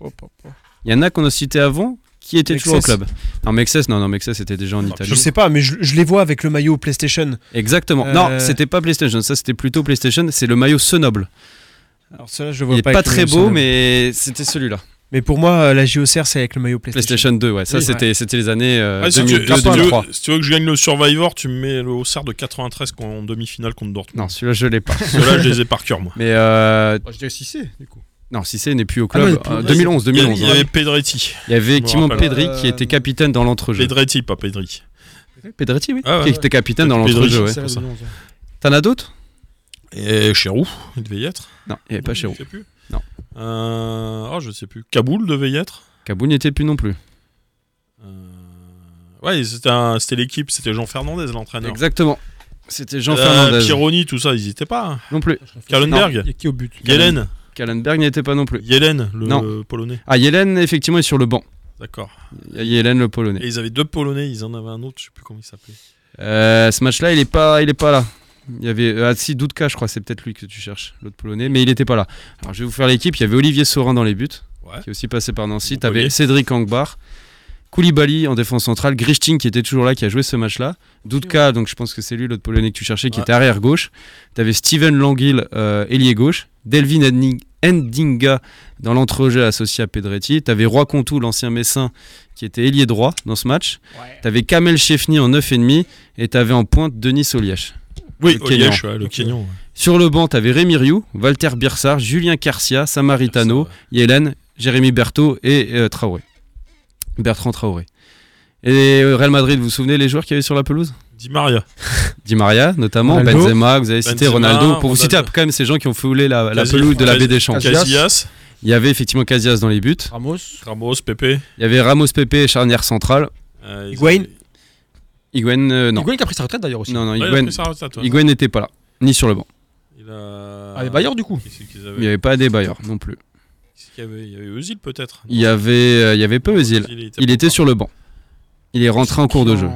B: oh, oh, oh.
D: Il y en a qu'on a cité avant qui était toujours au
B: Mexès.
D: club. Non, Mexès, non, non, Mexès était déjà en Italie.
B: Je sais pas, mais je, je les vois avec le maillot PlayStation.
D: Exactement.
B: Euh,
D: Non, c'était pas PlayStation, ça c'était plutôt PlayStation, c'est le maillot Sonoble.
B: Alors celui-là, je le
D: Il
B: vois
D: est
B: pas.
D: pas,
B: avec le
D: très
B: maillot
D: beau,
B: Sonoble.
D: mais c'était celui-là.
B: Mais pour moi, euh, la JOCR, c'est avec le maillot PlayStation.
D: PlayStation 2, ouais, ça
B: Oui.
D: c'était c'était les années euh,
C: Ouais, si, tu,
D: 2002,
C: si tu veux,
D: 2003.
C: si tu veux que je gagne le Survivor, tu me mets le Auxerre de 93 qu'on- en demi-finale contre Dortmund.
D: Non, celui-là je l'ai pas.
C: Ceux-là, je les ai par cœur, moi.
D: Mais euh,
E: Oh, Je dirais 6 c du coup.
D: non, si c'est n'est plus au
E: Ah non, il
D: club.
E: est plus-
D: Euh, 2011,
C: Il y avait-
D: 2011.
C: Il y avait
D: ouais.
C: Pedretti.
D: Il y avait
C: Je me
D: effectivement
C: rappelle.
D: Pedri qui était capitaine dans l'entrejeu.
C: Pedretti, pas Euh, Pedri.
D: Pedretti, oui.
C: Ah ouais.
D: Qui était capitaine dans
C: Pedri,
D: l'entrejeu, ouais.
C: c'est ça.
D: T'en as d'autres
C: Et Chérou, il devait y être.
D: Non, il n'y avait pas Chérou.
C: Je sais plus.
D: Non.
C: Euh, oh, je sais plus. Kaboul devait y être.
D: Kaboul n'y était plus non plus.
C: Ouais, c'était un- c'était l'équipe, c'était Jean Fernandez l'entraîneur.
D: Exactement. C'était Jean
C: Ah, Euh,
D: Fernandez.
C: Pironi, tout ça, ils y étaient pas. hein.
D: Non plus.
C: Kallenberg.
D: Non.
E: qui au but
C: Yellen.
D: Kallenberg n'y était pas non plus.
C: Yellen, le
D: Non.
C: polonais.
D: Ah, Yellen, effectivement, est sur le banc.
C: D'accord.
D: Il y a Yellen, le polonais.
C: Et ils avaient deux polonais, ils en avaient un autre, je sais plus comment il s'appelait.
D: Euh, ce match-là, il est pas, il est pas là. Il y avait euh, ah, si Dudka, je crois, c'est peut-être lui que tu cherches, l'autre polonais, mais il n'était pas là. Alors je vais vous faire l'équipe. Il y avait Olivier Saurin dans les buts, qui est aussi passé par Nancy. Tu avais Cédric Angbar, Koulibaly en défense centrale, Grishtin qui était toujours là, qui a joué ce match-là. Dudka, donc je pense que c'est lui l'autre polonais que tu cherchais, qui
C: Ouais.
D: était arrière gauche. Tu avais Steven Languil, euh, ailier gauche. Delvin Ending- Endinga dans l'entrejeu associé à Pedretti. Tu avais Roi Contou, l'ancien Messin, qui était ailier droit dans ce match. Tu avais Kamel Chefni en 9,5 et tu avais en pointe Denis Olièche.
C: Oui,
D: Le Kenyan.
C: Olièche, ouais, le Kenyan. ouais.
D: Sur le banc, tu avais Rémi Rioux, Walter Birsard, Julien Carcia, Samaritano, Yélène, Jérémy Berthaud et euh, Traoré. Bertrand Traoré. Et euh, Real Madrid, vous vous souvenez les joueurs qu'il y avait sur la pelouse
C: Di Maria.
D: Di Maria, notamment,
C: Ronaldo.
D: Benzema, que vous avez cité,
C: Benzema,
D: Ronaldo. Pour vous
C: Ronaldo.
D: citer quand même ces gens qui ont foulé la, la
C: Casillas.
D: pelouse de la baie des Champs.
C: Casillas.
D: Il y avait effectivement Casillas dans les buts.
E: Ramos.
C: Ramos, Pepe.
D: Il y avait Ramos Pepe, charnière centrale.
C: Euh, ils
D: Higuain Higuain, euh, non.
E: Higuain qui a pris sa retraite d'ailleurs aussi.
D: Non, non,
E: Ouais, il a
D: Higuain
E: pris sa retraite, ouais.
D: Higuain n'était pas là, ni sur le banc.
C: Il a...
E: Ah, les Bayards, du coup.
C: Qui c'est qu'ils avaient
D: Il n'y avait pas des bailleurs non plus.
C: Qu'est-ce qu'il y avait Il y avait Özil peut-être.
D: Il y avait, euh, il y avait peu Özil.
C: Özil, il était
D: Il
C: pas
D: était sur le banc. Il est rentré en cours de jeu.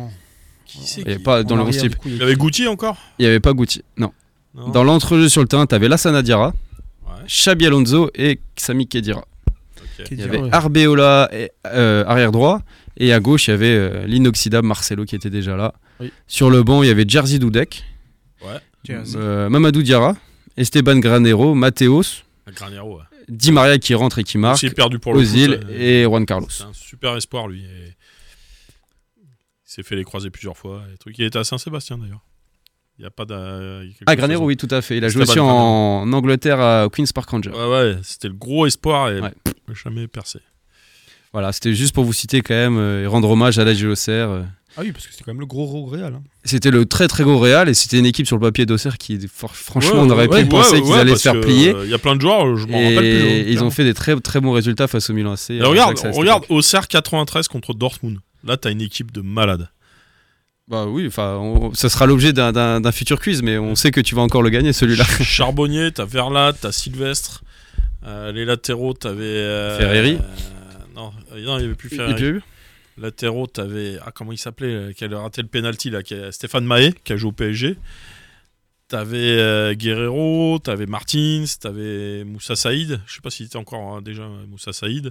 C: Qui c'est
D: Il n'y avait
C: qui-
D: pas dans
C: en
D: le
C: arrière,
D: roster.
C: du coup, il y avait- Il y avait Guti encore
D: Il n'y avait pas Guti, non.
C: Non.
D: Dans l'entrejeu sur le terrain, tu avais Lassana Diarra, Xabi Alonso et Sami Khedira. Il y
B: Khedira,
D: avait
B: ouais.
D: Arbeola et, euh, arrière droit et à gauche il y avait euh, l'inoxydable Marcelo qui était déjà là.
E: Oui.
D: Sur le banc il y avait Jerzy Dudek,
C: Ouais.
D: euh, Mamadou Diarra, Esteban Granero, Mateos,
C: Granero, ouais.
D: Di Maria qui rentre et qui marque,
C: Aussi perdu pour le
D: Ozil
C: foot, euh,
D: et Juan Carlos.
C: C'est un super espoir, lui. et Il s'est fait les croiser plusieurs fois. et trucs. Il était à Saint-Sébastien, d'ailleurs. Il n'y a pas d'a- il y a quelques
D: Ah Granero
C: saisons.
D: oui tout à fait, il a joué
C: Esteban
D: aussi en,
C: Granero.
D: en Angleterre à Queen's Park Rangers.
C: Ouais, ouais, c'était le gros espoir et pff, jamais percé.
D: Voilà, c'était juste pour vous citer quand même euh, et rendre hommage à la Géocère.
E: Ah oui, parce que c'est quand même le gros gros Real. hein.
D: euh. C'était le très très gros Real et c'était une équipe sur le papier d'Auxerre qui for- franchement
C: Ouais,
D: on aurait pu
C: ouais, ouais,
D: penser qu'ils
C: ouais,
D: allaient
C: parce
D: se faire
C: que,
D: plier.
C: euh, il y a plein de joueurs, je m'en
D: Et
C: rappelle plus, hein,
D: Ils ont
C: clairement.
D: fait des très très bons résultats face au Milan AC.
C: Et
D: euh,
C: regarde,
D: Ajax à cette
C: regarde
D: époque.
C: Auxerre 93 contre Dortmund. Là, t'as une équipe de malades.
D: Bah oui, enfin, on- ça sera l'objet d'un- d'un d'un futur quiz, mais on sait que tu vas encore le gagner celui-là.
C: Charbonnier, t'as Verlat, t'as Sylvestre, Euh, les latéraux, t'avais. euh,
D: Ferreri.
C: euh, non, euh, non, il n'y avait plus
D: Il- il
C: Ferreri.
D: y a eu
C: Latéraux, t'avais. Ah, comment il s'appelait euh, Qui a raté le penalty, là qui a- Stéphane Mahé, qui a joué au PSG. T'avais euh, Guerrero, t'avais Martins, t'avais Moussa Saïd. Je sais pas s'il était encore hein, déjà euh, Moussa Saïd.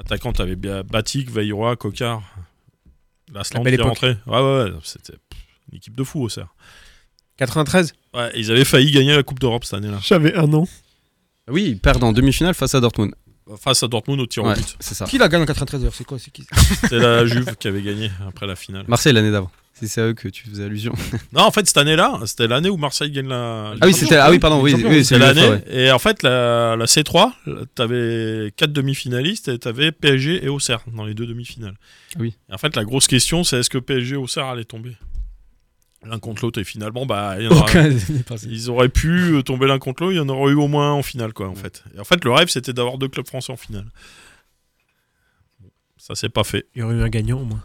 C: Attaquant, t'avais Ba- Batik, Veilleroy, Cocard. L'Aslan qui
B: belle
C: est
B: époque.
C: rentré. Ouais, ouais, ouais, C'était pff, une équipe de fous au Serre.
B: 93
C: Ouais, ils avaient failli gagner la Coupe d'Europe cette année-là.
B: J'avais un an.
D: Oui, ils perdent en demi-finale face à Dortmund.
C: Face à Dortmund au tir au
D: Ouais,
C: but.
D: c'est ça.
E: Qui la gagne en 93 heures C'est quoi C'est qui
C: C'est la Juve qui avait gagné après la finale.
D: Marseille l'année d'avant. Si C'est à eux que tu faisais allusion.
C: Non, en fait, cette année-là, c'était l'année où Marseille gagne la.
D: Ah oui, c'était- ah oui, pardon, oui, oui, c'est
C: c'est l'année.
D: l'UEFA,
C: Et en fait, la, la C3, t'avais quatre demi-finalistes et t'avais PSG et Auxerre dans les deux demi-finales.
D: Ah oui.
C: Et en fait, la grosse question, c'est est-ce que PSG et Auxerre allaient tomber L'un contre l'autre, et finalement, bah, il y en aura-
E: Aucun n'est passé.
C: ils auraient pu euh, tomber l'un contre l'autre, il y en aurait eu au moins en finale, quoi, en fait. Et en fait, le rêve, c'était d'avoir deux clubs français en finale. Ça s'est pas fait.
B: Il y aurait eu un gagnant au moins.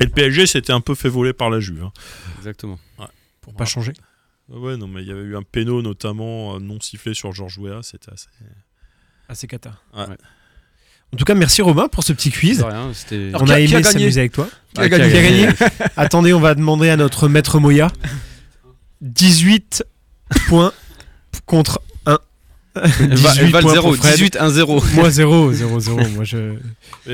C: Et le PSG s'était un peu fait voler par la Juve. hein.
D: Exactement.
C: Ouais.
B: Pour pas changer.
C: Ouais, non, mais il y avait eu un péno notamment euh, non sifflé sur Georges Weah, c'était assez.
B: Assez Ah, cata.
C: Ouais.
B: En tout cas, merci Robin pour ce petit quiz.
D: De rien, c'était-
B: on a
D: Qui a- qui a
B: aimé
D: gagné
B: s'amuser avec toi.
D: Qui a Ah, gagné qui a gagné
B: Attendez, on va demander à notre maître Moya. 18 points contre 1.
D: Val- Val
B: points
D: zéro,
B: pour Fred.
D: 18, un zéro.
B: Moi 0, 0, 0. Moi je.
D: Le,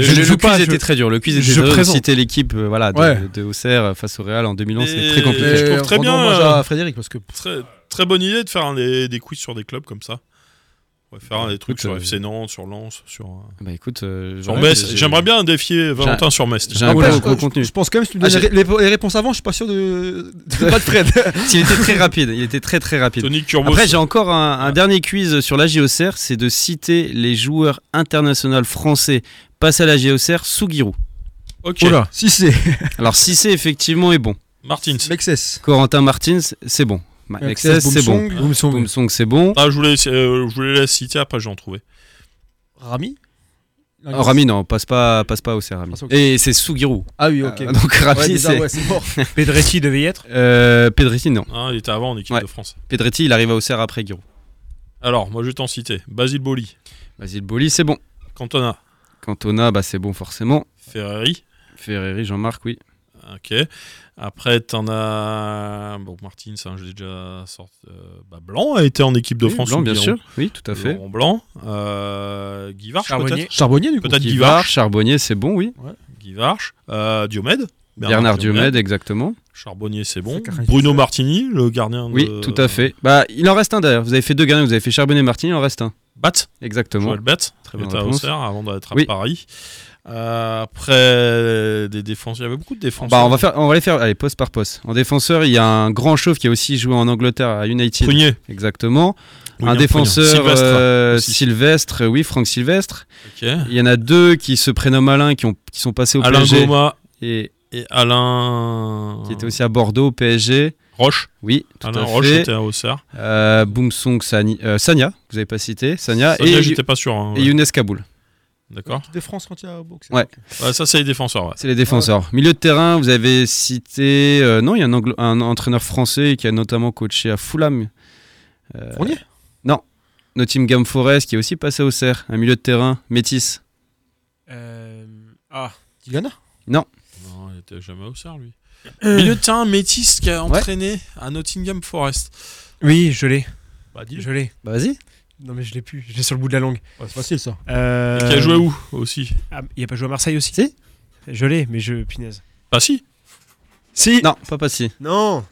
B: je ne
D: le
B: joue
D: quiz
B: pas,
D: était
B: je-
D: très dur. Le quiz était
B: je
D: très dur.
B: présente.
D: Citer l'équipe euh, voilà, de,
B: Ouais.
D: de Auxerre face au Real en 2011, c'est
C: Et
D: très compliqué.
C: Je trouve très
E: Rendons
C: bien.
E: hommage
C: euh,
E: à Frédéric, parce que-
C: Très, très bonne idée de faire un des, des quiz sur des clubs comme ça. On va faire des trucs
D: Écoute,
C: sur
D: euh,
C: FC Nantes, sur Lens, sur. euh,
D: Bah écoute, euh,
C: Sur
D: ouais,
C: Metz,
D: j'ai-
C: j'aimerais bien défier Valentin
D: J'ai-
C: sur Metz.
D: J'ai
E: Ah,
D: un
E: ouais,
D: peu
E: je-
D: de gros
E: je-
D: contenu.
E: Je pense quand même que tu me
D: Ah,
E: donnes
D: j'ai-
E: les, les- les réponses avant, je suis pas sûr de. de- pas de Fred.
D: S'il était très rapide, il était très très rapide.
C: Tonic Turbo.
D: Après, j'ai encore un, un dernier quiz sur la JOCR, c'est de citer les joueurs internationaux français passés à la JOCR sous Giroud.
C: Ok.
E: Si c'est.
D: Alors Cissé effectivement est bon.
C: Martins.
E: Mexès.
D: Corentin Martins, c'est bon. Ma-
E: Mexès,
D: Mexès, c'est bon.
E: Boumsong.
B: Boumsong.
D: Boumsong, c'est bon.
C: Ah, je voulais, euh, je voulais la citer, après j'en trouvais.
E: Rami
D: Oh, Rami, non, passe pas, passe pas au CR, Rami.
E: Ah, Passe au-
D: Et c'est sous Giroud.
E: Ah oui, ok.
D: donc Rami,
E: Ouais, déjà,
D: c'est.
E: ouais, c'est mort.
B: Pedretti devait y être.
D: Euh, Pedretti, non.
C: Ah, il était avant en équipe de France.
D: Pedretti, il arrive au CR après Giroud.
C: Alors, moi je vais t'en citer. Basile Boli,
D: Basile Boli, c'est bon.
C: Cantona,
D: Cantona, bah, c'est bon forcément.
C: Ferreri.
D: Ferreri, Jean-Marc, oui.
C: Ok. Après, t'en as. Bon, Martins, hein, je l'ai déjà sorti. euh, bah, Blanc a été en équipe de
D: Oui,
C: France.
D: Blanc,
C: sous
D: bien
C: Giroud.
D: sûr. Oui, tout à fait.
C: Laurent Blanc. Euh, Guy Varche,
B: Charbonnier.
C: peut-être
E: Charbonnier, du coup.
C: Peut-être Guy
D: Guivard,
C: Varche.
D: Charbonnier, c'est bon, oui.
C: Guy Varche. Euh, Diomède.
D: Bernard Diomède, exactement.
C: Charbonnier, c'est bon.
D: carré-
C: Bruno Martini, le gardien
D: Oui,
C: de.
D: tout à fait. Bah, il en reste un d'ailleurs. Vous avez fait deux gardiens, vous avez fait Charbonnier et Martini, il en reste un.
C: Bat.
D: Exactement.
C: Joël Bat.
D: Très bonne
C: était à
D: réponse.
C: Auxerre avant d'être à
D: Oui.
C: Paris. Euh, après, des défenses. Il y avait beaucoup de défenses.
D: Bah, on va faire, on va les faire, allez, poste par poste. En défenseur, il y a un grand chauve qui a aussi joué en Angleterre à United.
C: Prunier.
D: Exactement.
C: William
D: un défenseur
C: Prunier. Sylvestre, hein,
D: euh,
C: aussi.
D: Sylvestre, oui, Franck Sylvestre.
C: Ok.
D: Il y en a deux qui se prénomment Alain, qui, ont, qui sont passés au
C: Alain
D: PSG.
C: Goma.
D: Et
C: Et Alain.
D: qui était aussi à Bordeaux, au PSG.
C: Roche.
D: Oui, tout
C: Ah. Alain
D: à
C: Roche
D: fait.
C: était à Auxerre.
D: Euh, Boumsong Sani- euh, Sania, que vous n'avez pas cité. Sania,
C: Sania,
D: Ah, et,
C: j'étais pas sûr, hein,
D: et
C: ouais.
D: Younes Kaboul.
C: D'accord.
E: De France quand il y a boxe.
D: Ouais.
C: Ouais, ça, c'est les défenseurs. ouais.
D: C'est les défenseurs. Milieu de terrain, vous avez cité. euh, non, il y a un, Anglo- un entraîneur français qui a notamment coaché à Fulham. Euh,
E: Fournier
D: Non. Nottingham Forest qui est aussi passé au Serre. Un milieu de terrain métis.
B: Ah.
E: Tigana
D: Non.
C: Non, il était jamais à Auxerre, lui. Milieu de terrain métis qui a
D: Ouais.
C: entraîné à Nottingham Forest.
B: Oui, je l'ai.
C: Bah, dis-le.
B: Je l'ai.
D: Bah, vas-y.
B: Non, mais je l'ai plus. Je l'ai sur le bout de la langue.
E: c'est facile ça.
B: Euh,
C: Et qui a joué où aussi
B: Ah, Il a pas joué à Marseille aussi Si. Je l'ai, mais je. Pinaise.
C: Bah, si.
B: Si
D: Non, pas passé.
B: Non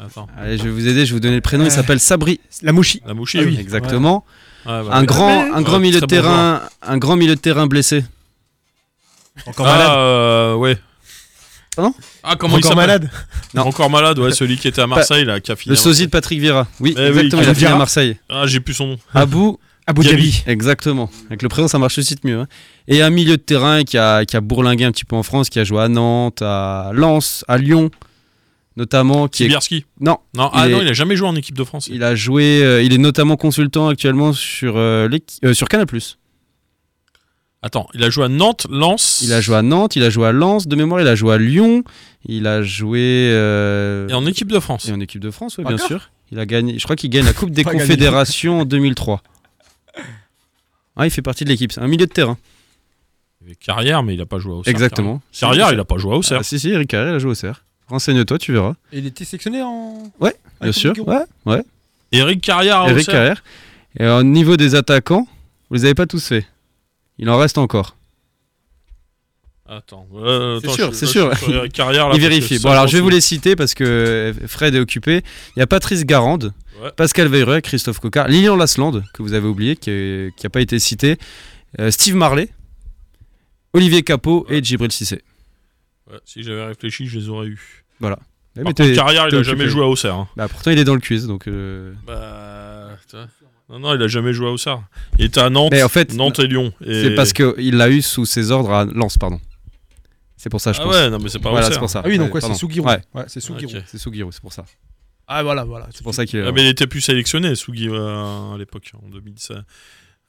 C: Attends.
D: Allez, je vais vous aider, je vais vous donner le prénom.
B: Euh.
D: Il s'appelle Sabri.
B: La mouchi.
C: La Mouchi,
B: Ah
C: Ah. oui.
D: Exactement.
C: Ouais, bah,
D: Un
C: ouais.
D: grand, un
C: Ouais,
D: grand milieu de
C: très bon
D: terrain, un grand milieu de terrain blessé.
B: Encore
C: ah,
B: malade
C: euh, ouais.
D: Pardon
C: Ah, comment il
B: Encore
C: s'appelle
B: malade
D: Non.
C: Encore malade, ouais, celui qui était à Marseille, là, qui a fini.
D: Le
C: à
D: sosie
C: Marseille.
D: de Patrick Vieira. Oui,
C: Eh oui,
D: exactement.
C: qui
D: il
C: a
D: a fini à
B: Vieira.
D: Marseille.
C: Ah, j'ai plus son nom.
D: Abou
B: Abu
C: Gabi.
B: Dhabi.
D: Exactement. Avec le prénom, ça marche aussi de mieux. hein. Et un milieu de terrain qui a, qui a bourlingué un petit peu en France, qui a joué à Nantes, à Lens, à Lyon, notamment. Qui est-
C: Sibierski.
D: Non,
C: Non, ah
D: Il
C: non,
D: est-
C: il a jamais joué en équipe de France.
D: il a joué. euh, il est notamment consultant actuellement sur, euh, l'équi- euh, sur Canal.
C: Attends, il a joué à Nantes, Lens.
D: Il a joué à Nantes, il a joué à Lens, de mémoire, il a joué à Lyon, il a joué. euh,
C: Et en équipe de France.
D: et en équipe de France, oui, bien
E: Encore
D: sûr. Il a gagné, je crois qu'il gagne la Coupe des
E: Pas gagné.
D: Confédérations en 2003. Ah, il fait partie de l'équipe, c'est un milieu de terrain.
C: Carrière, mais il n'a pas joué au CERF.
D: Exactement.
C: Carrière, il n'a pas joué au CERF.
D: Ah, si, si, Eric Carrière, il a joué au CERF. Renseigne-toi, tu verras.
E: Et il était sélectionné en.
D: Ouais, bien
E: Avec
D: sûr.
E: Miguel.
D: Ouais, ouais.
C: Eric Carrière,
D: Eric Carrière. Et au niveau des attaquants, vous les avez pas tous faits. Il en reste encore.
C: Attends, euh,
D: C'est
C: attends,
D: sûr,
C: je-
D: c'est
C: là,
D: sûr.
C: je suis sur Eric Carrière, Ah, là,
D: il
C: parce que
D: vérifie.
C: ça,
D: Bon, alors
C: pense
D: je vais vous
C: que-
D: les citer parce que Fred est occupé. Il y a Patrice Garande,
C: Ouais.
D: Pascal Veyreux, Christophe Cocard, Lilian Lasland, que vous avez oublié, qui n'a pas été cité, euh, Steve Marley, Olivier Capot et Djibril Cissé.
C: Ouais, si j'avais réfléchi, je les aurais eu.
D: Voilà.
C: Par
D: Mais
C: contre,
D: t'es-
C: Carrière, il
D: t'es
C: a
D: occupé.
C: jamais joué à Auxerre. hein.
D: Bah, pourtant, il est dans le quiz, donc. euh,
C: Bah, toi. non, non, il a jamais joué à Auxerre. Il était à Nantes,
D: Mais en fait,
C: Nantes et Lyon. Et...
D: C'est parce qu'il l'a eu sous ses ordres à Lens, pardon. C'est pour ça, je
C: Ah
D: pense.
C: ouais, non, mais c'est pas
D: Voilà,
C: Auxerre.
D: c'est pour ça.
E: Ah oui, donc
D: Ouais,
E: ouais, c'est
D: pardon.
E: Sougirou.
D: Ouais.
E: Ouais, c'est Sougirou.
C: Ok.
D: C'est Sougirou, c'est pour ça.
E: Ah voilà, voilà.
D: C'est pour ça qu'il est.
C: Ah,
D: là.
C: mais il était plus sélectionné, Sugi, euh, à l'époque, en 2007.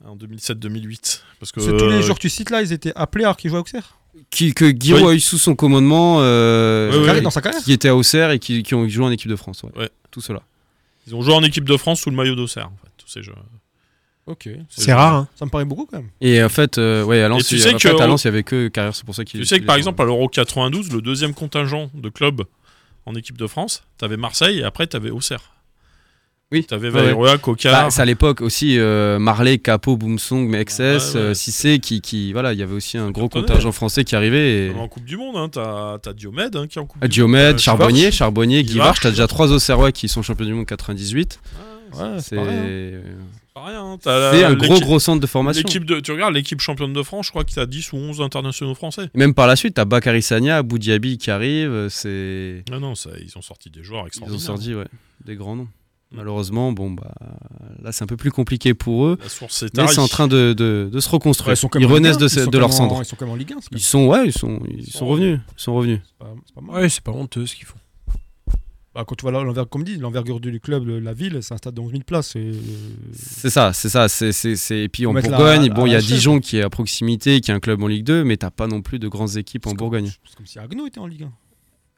C: En 2007-2008. Parce que
E: Parce que tous les
C: euh,
E: joueurs que tu cites là, ils étaient appelés alors qu'ils jouaient à Auxerre.
D: Qui, que Giroud a eu sous son commandement. euh,
C: Ouais, ouais,
D: qui-
C: ouais.
E: Dans sa carrière.
D: Qui était à Auxerre et qui, qui ont joué en équipe de France. ouais.
C: Ouais.
D: Tout cela.
C: Ils ont joué en équipe de France sous le maillot d'Auxerre, en fait, tous ces joueurs.
E: Ok.
C: C'est C'est rare,
B: hein.
E: Ça me paraît beaucoup quand même.
D: Et en fait, euh, ouais, à Lens,
C: Et tu
D: il-
C: sais
D: en
C: que-
D: fait, à Lens, il y avait que Carrière, c'est pour ça qu'il.
C: Tu sais que
D: qu'il
C: par
D: est-
C: exemple, à l'Euro 92, le deuxième contingent de clubs en équipe de France, t'avais Marseille et après t'avais Auxerre.
D: Oui.
C: T'avais
D: Ouais, ouais.
C: Valeroa, Coca.
D: Bah, c'est à l'époque aussi euh, Marley, Capot, Boomsong, Mexes,
C: ouais.
D: euh, Cissé, qui, qui voilà, il y avait aussi un gros
C: Cartonnait.
D: contingent français qui arrivait. Et...
C: En Coupe du Monde, hein, t'as t'as Diomède hein, qui est en Coupe du
D: Diomède,
C: Monde.
D: Ah, Charbonnier, Charbonnier,
C: Guy
D: Guivard,
C: Varche.
D: t'as déjà trois Auxerrois qui sont champions du monde 98.
E: Ouais,
D: c'est
E: pareil, hein.
C: Pas rien, hein, t'as
D: c'est
C: la-
D: un gros
C: l'équipe-
D: gros centre de formation.
C: l'équipe De, tu regardes l'équipe championne de France, je crois que t'as 10 ou 11 internationaux français.
D: Et Même par la suite, t'as Bakary Sagna, Abou Diaby qui arrive, euh, c'est
C: Ah Non, non, ça, ils ont sorti des joueurs
D: ils ont
C: extraordinaires.
D: sorti ouais, des grands noms. Malheureusement, bon bah là c'est un peu plus compliqué pour eux.
C: La source est
D: mais
C: tarie.
D: c'est en train de, de- de se reconstruire.
E: Ouais, ils sont comme en Ligue
D: renaissent
E: un,
D: de,
E: ils
D: ce-
E: sont
D: de leur
E: comme en-
D: cendre.
E: ils sont comme en Ligue un, c'est
D: Ils sont ouais, ils sont ils sont revenus, ils sont revenus.
E: C'est pas mal.
B: Ouais, c'est pas honteux ce qu'ils font.
E: Bah, quand tu vois l'envergure, comme dit, l'envergure du club, le- la ville, c'est un stade de 11 000 places. Et... euh,
D: C'est ça, c'est ça. c'est- c'est- c'est- Et puis en
E: Faut mettre la-
D: Bourgogne,
E: la-
D: bon, il y a
E: la chèvre.
D: Dijon qui est à proximité, qui est un club en Ligue 2, mais t'as pas non plus de grandes équipes en Bourgogne.
E: C'est comme si Agno était en Ligue 1.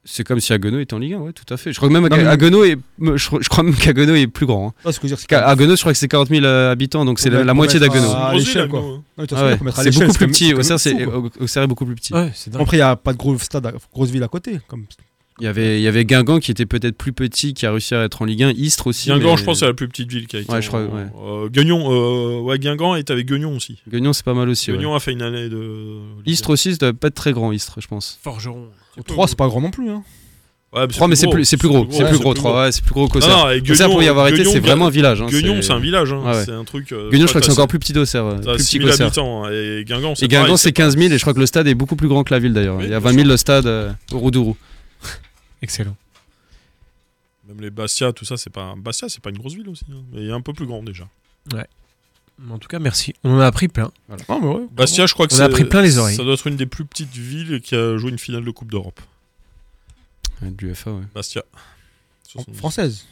D: C'est comme si Haguenau était en Ligue 1, ouais, tout à fait. Je crois même
E: Non, mais-
D: Haguenau est, je, je crois même qu'Haguenau est plus grand. hein.
E: Ah, ce que je veux dire, c'est
D: Qu'à- Haguenau, je crois que c'est 40 000 euh, habitants, donc c'est la, la moitié d'Haguenau.
E: À
C: Grosse ville,
E: l'échelle, quoi.
C: Haguenau, hein.
E: Non, mais de toute
D: Ah
E: façon,
D: ouais,
E: faut mettre à
D: C'est
E: l'échelle,
D: beaucoup plus
E: comme-
D: petit.
E: comme
D: Au Serre, c'est
E: fou, quoi.
D: au- au Serre est beaucoup plus petit.
B: Ouais, c'est dingue.
E: Après, il n'y a pas de gros stade, à- grosse ville à côté. Comme...
D: Il y avait, il y avait Guingamp qui était peut-être plus petit, qui a réussi à être en Ligue 1, Istres aussi.
C: Guingamp,
D: mais-
C: je pense, c'est la plus petite ville qui a été.
D: Ouais, je crois,
C: en-
D: ouais.
C: euh, Guignon, euh, ouais, Guingamp est avec Guignon aussi.
D: Guignon, c'est pas mal aussi. ouais.
C: Guignon a fait une année de.
D: Istres aussi, ça doit pas être très grand, Istres, je pense.
B: Forgeron.
E: 3, c'est pas grand non plus. Hein.
C: Ouais,
D: Trois, mais c'est plus, c'est plus gros, c'est plus gros.
C: trois
D: Trois, ouais, c'est plus gros qu'Auxerre.
C: Non, non, et
D: Auxerre, pour y
C: Guignon-
D: avoir été,
C: Guignon,
D: c'est vraiment un village. hein,
C: Guignon, c'est un village, hein,
D: Ah ouais.
C: c'est un truc, euh,
D: Guignon,
C: je
D: je crois que c'est
C: crois
D: encore
C: que
D: plus petit d'Auxerre, euh,
C: T'as
D: plus petit
C: 6 000
D: qu'Auxerre.
C: habitants, hein, et Guingamp, c'est
D: Et Guingamp,
C: pareil,
D: c'est
C: c'est
D: 15 000, et je crois que le stade est beaucoup plus grand que la ville d'ailleurs.
C: Oui,
D: Il y a
C: bien
D: 20 000 le stade euh, au Roudourou.
B: Excellent.
C: Même les Bastia, tout ça, c'est pas. Bastia, c'est pas une grosse ville aussi. hein, mais il est un peu plus grand déjà.
B: Mais En tout cas, merci. On en a appris plein.
E: Non, mais ouais.
C: Bastia, je crois que
B: On a
C: c'est-
B: pris plein les oreilles.
C: Ça doit être une des plus petites villes qui a joué une finale de Coupe d'Europe.
D: Ouais, de l'UFA, ouais.
C: Bastia.
E: En- Française.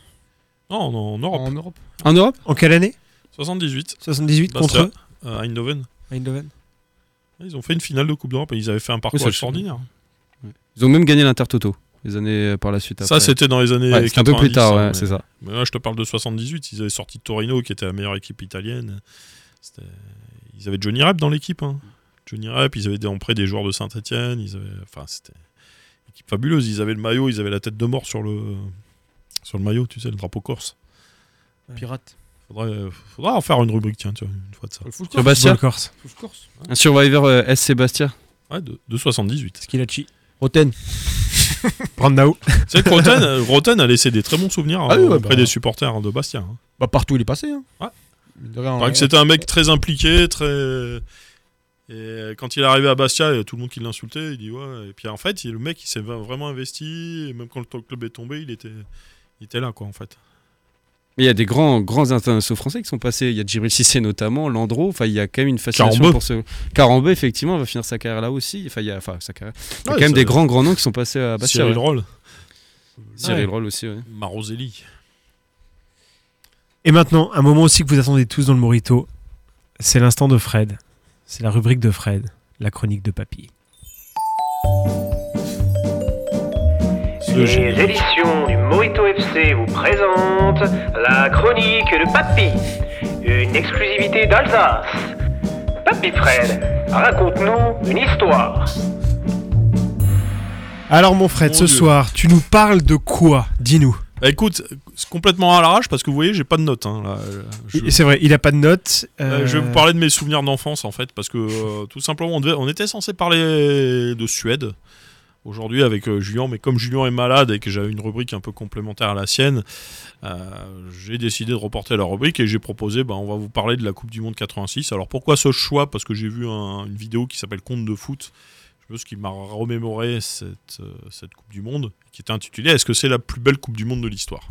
C: Non, non, en Europe.
E: En Europe.
D: En Europe
B: En quelle année
C: 78.
B: 78 contre
C: Bastia,
B: eux
C: euh, Eindhoven.
B: Eindhoven.
C: Ils ont fait une finale de Coupe d'Europe et ils avaient fait un parcours
D: ça, je-
C: extraordinaire.
D: Ils ont même gagné l'Intertoto les années euh, par la suite.
C: Ça,
D: après.
C: c'était dans les années
D: Ouais, c'était un peu plus
C: 90,
D: tard,
C: hein,
D: ouais,
C: mais-
D: c'est ça.
C: Mais là, je te parle de 78. Ils avaient sorti Torino, qui était la meilleure équipe italienne. C'était- Ils avaient Johnny Rep dans l'équipe. hein. Johnny Rep, ils avaient des- en prêt des joueurs de Saint-Etienne. Ils avaient... Enfin, c'était une équipe fabuleuse. Ils avaient le maillot, ils avaient la tête de mort sur le, sur le maillot, tu sais, le drapeau corse.
E: Pirate.
C: Faudrait, faudra en faire une rubrique, tiens, tu vois, une fois de ça.
E: Le full
B: Bah,
D: Sur
E: corse.
D: Bastia
B: Corse.
E: Full corse.
D: Un survivor euh, SC Bastia.
C: Ouais, de, de 78.
B: Kilachi.
E: Roten.
B: Brandao.
C: C'est vrai que Roten, euh, Roten a laissé des très bons souvenirs
E: Ah
C: hein,
E: oui, ouais,
C: auprès
E: bah.
C: des supporters hein, de Bastia. hein.
E: Bah, partout, il est passé. Hein.
C: Ouais.
E: De rien,
C: Il paraît que c'était un mec très impliqué, très. Et euh, quand il est arrivé à Bastia, il y a tout le monde qui l'insultait. Il dit ouais. Et puis en fait, il- le mec, il s'est va- vraiment investi. Et même quand le club est tombé, il était, il était là, quoi, en fait.
D: Mais il y a des grands, grands internationaux français qui sont passés. Il y a Djibril Cissé notamment, Landreau. Enfin, il y a quand même une fascination
C: Carambeu.
D: pour ce. Carambeu, effectivement, va finir sa carrière là aussi. Enfin, il y a, enfin, sa carrière. Il y a
C: Ouais,
D: quand même
C: ça-
D: des grands, grands noms qui sont passés à Bastia.
C: Cyril
D: ouais.
C: Roll,
D: Cyril
B: Ouais.
D: Roll aussi, ouais.
C: Maroselli.
B: Et maintenant, un moment aussi que vous attendez tous dans le Morito, c'est l'instant de Fred. C'est la rubrique de Fred, la chronique de Papy.
L: Les éditions du Morito FC vous présentent la chronique de Papy, une exclusivité d'Alsace. Papy Fred, raconte-nous une histoire.
B: Alors mon Fred, ce soir, tu nous parles de quoi Dis-nous.
C: Bah, écoute, c'est complètement à l'arrache parce que vous voyez, j'ai pas de notes. hein, là, je-
B: Et C'est vrai, il a pas de notes.
C: Euh, Je vais
B: euh,
C: vous parler de mes souvenirs d'enfance en fait, parce que euh, tout simplement on, devait- on était censé parler de Suède aujourd'hui avec euh, Julien, mais comme Julien est malade et que j'avais une rubrique un peu complémentaire à la sienne, euh, j'ai décidé de reporter la rubrique et j'ai proposé, bah, on va vous parler de la Coupe du Monde 86. Alors pourquoi ce choix Parce que j'ai vu un- une vidéo qui s'appelle Compte de foot, je pense qu'il m'a remémoré cette, euh, cette Coupe du Monde qui était intitulée Est-ce que c'est la plus belle Coupe du Monde de l'histoire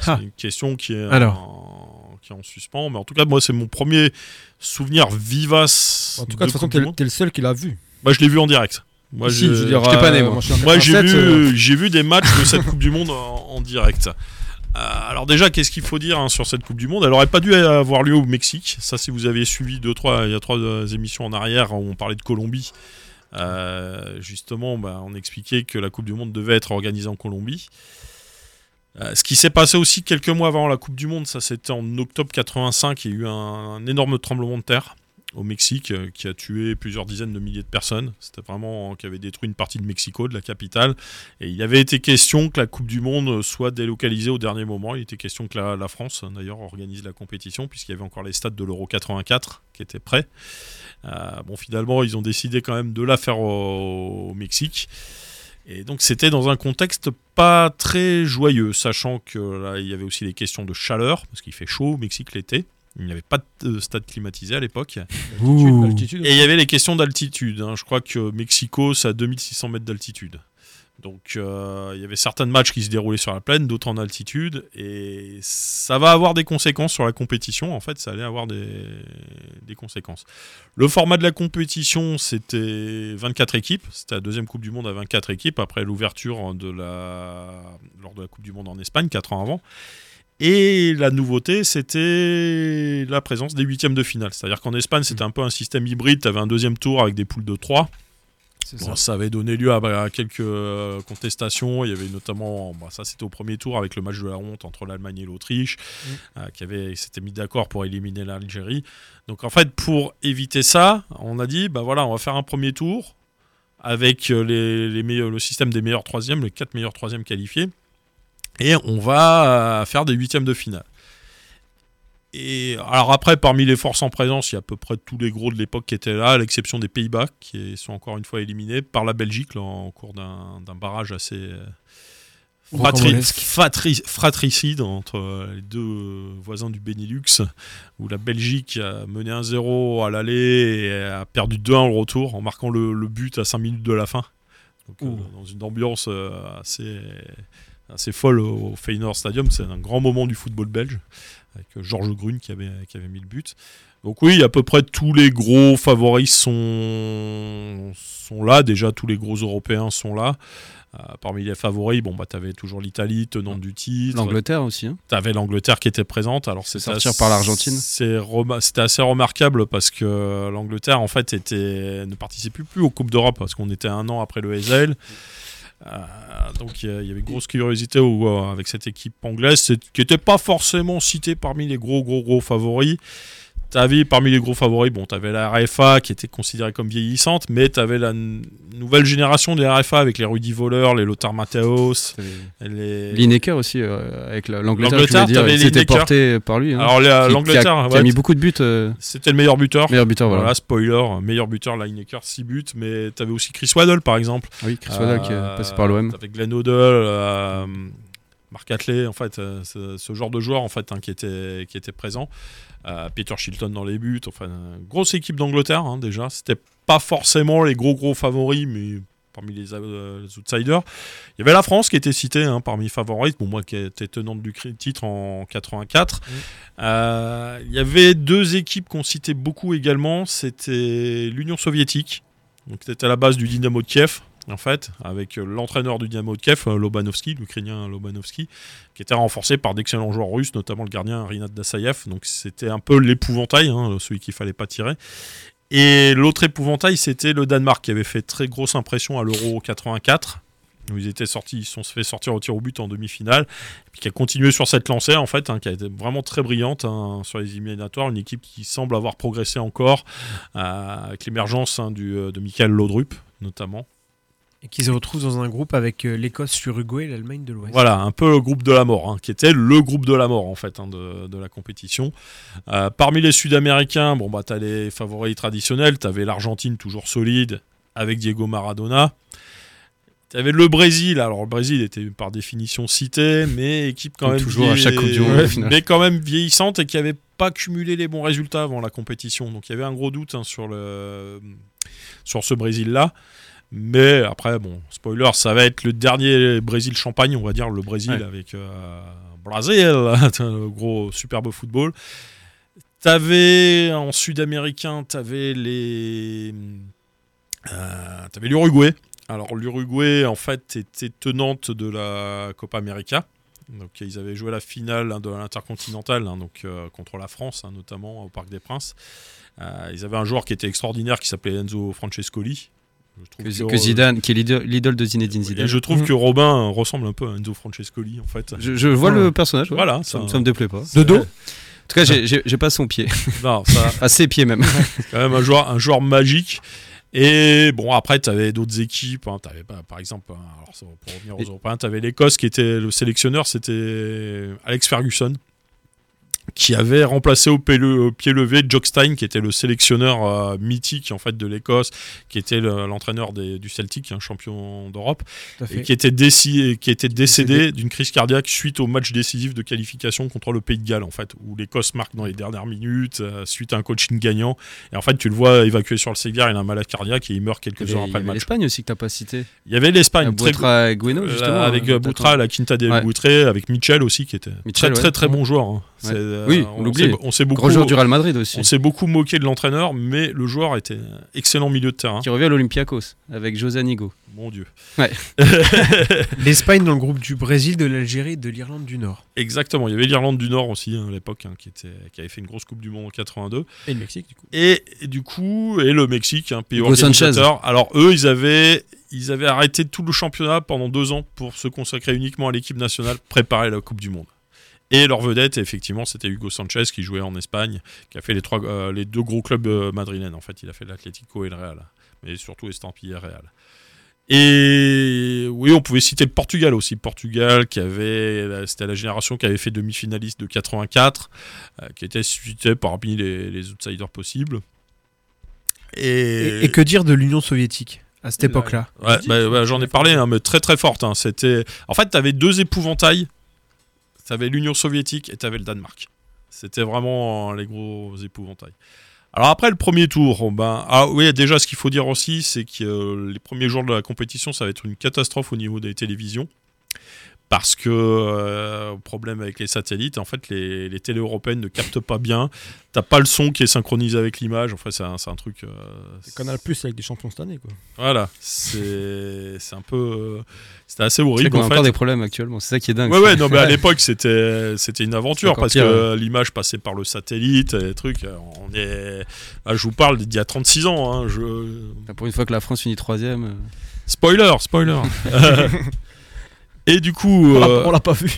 C: C'est
E: Ah.
C: une question qui est
B: Alors.
C: en, qui est en suspens. Mais en tout cas, moi, c'est mon premier souvenir vivace.
E: En tout cas, de toute façon,
C: Coupe du
E: t'es
C: Monde.
E: t'es le seul qui l'a vu.
C: Moi, je l'ai vu en direct. Moi,
E: Si,
C: je-
E: je veux dire, J'étais pas né, euh, moi. moi, je suis en
C: Moi, j'ai
E: 87,
C: vu,
E: euh.
C: j'ai vu des matchs de cette Coupe du Monde en, en direct. Euh, alors déjà, qu'est-ce qu'il faut dire hein, sur cette Coupe du Monde Elle aurait pas dû avoir lieu au Mexique. Ça, si vous aviez suivi deux, trois, il y a trois euh, émissions en arrière où on parlait de Colombie. Euh, justement, bah, on expliquait que la Coupe du Monde devait être organisée en Colombie. Euh, ce qui s'est passé aussi quelques mois avant la Coupe du Monde, ça c'était en octobre 85, il y a eu un, un énorme tremblement de terre au Mexique euh, qui a tué plusieurs dizaines de milliers de personnes. C'était vraiment euh, qui avait détruit une partie de Mexico, de la capitale. Et il avait été question que la Coupe du Monde euh, soit délocalisée au dernier moment. Il était question que la, la France, euh, d'ailleurs, organise la compétition puisqu'il y avait encore les stades de l'Euro 84 qui étaient prêts. Euh, bon, finalement, ils ont décidé quand même de la faire au- au Mexique. Et donc c'était dans un contexte pas très joyeux, sachant que là il y avait aussi des questions de chaleur, parce qu'il fait chaud au Mexique l'été. Il n'y avait pas de euh, stade climatisé à l'époque.
B: Ouh.
C: Et il y avait les questions d'altitude. hein. Je crois que Mexico, c'est à 2600 mètres d'altitude. Donc euh, il y avait certains matchs qui se déroulaient sur la plaine, d'autres en altitude. Et ça va avoir des conséquences sur la compétition. En fait, ça allait avoir des, des conséquences. Le format de la compétition, c'était 24 équipes. C'était la deuxième Coupe du Monde à 24 équipes après l'ouverture de la... lors de la Coupe du Monde en Espagne, 4 ans avant. Et la nouveauté, c'était la présence des huitièmes de finale. C'est-à-dire qu'en Espagne, c'était un peu un système hybride. Tu avais un deuxième tour avec des poules de 3.
B: C'est
C: Bon,
B: ça.
C: ça. avait donné lieu à, bah, à quelques euh, contestations. Il y avait notamment, bah, ça c'était au premier tour avec le match de la honte entre l'Allemagne et l'Autriche,
B: Mm.
C: euh, qui avait, s'était mis d'accord pour éliminer l'Algérie. Donc en fait, pour éviter ça, on a dit, bah voilà, on va faire un premier tour avec euh, les, les meilleurs- le système des meilleurs troisièmes, les quatre meilleurs troisièmes qualifiés, et on va euh, faire des huitièmes de finale. Et alors après, parmi les forces en présence, il y a à peu près tous les gros de l'époque qui étaient là, à l'exception des Pays-Bas, qui sont encore une fois éliminés par la Belgique là, en cours d'un d'un barrage assez euh, fratri-
B: Rocambolesque.
C: fratri- fratricide entre euh, les deux euh, voisins du Benelux, où la Belgique a mené 1-0 à l'aller et a perdu 2-1 au retour en marquant le, le but à 5 minutes de la fin. Donc, euh, dans une ambiance euh, assez, assez folle au Feyenoord Stadium. C'est un grand moment du football belge, avec euh, Georges Grune qui avait, qui avait mis le but. Donc oui, à peu près tous les gros favoris sont, sont là. Déjà, tous les gros Européens sont là. Euh, parmi les favoris, bon, bah, tu avais toujours l'Italie, tenante du titre.
D: L'Angleterre aussi, hein.
C: Tu avais l'Angleterre qui était présente. Alors c'est
D: sortir par l'Argentine.
C: c'est rema- C'était assez remarquable parce que l'Angleterre, en fait, était, ne participait plus aux Coupes d'Europe parce qu'on était un an après le Hazel. Euh, donc il y a- il y avait grosse curiosité au- euh, avec cette équipe anglaise c'est- qui n'était pas forcément citée parmi les gros gros gros favoris. T'avais parmi les gros favoris, bon, t'avais la RFA qui était considérée comme vieillissante, mais t'avais la n- nouvelle génération des RFA avec les Rudy Voleur, les Lothar Matthäus, les
D: Lineker aussi, euh, avec la- l'Angleterre, je voulais
C: L'Angleterre,
D: dire,
C: t'avais
D: il s'était
C: Lineker.
D: porté par lui. hein,
C: Alors, la-
D: qui- qui a-
C: l'Angleterre,
D: qui a
C: ouais,
D: mis beaucoup de buts. euh,
C: C'était le meilleur buteur.
D: Meilleur buteur, voilà.
C: spoiler, meilleur buteur, Lineker, 6 buts, mais t'avais aussi Chris Waddle, par exemple.
D: Oui, Chris Waddle qui est passé par l'OM.
C: Euh, T'avais Glenn Hoddle, euh, Marc Atlet, en fait, euh, ce, ce genre de joueur, en fait, hein, qui était, qui était présent. Euh, Peter Shilton dans les buts, enfin, une grosse équipe d'Angleterre, hein, déjà. C'était pas forcément les gros, gros favoris, mais parmi les, euh, les outsiders. Il y avait la France qui était citée hein, parmi les favoris, bon, moi qui était tenante du cri- titre en 84. Euh, il y avait deux équipes qu'on citait beaucoup également, c'était l'Union soviétique, donc c'était à la base du Dynamo de Kiev. En fait, avec euh, l'entraîneur du Dynamo de Kiev, euh, Lobanovski, l'Ukrainien Lobanovski, qui était renforcé par d'excellents joueurs russes, notamment le gardien Rinat Dasayev. Donc c'était un peu l'épouvantail, hein, celui qu'il fallait pas tirer. Et l'autre épouvantail, c'était le Danemark, qui avait fait très grosse impression à l'Euro 84 où ils étaient sortis, ils se sont fait sortir au tir au but en demi-finale, et puis qui a continué sur cette lancée en fait, hein, qui a été vraiment très brillante hein, sur les éliminatoires, une équipe qui semble avoir progressé encore euh, avec l'émergence hein, du, euh, de Michael Laudrup notamment.
N: Et qu'ils se retrouvent dans un groupe avec euh, l'Écosse, l'Uruguay et l'Allemagne de l'Ouest.
C: Voilà, un peu le groupe de la mort, hein, qui était le groupe de la mort en fait hein, de, de la compétition. Euh, parmi les Sud-Américains, bon bah t'as les favoris traditionnels, t'avais l'Argentine toujours solide avec Diego Maradona. T'avais le Brésil, alors le Brésil était par définition cité, mais équipe quand
D: Comme
C: même
D: toujours à chaque Coupe du Monde, au final.
C: mais quand même vieillissante et qui avait pas cumulé les bons résultats avant la compétition. Donc il y avait un gros doute hein, sur le sur ce Brésil là. Mais après, bon, spoiler, ça va être le dernier Brésil-Champagne, on va dire, le Brésil
D: Ouais.
C: avec euh, Brésil, le gros superbe football. T'avais en sud-américain, t'avais les. euh, t'avais l'Uruguay. Alors, l'Uruguay, en fait, était tenante de la Copa América. Donc, ils avaient joué la finale hein, de l'intercontinentale, hein, donc euh, contre la France, hein, notamment au Parc des Princes. Euh, ils avaient un joueur qui était extraordinaire qui s'appelait Enzo Francescoli. Je trouve euh,
D: Que, que Zidane, qui est l'idole l'idole de Zinedine Zidane. Mm.
C: et je trouve que Robin ressemble un peu à Enzo Francescoli en fait.
D: Je, je vois le personnage. ouais.
C: Voilà,
D: ça,
C: ça-
D: ça me déplaît pas.
C: c'est-
D: En tout cas, j'ai- j'ai j'ai pas son pied.
C: Non, ça-
D: à ses pieds même.
C: C'est quand même un joueur, un joueur magique. Et bon, après, tu avais d'autres équipes. hein. T'avais, bah, par exemple, hein, alors, ça, pour revenir aux
D: Et-
C: Européens, tu avais l'Écosse qui était le sélectionneur, c'était Alex Ferguson, qui avait remplacé au, pied le- au pied levé Jock Stein, qui était le sélectionneur euh, mythique en fait, de l'Écosse, qui était le- l'entraîneur des- du Celtic, un champion d'Europe,
N: Tout à fait.
C: et qui était, déci- qui était décédé
N: Décédé.
C: d'une crise cardiaque suite au match décisif de qualification contre le Pays de Galles, en fait, où l'Écosse marque dans les dernières minutes, euh, suite à un coaching gagnant. Et en fait, tu le vois évacué sur le sévère, il a un malade cardiaque et il meurt
D: Il
C: quelques
D: y
C: heures
D: avait- il y
C: après le
D: avait
C: match.
D: l'Espagne aussi que t'as pas cité.
C: Il y avait l'Espagne,
D: Ah,
C: très
D: Boutra
C: gros-
D: et Gueno,
C: euh,
D: justement,
C: avec
D: euh,
C: euh, Boutra,
D: t'attends.
C: la Quinta des
D: Ouais.
C: Boutré, avec Mitchell aussi, qui était
D: Mitchell,
C: très,
D: ouais.
C: très très bon joueur. hein.
D: Ouais.
C: C'est, euh,
D: Oui, on l'oublie.
C: s'est- On s'est
D: Gros
C: beaucoup.
D: joueur du Real Madrid aussi. hein,
C: On s'est beaucoup moqué de l'entraîneur, mais le joueur était excellent milieu de terrain.
D: Qui revient à l'Olympiakos avec José Anigo.
C: Mon Dieu.
D: Ouais.
N: L'Espagne dans le groupe du Brésil, de l'Algérie et de l'Irlande du Nord.
C: Exactement, il y avait l'Irlande du Nord aussi hein, à l'époque hein, qui, était- qui avait fait une grosse Coupe du Monde en 82.
E: Et le Mexique, du coup.
C: Et, et du coup, et le Mexique, un pays
D: Hugo
C: organisateur. Alors eux, ils avaient, ils avaient arrêté tout le championnat pendant deux ans pour se consacrer uniquement à l'équipe nationale, préparer la Coupe du Monde. Et leur vedette, effectivement, c'était Hugo Sanchez qui jouait en Espagne, qui a fait les, trois, euh, les deux gros clubs euh, madrilènes. En fait, il a fait l'Atlético et le Real, mais surtout estampillé Real. Et oui, on pouvait citer le Portugal aussi. Portugal, qui avait, c'était la génération qui avait fait demi-finaliste de 84, euh, qui était citée parmi les, les outsiders possibles.
N: Et, et que dire de l'Union soviétique à cette époque-là
C: Ouais, bah, ouais, j'en ai parlé, hein, mais très très forte. hein. C'était, en fait, t'avais deux épouvantails. T'avais l'Union soviétique et t'avais le Danemark. C'était vraiment euh, les gros épouvantails. Alors après le premier tour, oh, ben ah oui déjà ce qu'il faut dire aussi, c'est que euh, les premiers jours de la compétition, ça va être une catastrophe au niveau des télévisions. Parce que, euh, problème avec les satellites, en fait, les, les télés européennes ne captent pas bien. T'as pas le son qui est synchronisé avec l'image. En fait, c'est un, c'est un truc. euh,
E: Canal Plus avec des champions cette année, quoi.
C: voilà, c'est c'est un peu. euh, C'était assez horrible.
D: C'est qu'on
C: en
D: a
C: fait.
D: encore des problèmes actuellement, c'est ça qui est dingue.
C: Ouais, ouais, non, mais à l'époque, c'était c'était une aventure
D: encore
C: parce
D: pire,
C: que l'image passait par le satellite, et les trucs. euh, On est. Là, je vous parle d'il y a 36 ans. hein, je...
D: Pour une fois que la France finit troisième. euh,
C: Spoiler, spoiler. et du coup.
E: On l'a-
C: euh,
E: Ah, on l'a pas vu.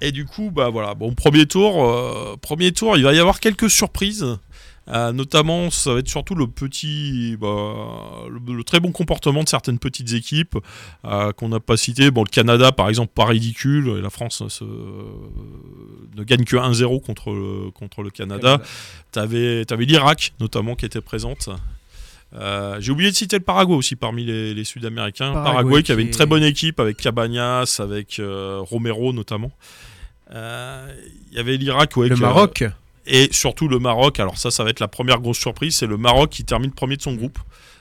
C: Et du coup, bah voilà, bon premier tour, euh, premier tour, il va y avoir quelques surprises. Euh, notamment, ça va être surtout le petit, bah, le, le très bon comportement de certaines petites équipes euh, qu'on n'a pas citées. Bon, le Canada, par exemple, pas ridicule. Et la France se- ne gagne que 1-0 contre le, contre le Canada.
D: Canada.
C: T'avais, t'avais l'Irak, notamment, qui était présente. Euh, j'ai oublié de citer le Paraguay aussi parmi les, les Sud-Américains. Paraguay,
N: Paraguay
C: qui avait
N: qui
C: une très
N: est-
C: bonne équipe avec Cabanas, avec euh, Romero notamment. Euh, Il y avait l'Irak, ouais,
N: Le
C: que-
N: Maroc.
C: et surtout le Maroc. Alors ça, ça va être la première grosse surprise. C'est le Maroc qui termine premier de son groupe.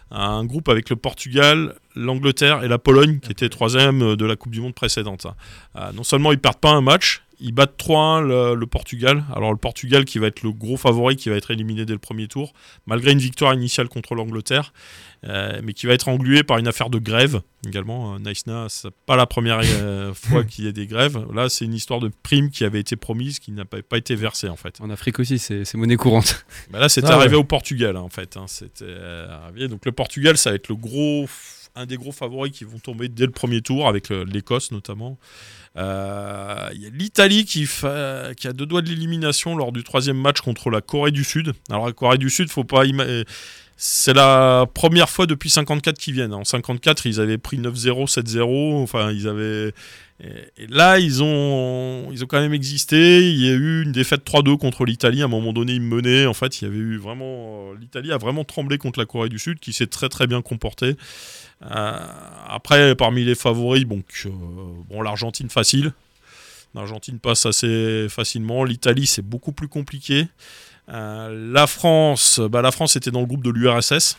C: Un groupe avec le Portugal, l'Angleterre et la Pologne, qui étaient troisième de la Coupe du Monde précédente. hein. Euh, non seulement ils perdent pas un match, ils battent 3-1 le, le Portugal. Alors le Portugal qui va être le gros favori, qui va être éliminé dès le premier tour, malgré une victoire initiale contre l'Angleterre, euh, mais qui va être englué par une affaire de grève également. Euh, Naïsna, c'est pas la première euh, fois qu'il y a des grèves. Là, c'est une histoire de prime qui avait été promise, qui n'a pas pas été versée en fait.
D: En Afrique aussi, c'est c'est monnaie courante.
C: Bah là, c'était
D: Ah ouais.
C: arrivé au Portugal, hein, en fait. hein. C'était euh, arrivé. Donc le Portugal, ça va être le gros, f- un des gros favoris qui vont tomber dès le premier tour, avec le- l'Écosse notamment. Euh, Il y a l'Italie qui, fa- qui a deux doigts de l'élimination lors du troisième match contre la Corée du Sud. Alors la Corée du Sud, faut pas ima- euh, c'est la première fois depuis 54 qu'ils viennent. hein. En 54, ils avaient pris 9-0, 7-0. Enfin, ils avaient. Et là, ils ont, ils ont quand même existé. Il y a eu une défaite 3-2 contre l'Italie. À un moment donné, ils menaient. En fait, il y avait eu vraiment. euh, L'Italie a vraiment tremblé contre la Corée du Sud, qui s'est très très bien comportée. Euh, après, parmi les favoris, bon, que- euh, bon l'Argentine facile. L'Argentine passe assez facilement. L'Italie, c'est beaucoup plus compliqué. Euh, la France, bah, la France était dans le groupe de l'URSS.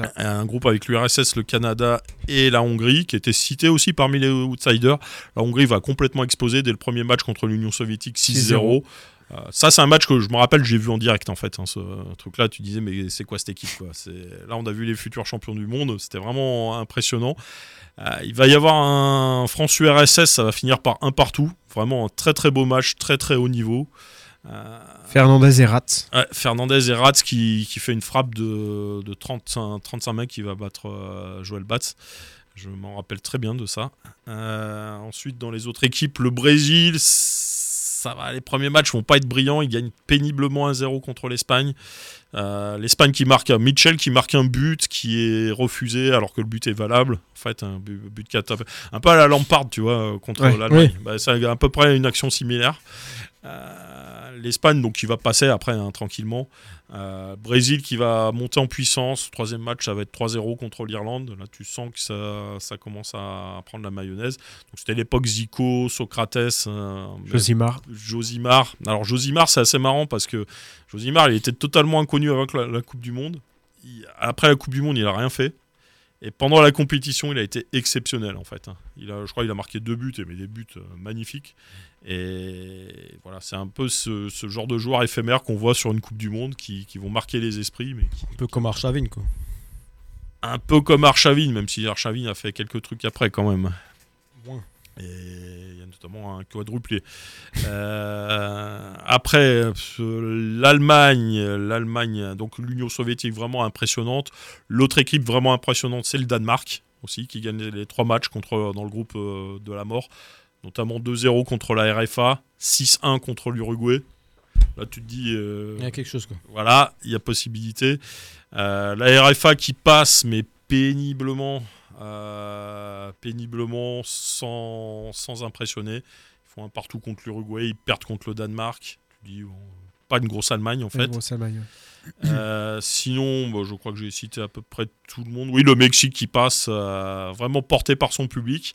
C: Euh, Un groupe avec l'URSS, le Canada et la Hongrie, qui était cité aussi parmi les outsiders. La Hongrie va complètement exploser dès le premier match contre l'Union soviétique 6-0. Euh, ça, c'est un match que je me rappelle, j'ai vu en direct en fait. hein, ce truc-là, tu disais, mais c'est quoi cette équipe quoi C'est- Là, on a vu les futurs champions du monde, c'était vraiment impressionnant. Euh, il va y avoir un France-URSS, ça va finir par un partout. Vraiment un très très beau match, très très haut niveau. Euh,
N: Fernandez et Ratz.
C: Ouais, Fernandez et Ratz qui, qui fait une frappe de, de 35, 35 mecs qui va battre euh, Joël Batz. Je m'en rappelle très bien de ça. Euh, ensuite, dans les autres équipes, le Brésil, ça va. Les premiers matchs vont pas être brillants. Ils gagnent péniblement 1-0 contre l'Espagne. Euh, L'Espagne qui marque, Mitchell qui marque un but qui est refusé alors que le but est valable. En fait, un but, but catastrophe. Un peu à la Lampard, tu vois, contre
N: Ouais,
C: l'Allemagne.
N: oui.
C: Bah, c'est à peu près une action similaire. Euh, L'Espagne, donc, qui va passer après hein, tranquillement. Euh, Brésil qui va monter en puissance. Troisième match, ça va être 3-0 contre l'Irlande. Là, tu sens que ça, ça commence à prendre la mayonnaise. Donc, c'était l'époque Zico, Socrates. euh, mais-
N: Josimar.
C: Josimar. Alors, Josimar, c'est assez marrant parce que Josimar, il était totalement inconnu avant que la- la Coupe du Monde après la Coupe du Monde, il a rien fait. Et pendant la compétition, il a été exceptionnel en fait. hein. Il a, je crois qu'il a marqué deux buts, et- mais des buts euh, magnifiques. Et voilà, c'est un peu ce, ce genre de joueurs éphémères qu'on voit sur une Coupe du Monde qui, qui vont marquer les esprits, mais qui-
E: Un peu comme Arshavin, quoi.
C: un peu comme Arshavin, même si Arshavin a fait quelques trucs après quand même.
E: Moins.
C: Et il y a notamment un quadruplé. Euh, après, euh, l'Allemagne, l'Allemagne, donc l'Union soviétique vraiment impressionnante. L'autre équipe vraiment impressionnante, c'est le Danemark aussi, qui gagne les trois matchs contre, dans le groupe euh, de la mort, notamment 2-0 contre la RFA, 6-1 contre l'Uruguay. Là, tu te dis. euh,
E: Il y a quelque chose, quoi.
C: Voilà, il y a possibilité. Euh, la RFA qui passe, mais péniblement, euh, péniblement, sans, sans impressionner. Ils font un partout contre l'Uruguay, ils perdent contre le Danemark. Tu dis, bon, pas une grosse Allemagne en
N: Une
C: fait.
N: grosse Allemagne, ouais.
C: Euh, sinon, bah, je crois que j'ai cité à peu près tout le monde. Oui, le Mexique qui passe, euh, vraiment porté par son public,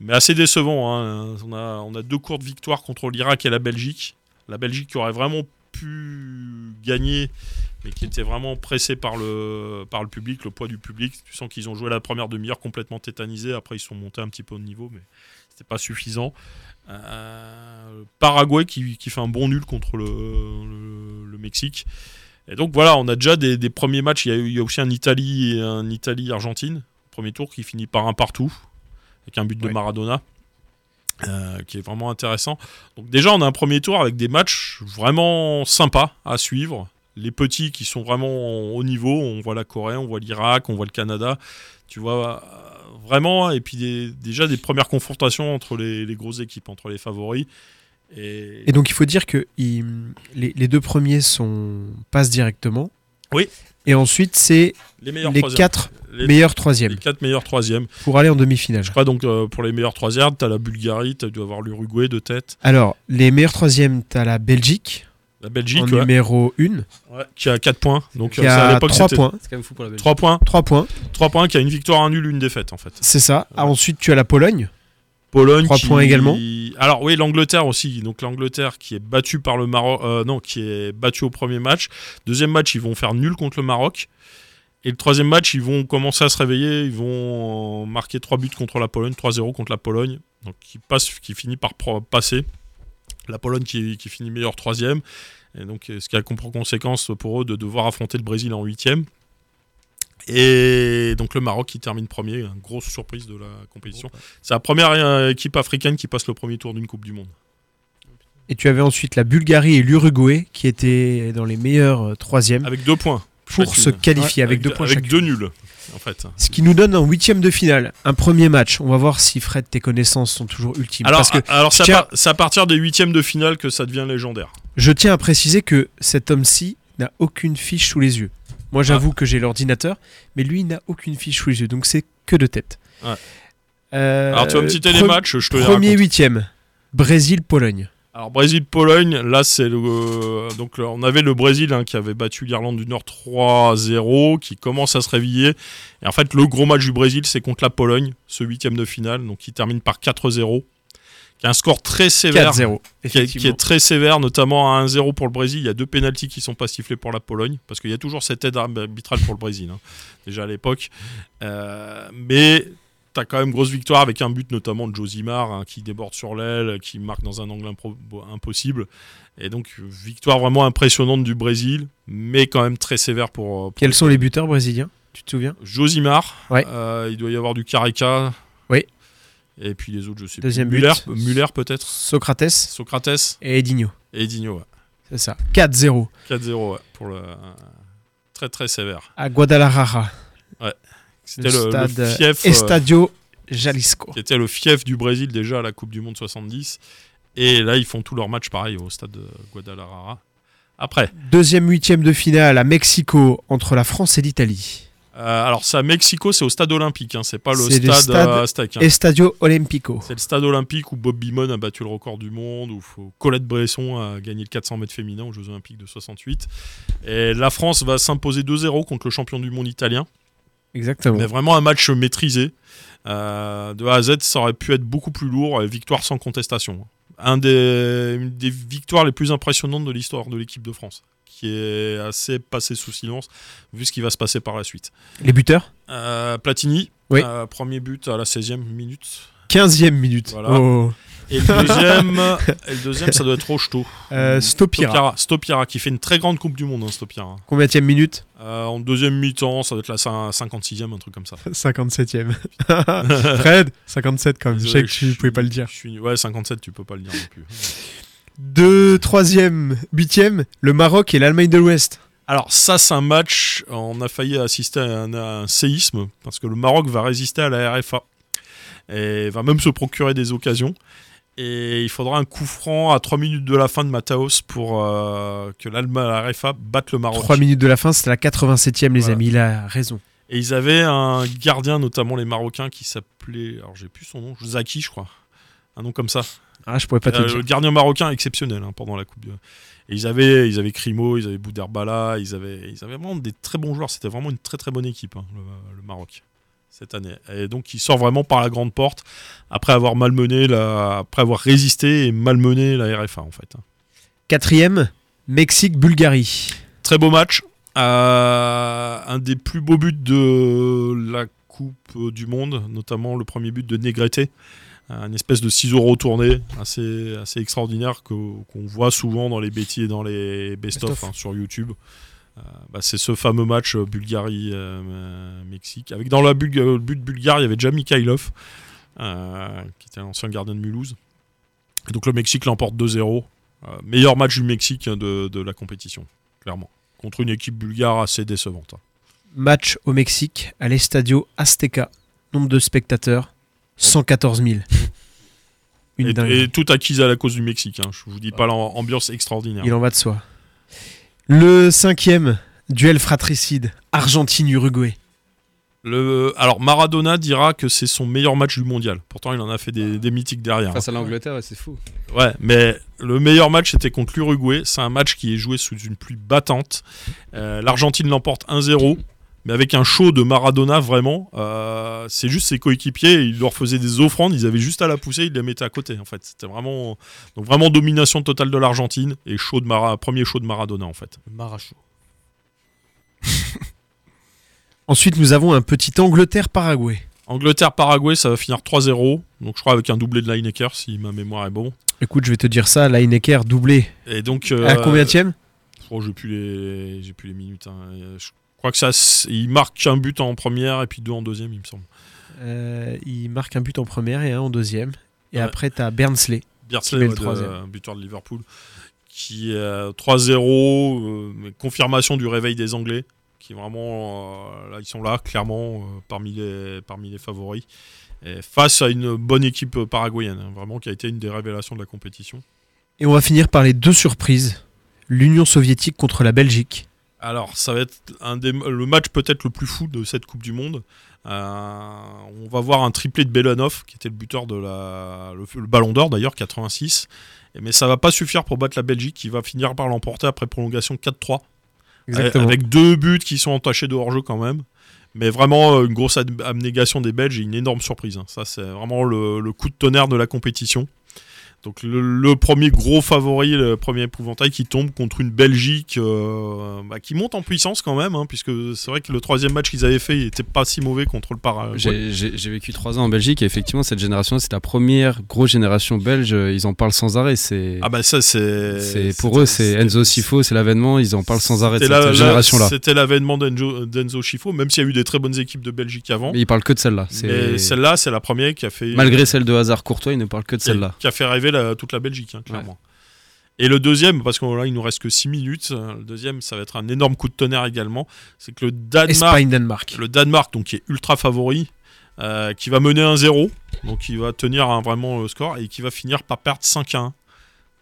C: mais assez décevant. hein. On, a, on a deux courtes victoires contre l'Irak et la Belgique. La Belgique qui aurait vraiment pu gagner, mais qui était vraiment pressée par le, par le public, le poids du public. Tu sens qu'ils ont joué la première demi-heure complètement tétanisée. Après, ils sont montés un petit peu de niveau, mais c'était pas suffisant. Euh, Paraguay qui, qui fait un bon nul contre le, le- le Mexique. Et donc voilà, on a déjà des, des premiers matchs. Il y a, eu- il y a aussi un Italie et un Italie-Argentine, premier tour qui finit par un partout, avec un but de Maradona, euh, qui est vraiment intéressant. Donc déjà, on a un premier tour avec des matchs vraiment sympas à suivre. Les petits qui sont vraiment au niveau, on voit la Corée, on voit l'Irak, on voit le Canada. Tu vois, euh, vraiment, et puis des- déjà des premières confrontations entre les, les grosses équipes, entre les favoris. Et,
N: Et donc il faut dire que il- les, les deux premiers sont passent directement.
C: Oui.
N: Et ensuite c'est
C: les, meilleurs troisièmes.
N: quatre
C: Les-
N: meilleurs troisièmes
C: Les quatre meilleurs troisièmes.
N: pour aller en demi-finale.
C: Je crois donc euh, pour les meilleurs troisièmes, t'as la Bulgarie, t'as dû avoir l'Uruguay de tête.
N: Alors les meilleurs troisièmes t'as la Belgique.
C: La Belgique,
N: en
C: ouais.
N: numéro 1.
C: Ouais, qui a 4 points. Donc
N: Qui
C: euh, c'est
N: a
C: à l'époque
N: trois
C: c'était-
N: points.
D: C'est quand même fou pour la Belgique.
C: Trois points.
N: 3 points.
C: 3 points qui a une victoire, un nul, une défaite en fait.
N: C'est ça. Ah, ensuite tu as la Pologne.
C: Pologne
N: 3
C: qui-
N: points également.
C: Alors oui, l'Angleterre aussi. Donc l'Angleterre qui est battue par le Maroc, euh, non, qui est battue au premier match. Deuxième match, ils vont faire nul contre le Maroc. Et le troisième match, ils vont commencer à se réveiller. Ils vont euh, marquer 3 buts contre la Pologne, 3-0 contre la Pologne. Donc qui passe, qui finit par pro- passer. La Pologne qui, qui finit meilleur troisième. Et donc euh, ce qui a comme conséquence pour eux de devoir affronter le Brésil en huitième. Et donc le Maroc qui termine premier, une grosse surprise de la compétition. C'est la première euh, équipe africaine qui passe le premier tour d'une Coupe du Monde.
N: Et tu avais ensuite la Bulgarie et l'Uruguay qui étaient dans les meilleurs euh, troisièmes.
C: Avec deux points.
B: pour se qualifier Mm. avec, deux points
C: Ah, Avec
B: chacun.
C: deux nuls, en fait.
B: Ce qui nous donne un huitième de finale, un premier match. On va voir si Fred, tes connaissances sont toujours ultimes.
C: Alors, ah,
B: parce que
C: alors
B: je
C: c'est à
B: tiens-
C: par- c'est à partir des huitièmes de finale que ça devient légendaire.
B: Je tiens à préciser que cet homme-ci n'a aucune fiche sous les yeux.
C: Ah.
B: Moi, j'avoue que j'ai l'ordinateur, mais lui il n'a aucune fiche sous les yeux, donc c'est que de tête.
C: Ouais.
B: Euh,
C: Alors, tu vas me citer les
B: pre-
C: matchs, je te les
B: Premier
C: raconte.
B: huitième, Brésil-Pologne.
C: Alors Brésil-Pologne, là c'est le euh, donc là, on avait le Brésil hein, qui avait battu l'Irlande du Nord 3-0, qui commence à se réveiller. Et en fait le gros match du Brésil c'est contre la Pologne, ce huitième de finale, donc qui termine par 4-0, qui a un score très sévère,
B: 4-0,
C: qui, est, qui
B: effectivement.
C: est très sévère, notamment à 1-0 pour le Brésil. Il y a deux pénalties qui sont pas sifflés pour la Pologne, parce qu'il y a toujours cette aide arbitrale pour le Brésil, hein, déjà à l'époque. Euh, mais T'as quand même grosse victoire avec un but notamment de Josimar hein, qui déborde sur l'aile, qui marque dans un angle impro- impossible. Et donc victoire vraiment impressionnante du Brésil, mais quand même très sévère pour, euh, pour
B: Quels sont les buteurs brésiliens Tu te souviens
C: Josimar. Euh, il doit y avoir du Carica.
B: Oui.
C: Et puis les autres, je sais
B: Deuxième
C: plus.
B: but.
C: Muller, Muller peut-être.
B: Socrates.
C: Socrates.
B: Et Edinho.
C: Et Edinho, ouais.
B: C'est ça. 4-0
C: 4-0, ouais, pour le très très sévère.
B: à Guadalajara.
C: Ouais. C'était le, le
B: stade euh,
C: fief, euh,
B: Estadio Jalisco.
C: qui était le fief du Brésil déjà à la Coupe du Monde 70. Et là, ils font tous leurs matchs pareil au stade de Guadalajara. Après,
B: Deuxième huitième de finale à Mexico entre la France et l'Italie.
C: euh, alors ça, Mexico, c'est au stade olympique, hein, c'est pas le
B: C'est
C: stade
B: le stade
C: euh, Aztec, hein.
B: Estadio Olímpico.
C: C'est le stade olympique où Bob Beamon a battu le record du monde, où faut- Colette Bresson a gagné le 400 mètres féminin aux Jeux Olympiques de 68. Et la France va s'imposer 2-0 contre le champion du monde italien.
B: Exactement.
C: Mais vraiment un match maîtrisé. Euh, de A à Z, ça aurait pu être beaucoup plus lourd et victoire sans contestation. Un des, une des victoires les plus impressionnantes de l'histoire de l'équipe de France, qui est assez passée sous silence, vu ce qui va se passer par la suite.
B: Les buteurs
C: Euh, Platini,
B: Oui.
C: euh, premier but à la 16e minute.
B: 15e minute.
C: Voilà.
B: Oh.
C: Et, le deuxième, et le deuxième, ça doit être Rocheteau.
B: Euh, Stopira.
C: Stopira. Stopira, qui fait une très grande Coupe du Monde, hein, Stopira.
B: Combienième minute
C: Euh, en deuxième mi-temps, ça doit être la cin- 56e, un truc comme ça.
B: 57e. Fred, 57 quand même. Je sais
C: Désolé,
B: que tu pouvais pas le dire.
C: Je suis- Ouais, 57, tu peux pas le dire non plus.
B: Deux, troisième, huitième, le Maroc et l'Allemagne de l'Ouest.
C: Alors ça, c'est un match, on a failli assister à un, à un séisme, parce que le Maroc va résister à la RFA, et va même se procurer des occasions. Et il faudra un coup franc à 3 minutes de la fin de Mataos pour euh, que l'Allemagne, la RFA, batte le Maroc.
B: Trois minutes de la fin, c'était la 87e, les amis. Il a raison.
C: Et ils avaient un gardien, notamment les Marocains, qui s'appelait, alors j'ai plus son nom, Zaki, je crois. Un nom comme ça.
B: Ah, je pourrais pas te le dire.
C: Euh, Le gardien marocain exceptionnel hein, pendant la Coupe du Et ils avaient, ils avaient Crimo, ils avaient Boudherbala, ils avaient, ils avaient vraiment des très bons joueurs. C'était vraiment une très très bonne équipe, hein, le, le Maroc, cette année. Et donc, ils sortent vraiment par la grande porte après avoir malmené, la, après avoir résisté et malmené la RFA, en fait. hein.
B: Quatrième, Mexique-Bulgarie.
C: Très beau match. Euh, un des plus beaux buts de la Coupe du Monde, notamment le premier but de Negrete. Un espèce de ciseau retourné, assez, assez extraordinaire, que- qu'on voit souvent dans les bêtis et dans les best-of
E: Best-of.
C: hein, sur YouTube. Euh, bah, c'est ce fameux match euh, Bulgarie-Mexique. Avec dans la Bulga- le but bulgare, il y avait déjà Mikhailov, euh, qui était un ancien gardien de Mulhouse. Et donc le Mexique l'emporte 2-0. Euh, meilleur match du Mexique hein, de, de la compétition, clairement. Contre une équipe bulgare assez décevante. hein.
B: Match au Mexique, à l'Estadio Azteca. Nombre de spectateurs, 114 000. Une dinguerie.
C: Et, et tout acquise à la cause du Mexique. hein. Je vous dis pas l'ambiance extraordinaire.
B: Il en va de soi. Le cinquième, duel fratricide, Argentine-Uruguay.
C: Le, alors Maradona dira que c'est son meilleur match du mondial. Pourtant, il en a fait des, des mythiques derrière.
D: Face à
C: hein.
D: l'Angleterre, ouais, c'est fou.
C: Ouais, mais le meilleur match c'était contre l'Uruguay. C'est un match qui est joué sous une pluie battante. Euh, L'Argentine l'emporte 1-0, mais avec un show de Maradona vraiment. Euh, c'est juste ses coéquipiers, il leur faisait des offrandes, ils avaient juste à la pousser, ils les mettaient à côté en fait. C'était vraiment donc vraiment domination totale de l'Argentine et show de Mara, premier show de Maradona en fait.
E: Maracho.
B: Ensuite, nous avons un petit Angleterre-Paraguay.
C: Angleterre-Paraguay, ça va finir 3-0, donc je crois avec un doublé de Lineker si ma mémoire est bon.
B: Écoute, je vais te dire ça, Lineker doublé.
C: Et donc.
B: À combienième
C: Oh, j'ai plus les, j'ai plus les minutes. hein. Euh, Je crois que ça, s- il marque un but en première et puis deux en deuxième, il me semble.
B: Euh, Il marque un but en première et un en deuxième. Et après, t'as Bernsley.
C: Biersley,
B: qui met
C: ouais,
B: le
C: de-
B: troisième.
C: buteur de euh, Liverpool, qui euh, 3-0, euh, mais confirmation du réveil des Anglais, qui est vraiment, euh, là, ils sont là, clairement, euh, parmi, les, parmi les favoris, et face à une bonne équipe euh, paraguayenne, hein, vraiment, qui a été une des révélations de la compétition.
N: Et on va finir par les deux surprises. L'Union soviétique contre la Belgique.
C: Alors, ça va être un des, le match peut-être le plus fou de cette Coupe du Monde. Euh, on va voir un triplé de Belanov, qui était le buteur de la, le, le Ballon d'Or d'ailleurs, 86. Et- Mais ça va pas suffire pour battre la Belgique, qui va finir par l'emporter après prolongation 4-3.
N: Exactement.
C: Avec deux buts qui sont entachés de hors-jeu quand même. Mais vraiment euh, une grosse ad- abnégation des Belges et une énorme surprise. hein. Ça, c'est vraiment le, le coup de tonnerre de la compétition. Donc le, le premier gros favori, le premier épouvantail qui tombe contre une Belgique euh, bah, qui monte en puissance quand même, hein, puisque c'est vrai que le troisième match qu'ils avaient fait, il était pas si mauvais contre le Paraguay.
D: J'ai- J'ai j'ai vécu trois ans en Belgique et effectivement, cette génération, c'est la première grosse génération belge. euh, Ils en parlent sans arrêt. C'est
C: Ah bah ça c'est.
D: c'est- pour eux, c'est Enzo Sifo, c'est l'avènement. Ils en parlent sans arrêt de
C: C'était
D: cette
C: la- la-
D: génération-là.
C: C'était l'avènement d'Enzo d'Enzo Schifo, même s'il y a eu des très bonnes équipes de Belgique avant.
D: Mais ils parlent que de celle-là. C'est-
C: Mais celle-là, c'est la première qui a fait.
D: Malgré celle de Hazard Courtois, ils ne parlent que de
C: qui-
D: celle-là.
C: Qui a fait rêver la- toute la Belgique, hein, clairement. Et le deuxième, parce qu'on là, il nous reste que 6 minutes, hein, le deuxième, ça va être un énorme coup de tonnerre également. C'est que le
N: Euh,
C: Danemark.
N: Espagne-Danemark.
C: Le Danemark, donc qui est ultra favori, euh, qui va mener 1-0, donc il va tenir hein, vraiment le score et qui va finir par perdre 5-1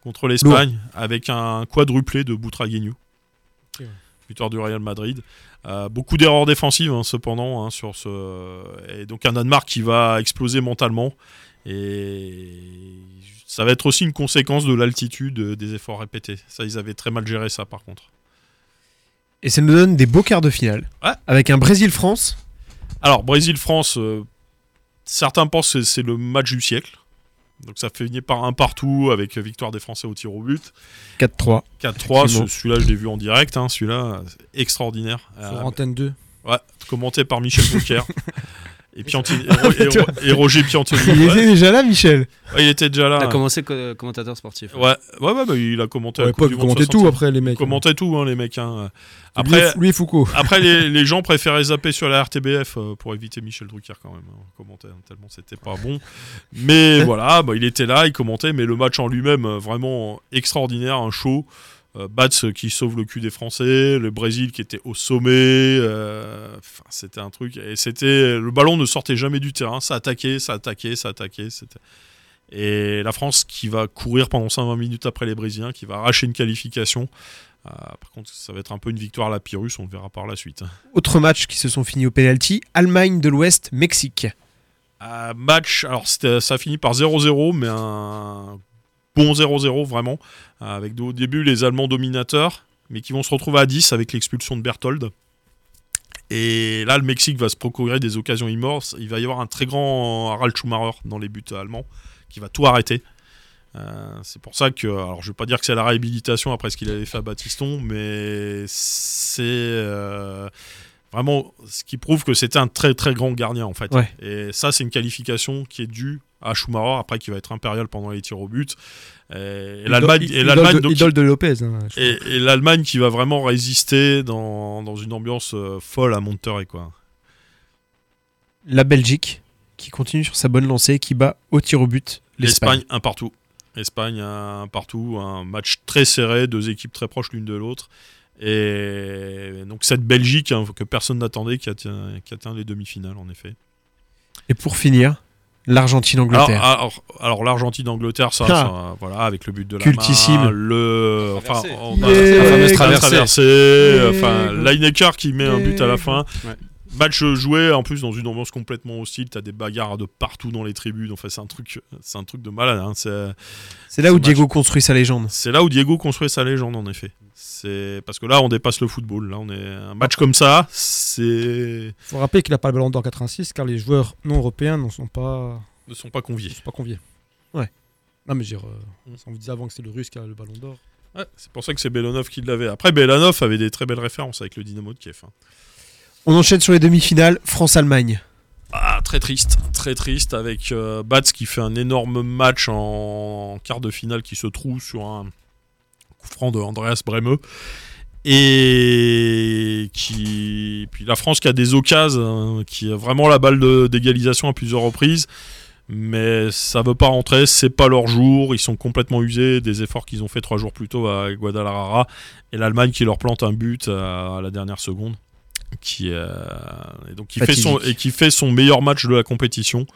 C: contre l'Espagne avec un quadruplé de Boutragueño buteur du Real Madrid. Euh, beaucoup d'erreurs défensives hein, cependant hein, sur ce et donc un Danemark qui va exploser mentalement et ça va être aussi une conséquence de l'altitude euh, des efforts répétés. Ça ils avaient très mal géré ça par contre.
N: Et ça nous donne des beaux quarts de finale.
C: Ouais.
N: Avec un Brésil-France.
C: Alors, Brésil-France, euh, certains pensent que c'est le match du siècle. Donc ça finit par un partout avec euh, victoire des Français au tir au but.
N: 4-3.
C: 4-3, ce-
N: Effectivement.
C: celui-là je l'ai vu en direct, hein, celui-là c'est extraordinaire.
E: Sur
B: Ah,
E: Antenne 2.
C: Ouais, commenté par Michel Bouquer. et, Pianti- et, Ro- et
N: Toi.
C: Ro- et Roger Piantoni.
N: Il
C: Ouais.
N: était déjà là, Michel.
C: Ouais, il était déjà là.
D: T'as
C: hein.
D: commencé co- euh, commentateur sportif.
C: Ouais, ouais, ouais, bah, il a commenté.
D: Ouais,
C: la Coupe
D: pas-
C: du
D: vous
C: Monde
D: commentez
C: 61.
D: tout après, les
E: mecs,
C: Vous commentez tout, hein, les mecs. hein.
E: Lui et- lui et Foucault.
C: après les, les gens préféraient zapper sur la RTBF euh, pour éviter Michel Drucker quand même. hein, commenter, hein, tellement c'était pas bon. Mais voilà, bah, il était là, il commentait. Mais le match en lui-même, euh, vraiment extraordinaire, un show. Euh, Bats qui sauve le cul des Français, le Brésil qui était au sommet. euh, enfin, c'était un truc. Et c'était. Le ballon ne sortait jamais du terrain. Ça attaquait, ça attaquait, ça attaquait. C'était. Et la France qui va courir pendant 5-20 minutes après les Brésiliens, qui va arracher une qualification. Euh, par contre, ça va être un peu une victoire à la Pyrrhus, on le verra par la suite.
N: Autre match qui se sont finis au pénalty. Allemagne de l'Ouest, Mexique.
C: Euh, match, alors c'était- ça finit par 0-0, mais un bon 0-0 vraiment. Euh, Avec au début les Allemands dominateurs, mais qui vont se retrouver à 10 avec l'expulsion de Berthold. Et là, le Mexique va se procurer des occasions immenses. Il va y avoir un très grand Harald Schumacher dans les buts allemands qui va tout arrêter. Euh, c'est pour ça que, alors je vais pas dire que c'est la réhabilitation après ce qu'il avait fait à Batiston, mais c'est euh, vraiment ce qui prouve que c'était un très très grand gardien en fait.
N: Ouais.
C: Et ça, c'est une qualification qui est due à Schumacher après qui va être impérial pendant les tirs au but. Et- Et
E: Idole-
C: l'Allemagne, et
E: idole
C: l'Allemagne,
E: de-
C: donc,
E: idole
C: qui-
E: de Lopez, hein, je
C: et, et l'Allemagne qui va vraiment résister dans, dans une ambiance euh, folle à Monterrey quoi.
N: La Belgique qui continue sur sa bonne lancée qui bat au tir au but
C: L'Espagne,
N: l'Espagne.
C: un partout. L'Espagne, un partout. Un match très serré, deux équipes très proches l'une de l'autre. Et donc cette Belgique hein, que personne n'attendait qui atteint, qui atteint les demi-finales en effet.
N: Et pour finir, l'Argentine-Angleterre.
C: Alors, alors, alors l'Argentine-Angleterre, ça,
N: Ah.
C: ça, voilà, avec le but de la
N: Cultissime.
C: main, le, enfin, on
N: Les
C: a- la fameuse
N: gars.
C: traversée,
N: Les
C: enfin,
N: gars.
C: Lineker qui met un
N: Les
C: but à la fin.
D: Ouais.
C: Match joué en plus dans une ambiance complètement hostile, t'as des bagarres de partout dans les tribunes. Enfin, c'est un truc, c'est un truc de malade. hein. C'est
N: C'est là où
C: ce match-
N: Diego construit sa légende.
C: c'est là où Diego construit sa légende en effet. C'est parce que là, on dépasse le football. Là, on est un match comme ça, c'est
E: faut rappeler qu'il n'a pas le ballon d'or 86 car les joueurs non européens n'en sont pas.
C: ne sont pas conviés.
E: Pas conviés.
N: Ouais.
E: Non, mais je veux dire,
C: Mm.
E: euh, on vous disait avant que c'est le russe qui a le ballon d'or.
C: Ouais, c'est pour ça que c'est Belanov qui l'avait. Après, Belanov avait des très belles références avec le Dynamo de Kiev. hein.
N: On enchaîne sur les demi-finales, France-Allemagne.
C: Ah, très triste, très triste avec euh, Bats qui fait un énorme match en, en quart de finale qui se trouve sur un coup franc de Andreas Bremeux. Et qui. Puis la France qui a des occasions, hein, qui a vraiment la balle de- d'égalisation à plusieurs reprises. Mais ça veut pas rentrer, c'est pas leur jour. Ils sont complètement usés des efforts qu'ils ont fait trois jours plus tôt à Guadalajara. Et l'Allemagne qui leur plante un but à, à la dernière seconde. qui, euh, et donc qui fait
B: Fatidique.
C: son et qui fait son meilleur match de la compétition,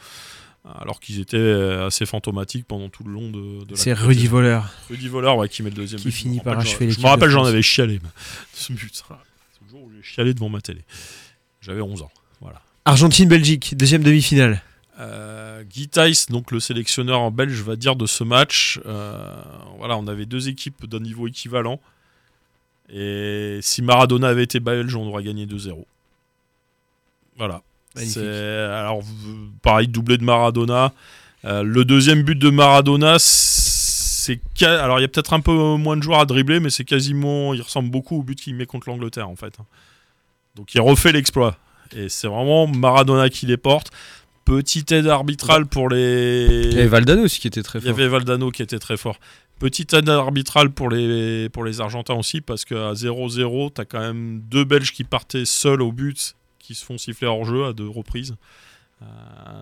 C: alors qu'ils étaient euh, assez fantomatiques pendant tout le long de. de la
N: C'est
C: compétition.
N: Rudy Voleur.
C: Rudy Voleur, ouais, qui met le deuxième.
N: Qui
C: but. Je
N: finit
C: me
N: par
C: rappelle,
N: achever
C: j'en- Je
N: l'équipe
C: me rappelle,
N: de
C: j'en
N: France.
C: avais chialé. mais Ce but, ça, c'est le jour où j'ai chialé devant ma télé. J'avais 11 ans. Voilà.
N: Argentine-Belgique, deuxième demi-finale.
C: Euh, Guy Thys, donc le sélectionneur en belge, va dire de ce match, euh, voilà, on avait deux équipes d'un niveau équivalent. Et si Maradona avait été belge, on aurait gagné 2-0. Voilà.
N: Magnifique.
C: C'est- Alors, v- pareil, doublé de Maradona. Euh, le deuxième but de Maradona, c'est. ca- Alors, il y a peut-être un peu moins de joueurs à dribbler, mais c'est quasiment. Il ressemble beaucoup au but qu'il met contre l'Angleterre, en fait. Donc, il refait l'exploit. Et c'est vraiment Maradona qui les porte. Petite aide arbitrale pour les.
D: Il y avait Valdano aussi qui était très
C: Il y
D: fort.
C: avait Valdano qui était très fort. Petite aide arbitrale pour les, pour les Argentins aussi, parce qu'à 0-0, t'as quand même deux Belges qui partaient seuls au but, qui se font siffler hors jeu à deux reprises. Euh,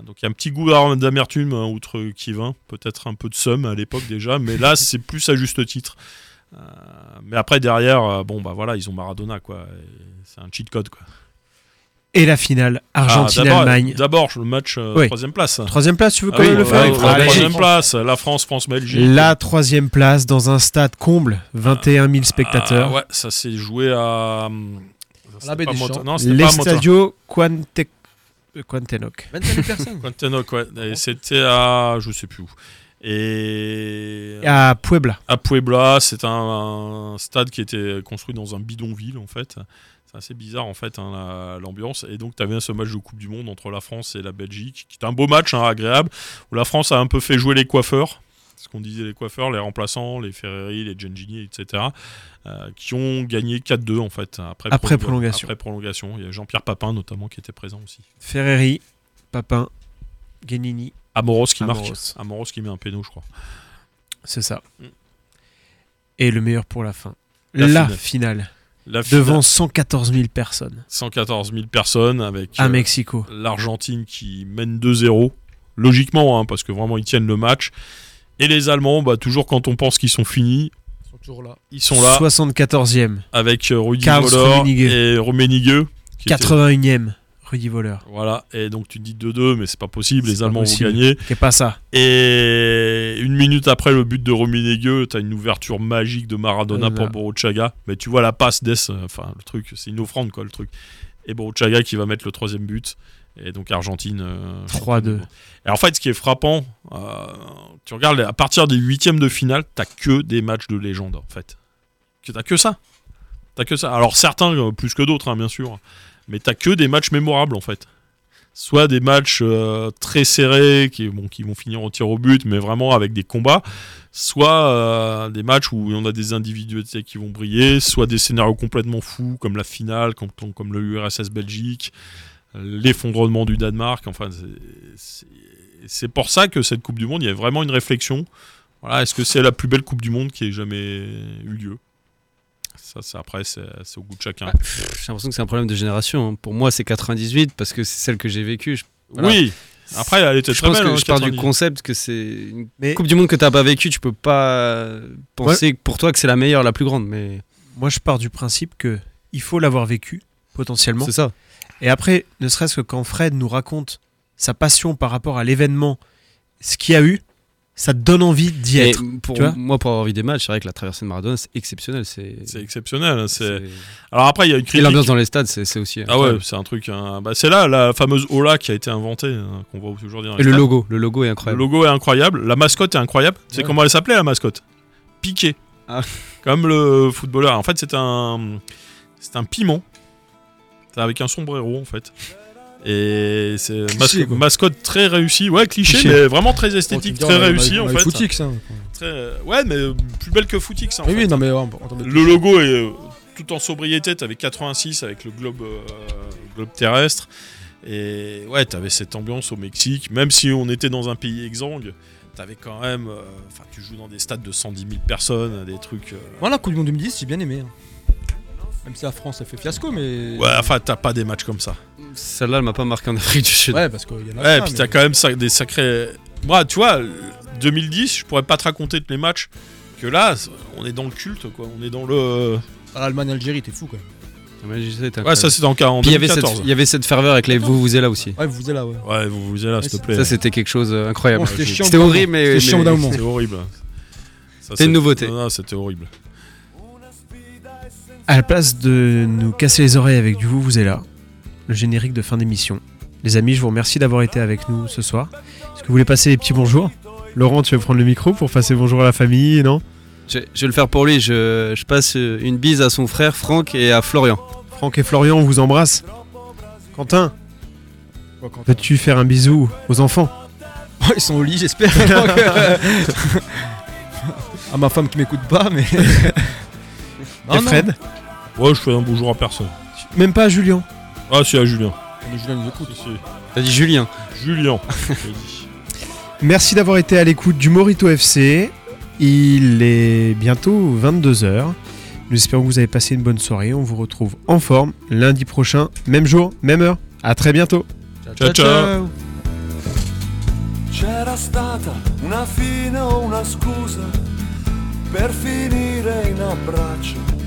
C: donc il y a un petit goût d'ar- d'amertume, hein, outre Kivin, peut-être un peu de somme à l'époque déjà, mais là c'est plus à juste titre. Euh, mais après derrière, euh, bon bah voilà, ils ont Maradona quoi. Et C'est un cheat code quoi.
N: Et la finale, Argentine-Allemagne.
C: Ah, D'abord d'abord, le match euh,
N: Oui.
C: troisième place.
N: Troisième place, tu veux
C: Ah
N: qu'on
C: oui,
N: le
C: ouais,
N: fasse
C: ouais,
N: France,
C: la troisième
N: Belgique.
C: place, la France, France, Belgique.
N: La troisième place dans un stade comble, 21 000 spectateurs.
C: Ah ouais, ça s'est joué à. hum, c'était
E: la baie
C: pas
E: des
C: Mota-
E: Champs.
C: Non, c'était pas à Mota-
N: L'Estadio Quante- euh, Quantenoc.
C: Quantenoc, ouais. Et c'était à. Je sais plus où. Et.
N: À Puebla.
C: À Puebla, c'est un, un stade qui était construit dans un bidonville, en fait. C'est assez bizarre, en fait, hein, la- l'ambiance. Et donc, tu avais ce match de Coupe du Monde entre la France et la Belgique, qui est un beau match, hein, agréable, où la France a un peu fait jouer les coiffeurs. Ce qu'on disait, les coiffeurs, les remplaçants, les Ferreri, les Gengini, etc., euh, qui ont gagné 4-2, en fait, après,
N: Après
C: prolonga-
N: prolongation.
C: Après prolongation. Il y a Jean-Pierre Papin, notamment, qui était présent aussi.
N: Ferreri, Papin, Guénini.
C: Amoros qui marque.
N: Amoros.
C: Amoros qui met un péno, je crois.
N: C'est ça.
C: Mm.
N: Et le meilleur pour la fin.
C: La
N: La,
C: finale.
N: finale.
C: La finale.
N: Devant 114 000 personnes.
C: 114 000 personnes avec
N: À Mexico.
C: l'Argentine qui mène 2-0 logiquement hein, parce que vraiment ils tiennent le match et les Allemands bah, toujours quand on pense qu'ils sont finis ils sont là
N: 74e.
C: avec euh, Rudi
N: Karls
C: Voller
N: Rummenigge.
C: et Rummenigge qui étaient-
N: 81e. Rudy Voleur.
C: voilà et donc tu te dis 2-2 mais c'est pas possible
N: C'est
C: les
N: pas
C: Allemands
N: possible.
C: vont gagner
N: C'est pas ça.
C: et une minute après le but de Rummenigge t'as une ouverture magique de Maradona pour
N: Voilà.
C: Borruchaga mais tu vois la passe d'Es euh, enfin le truc c'est une offrande quoi le truc et Borruchaga qui va mettre le troisième but et donc Argentine euh,
N: 3-2.
C: Et en fait, ce qui est frappant, euh, tu regardes, à partir des huitièmes de finale, t'as que des matchs de légende, en fait. Que t'as que ça. T'as que ça. Alors certains euh, plus que d'autres, hein, bien sûr. Mais t'as que des matchs mémorables, en fait. Soit des matchs euh, très serrés, qui, bon, qui vont finir au tir au but, mais vraiment avec des combats. Soit euh, des matchs où on a des individualités qui vont briller. Soit des scénarios complètement fous, comme la finale, comme, comme le URSS Belgique l'effondrement du Danemark. Enfin, c'est- c'est- c'est pour ça que cette Coupe du Monde, il y a vraiment une réflexion. Voilà, est-ce que c'est la plus belle Coupe du Monde qui ait jamais eu lieu Ça, c'est après, c'est c'est au goût de chacun.
D: J'ai l'impression que c'est un problème de génération. hein. Pour moi, c'est 98 parce que c'est celle que j'ai vécue. Je-
C: Oui. Après, elle était
D: je
C: très
D: pense
C: belle,
D: que
C: hein,
D: je pars du
C: 90.
D: concept que c'est une
N: Mais-
D: Coupe du Monde que t'as pas vécue. Tu peux pas penser que pour toi que c'est la meilleure, la plus grande. Mais
N: Moi, je pars du principe que il faut l'avoir vécu, potentiellement.
D: C'est ça.
N: Et après, ne serait-ce que quand Fred nous raconte sa passion par rapport à l'événement, ce qu'il y a eu, ça te donne envie d'y
D: Mais
N: être.
D: pour
N: tu vois
D: moi, pour avoir vu des matchs, c'est vrai que la traversée de Maradona, c'est exceptionnel. C'est
C: C'est exceptionnel. hein, c'est- Alors après, il y a une
D: Et
C: critique.
D: l'ambiance dans les stades, c'est c'est aussi.
C: Ah ouais, c'est un truc. hein. Bah, c'est là la fameuse Ola qui a été inventée, hein, qu'on voit aujourd'hui. dans les
D: Et le
C: stades.
D: logo, le logo est incroyable.
C: Le logo est incroyable. La mascotte est incroyable. C'est
D: Ouais.
C: comment elle s'appelait la mascotte Piqué.
E: Ah.
C: Comme le footballeur. En fait, c'est un, c'est un piment. C'est avec un sombrero en fait. Et c'est
E: Cliché,
C: masco-
E: quoi.
C: mascotte très réussie. Ouais, cliché,
E: Cliché.
C: mais vraiment très
E: Oh,
C: esthétique,
E: tu me
C: très
E: diras, on a-
C: réussie
E: on
C: en
E: a eu
C: fait.
E: Footix, hein.
C: Très, euh, ouais, mais euh, plus belle que Footix. en
E: Oui,
C: fait.
E: oui, non, mais, ouais, en- en termes de-
C: Le logo est euh, tout en sobriété. T'avais 86 avec le globe, euh, globe terrestre. Et ouais, t'avais cette ambiance au Mexique. Même si on était dans un pays exsangue, t'avais quand même. euh, Enfin, tu joues dans des stades de 110 000 personnes, des trucs. euh,
E: Voilà, Coupe du Monde 2010, j'ai bien aimé. hein. Même si la France a fait fiasco, mais.
C: Ouais, enfin, t'as pas des matchs comme ça.
D: Celle-là, elle m'a pas marqué en Afrique du Sud.
E: Ouais, parce qu'il
D: Ah,
E: y en a.
C: Ouais,
E: plein,
C: puis
E: mais-
C: t'as quand même ça- des sacrés. Moi, tu vois, 2010, je pourrais pas te raconter tous les matchs que là, on est dans le culte, quoi. On est dans le.
E: Ah, L'Allemagne-Algérie, t'es fou quand même.
C: Ouais, ça, c'est en
D: Puis
C: en
D: Il y avait
C: 2014.
D: cette- il y avait cette ferveur avec les vous vous êtes là aussi.
E: Ouais, vous êtes là, ouais.
C: Ouais, vous vous êtes là, s'il te plaît.
D: Ça, c'était quelque chose d'incroyable.
C: Bon, c'était chiant
D: C'était
C: d'un
D: horrible,
C: moment.
D: mais.
C: C'était
D: mais-
C: chiant d'un moment. C'était horrible. Ça,
D: C'était une nouveauté.
C: Non, non, c'était horrible.
B: À la place de nous casser les oreilles avec du vous, vous êtes là. Le générique de fin d'émission. Les amis, je vous remercie d'avoir été avec nous ce soir. Est-ce que vous voulez passer les petits bonjours Laurent, tu veux prendre le micro pour passer bonjour à la famille, non
D: Je, je vais le faire pour lui. Je, je passe euh, une bise à son frère Franck et à Florian.
B: Franck et Florian, on vous embrasse. Quentin, veux-tu faire un bisou aux enfants
E: Ils sont au lit, j'espère. Donc, euh, à ma femme qui m'écoute pas, mais. Ah, Non, Oh non.
C: Ouais, je fais un bonjour à personne.
B: Même pas à Julien.
C: Ah, si, à Julien.
E: Mais Julien nous écoute.
D: T'as dit Julien.
C: Julien.
B: Merci d'avoir été à l'écoute du Morito FC. Il est bientôt 22h. Nous espérons que vous avez passé une bonne soirée. On vous retrouve en forme lundi prochain, même jour, même heure. À très bientôt.
C: Ciao, ciao.
A: C'era stata una fine o una scusa per finire in abbraccio.